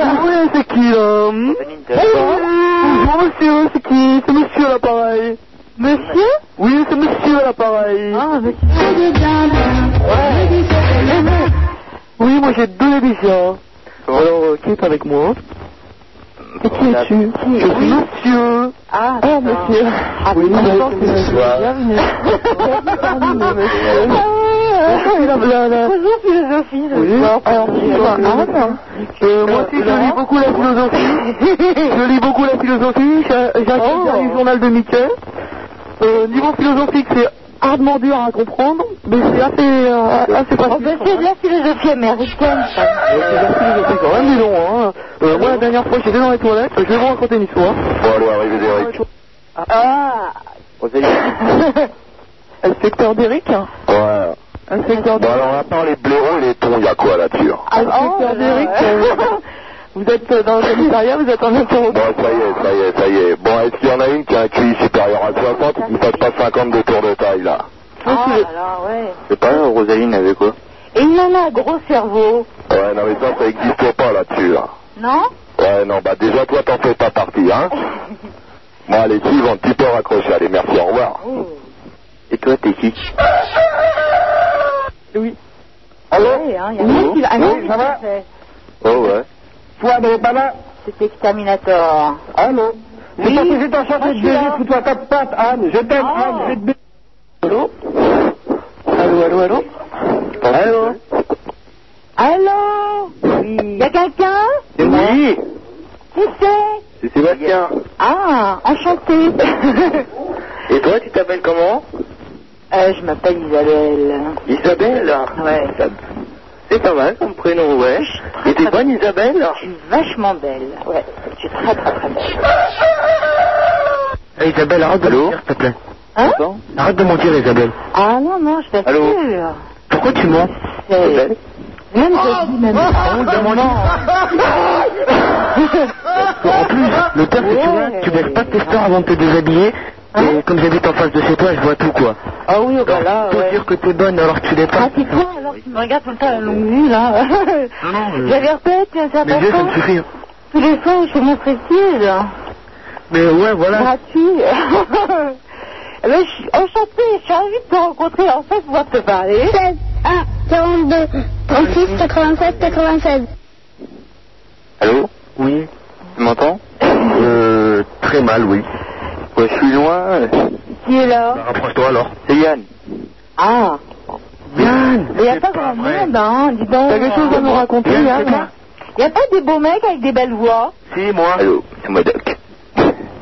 c'est qui, là Bonjour, monsieur, c'est qui C'est monsieur à l'appareil. Monsieur Oui, c'est monsieur à l'appareil. Ah, Oui, moi j'ai deux déjà. Alors, euh, qui est avec moi Et qui es-tu Je suis monsieur. Ah, Ah, monsieur. Oui, bonsoir. Bienvenue. Bonjour philosophie. Oui, Ah, alors, euh, moi aussi, je lis beaucoup la philosophie. je lis beaucoup la philosophie. J'ai j'ai acheté le dernier journal de Mickey. Euh, niveau philosophique, c'est hardement dur à comprendre, mais c'est assez, euh, assez pratique. c'est de la philosophie américaine. C'est quand même, dis donc, hein. Euh, moi, la dernière fois, j'étais dans les toilettes, je vais vous raconter une histoire. Bon, alors, arrivé Derek. Ah. Inspecteur Derrick Ouais. Inspecteur Bon, alors, à part les blaireaux et les tons, il y a quoi là-dessus hein Bah, Inspecteur Derrick euh, Vous êtes euh, dans le commissariat, vous êtes en interrogation. Bon, ça y est, ça y est, ça y est. Bon, est-ce qu'il y en a une qui a un QI supérieur à 60 et qui passe pas 50 de tour de taille, là Ah, alors, ouais. C'est pas Rosaline avait quoi Et il en a un gros cerveau. Ouais, non, mais ça, ça existe pas là-dessus, là. Non Ouais, non, bah déjà, toi, t'en fais pas partie, hein Bon, allez, suivante, tu peux raccrocher. Allez, merci, au revoir. Oh. Et toi, t'es qui Oui. Allô Ouais, hein, il y a un qui- un Oui, qui ça l'a va fait. Oh, ouais. Toi, mais pas là C'est Exterminator. Allô Oui, C'est parce que j'étais en moi, charge je de suis là. Ah. te fous-toi quatre pattes, Anne. Je t'aime, Anne, je vais te baiser. Allô Allô, allô, allô Allô Allô Oui. Y a quelqu'un Oui Qui c'est C'est Sébastien. Ah, enchanté. Et toi, tu t'appelles comment Euh, je m'appelle Isabelle. Isabelle Ouais. C'est pas mal comme prénom, ouais. Et t'es bonne, Isabelle Je suis vachement belle. Ouais, je suis très très très belle. Eh, Isabelle, arrête de mentir, s'il te plaît. Hein Arrête de mentir, Isabelle. Ah non, non, je t'assure. Allô Pourquoi tu mens Oh Isabelle Même je dis même On demande- En plus, le pire, c'est que tu vois, tu baisses pas tes stores avant de te déshabiller. Et comme j'habite en face de chez toi, je vois tout, quoi. Hein Ah oui, oh bah là, Faut ouais. dire que t'es bonne alors que tu l'es pas. Ah, c'est toi alors qui me regarde tout le temps à la longue vue, là. mais- J'avais repéré un certain Mais déjà, euh, ça me temps. suffit. hein. Tous les soirs, je fais mon prestige. Mais ouais, voilà. Gratuit. Mais je suis enchantée, je suis ravie de te rencontrer, en fait, pouvoir te parler. 16, 1, 42, 36, 87, 96. Allô Oui. Tu m'entends Euh, très mal, oui. Ouais, je suis loin. Qui est là Rapproche-toi, alors. C'est Yann. Bah. Ah, Yann il n'y a pas grand monde, hein, dis donc. T'as quelque chose à nous raconter, Il Yann n'y a pas des beaux mecs avec des belles voix Si, moi. Allô, c'est Modoc.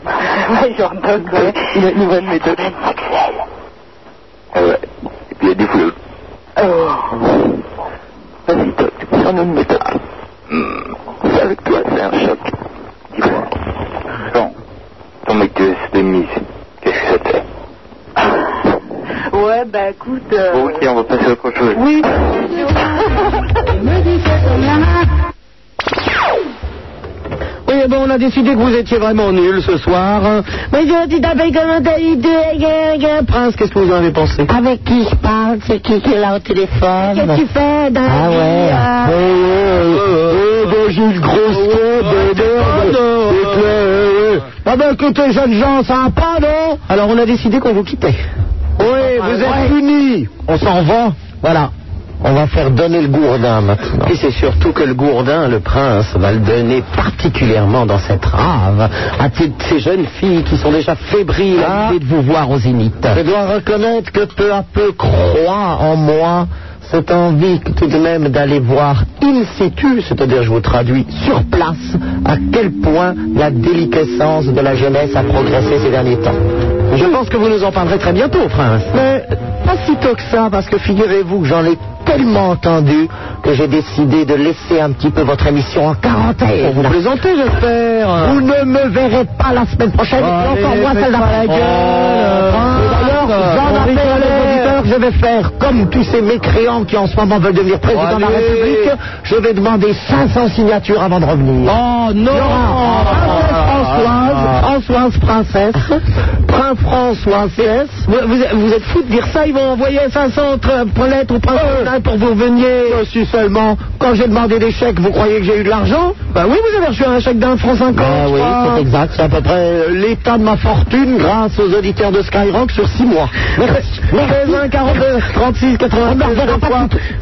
Ouais, j'en donne, ouais. Il y a une nouvelle méthode. Ah ouais. Et puis, il y a des foules. Oh. Vas-y, Toc, j'en ai une méthode. Hmm. C'est avec toi, c'est un choc. Dis-moi. Bon. Ton mec de de mise, qu'est-ce que ça te fait Ouais, bah ben, écoute. euh, Bon, ok, on va passer à autre chose. Oui. Oui, eh ben, on a décidé que vous étiez vraiment nul ce soir. hein. Mais je dis d'abord comment t'as eu de... Eh, Prince, qu'est-ce que vous en avez pensé Avec qui je parle C'est qui qui est là au téléphone Qu'est-ce que tu fais dans Ah ouais. Ah ouais. Eh, j'ai une grosse tête de merde. Et puis, eh, euh, euh, Ah ben écoutez, jeunes gens, ça va pas, hein. non Alors Ah, on a décidé qu'on vous quittait. Oui, vous êtes punis. On s'en va. Voilà. On va faire donner le gourdin maintenant. Et c'est surtout que le gourdin, le prince, va le donner particulièrement dans cette rave à toutes ces jeunes filles qui sont déjà fébriles à l'idée de vous voir aux zénith. Ah. Je dois reconnaître que peu à peu croît en moi cette envie que tout de même d'aller voir in situ, c'est-à-dire je vous traduis sur place, à quel point la déliquescence de la jeunesse a progressé ces derniers temps. Je pense que vous nous en parlerez très bientôt, prince. Mais pas si tôt que ça, parce que figurez-vous que j'en ai tellement entendu que j'ai décidé de laisser un petit peu votre émission en quarantaine. Vous plaisantez, j'espère. Eh, Vous ne me verrez pas la semaine prochaine, et allez, encore moins faites celle pas d'après. la Oh, gueule, euh, Prince, Prince, alors, j'en on appelle rigole. aux auditeurs, je vais faire comme tous ces mécréants qui en ce moment veulent devenir président de la Allez. République. Je vais demander 500 signatures avant de revenir. Oh non Françoise, Françoise Princesse, Prince François CS. Vous, vous- vous êtes fous de dire ça euh, Ils vont envoyer 500 tra- lettres au prince Euh. Ferdinand pour que vous veniez. Je suis seulement, quand j'ai demandé des chèques, vous croyez que j'ai eu de l'argent Bah oui, vous avez reçu un chèque d'un franc 50. Ah Bah oui, je crois. c'est exact. C'est à peu près euh, l'état de ma fortune grâce aux auditeurs de Skyrock sur 6 mois. Merci. 13 1 42 36 96 23.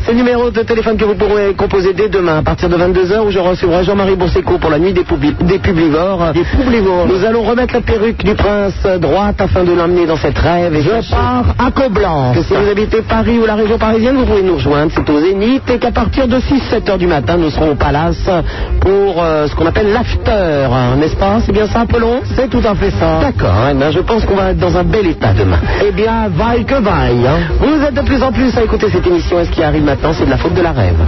C'est le numéro de téléphone que vous pourrez composer dès demain à partir de 22h où je recevrai Jean-Marie Bourseco pour la nuit des, publi- des publivores. Des publivores. Nous allons remettre la perruque du prince droite afin de l'emmener dans cette rêve. Et je pars à Coblenz. Que si vous habitez Paris ou la région parisienne, vous pouvez nous rejoindre. C'est au Zénith et qu'à partir de 6-7 heures du matin, nous serons au Palace pour euh, ce qu'on appelle l'after, hein, n'est-ce pas C'est bien ça, Apollon C'est tout à fait ça. D'accord, eh bien, je pense qu'on va être dans un bel état demain. Eh bien, vaille que vaille. hein. Vous êtes de plus en plus à écouter cette émission et ce qui arrive maintenant, c'est de la faute de la rêve.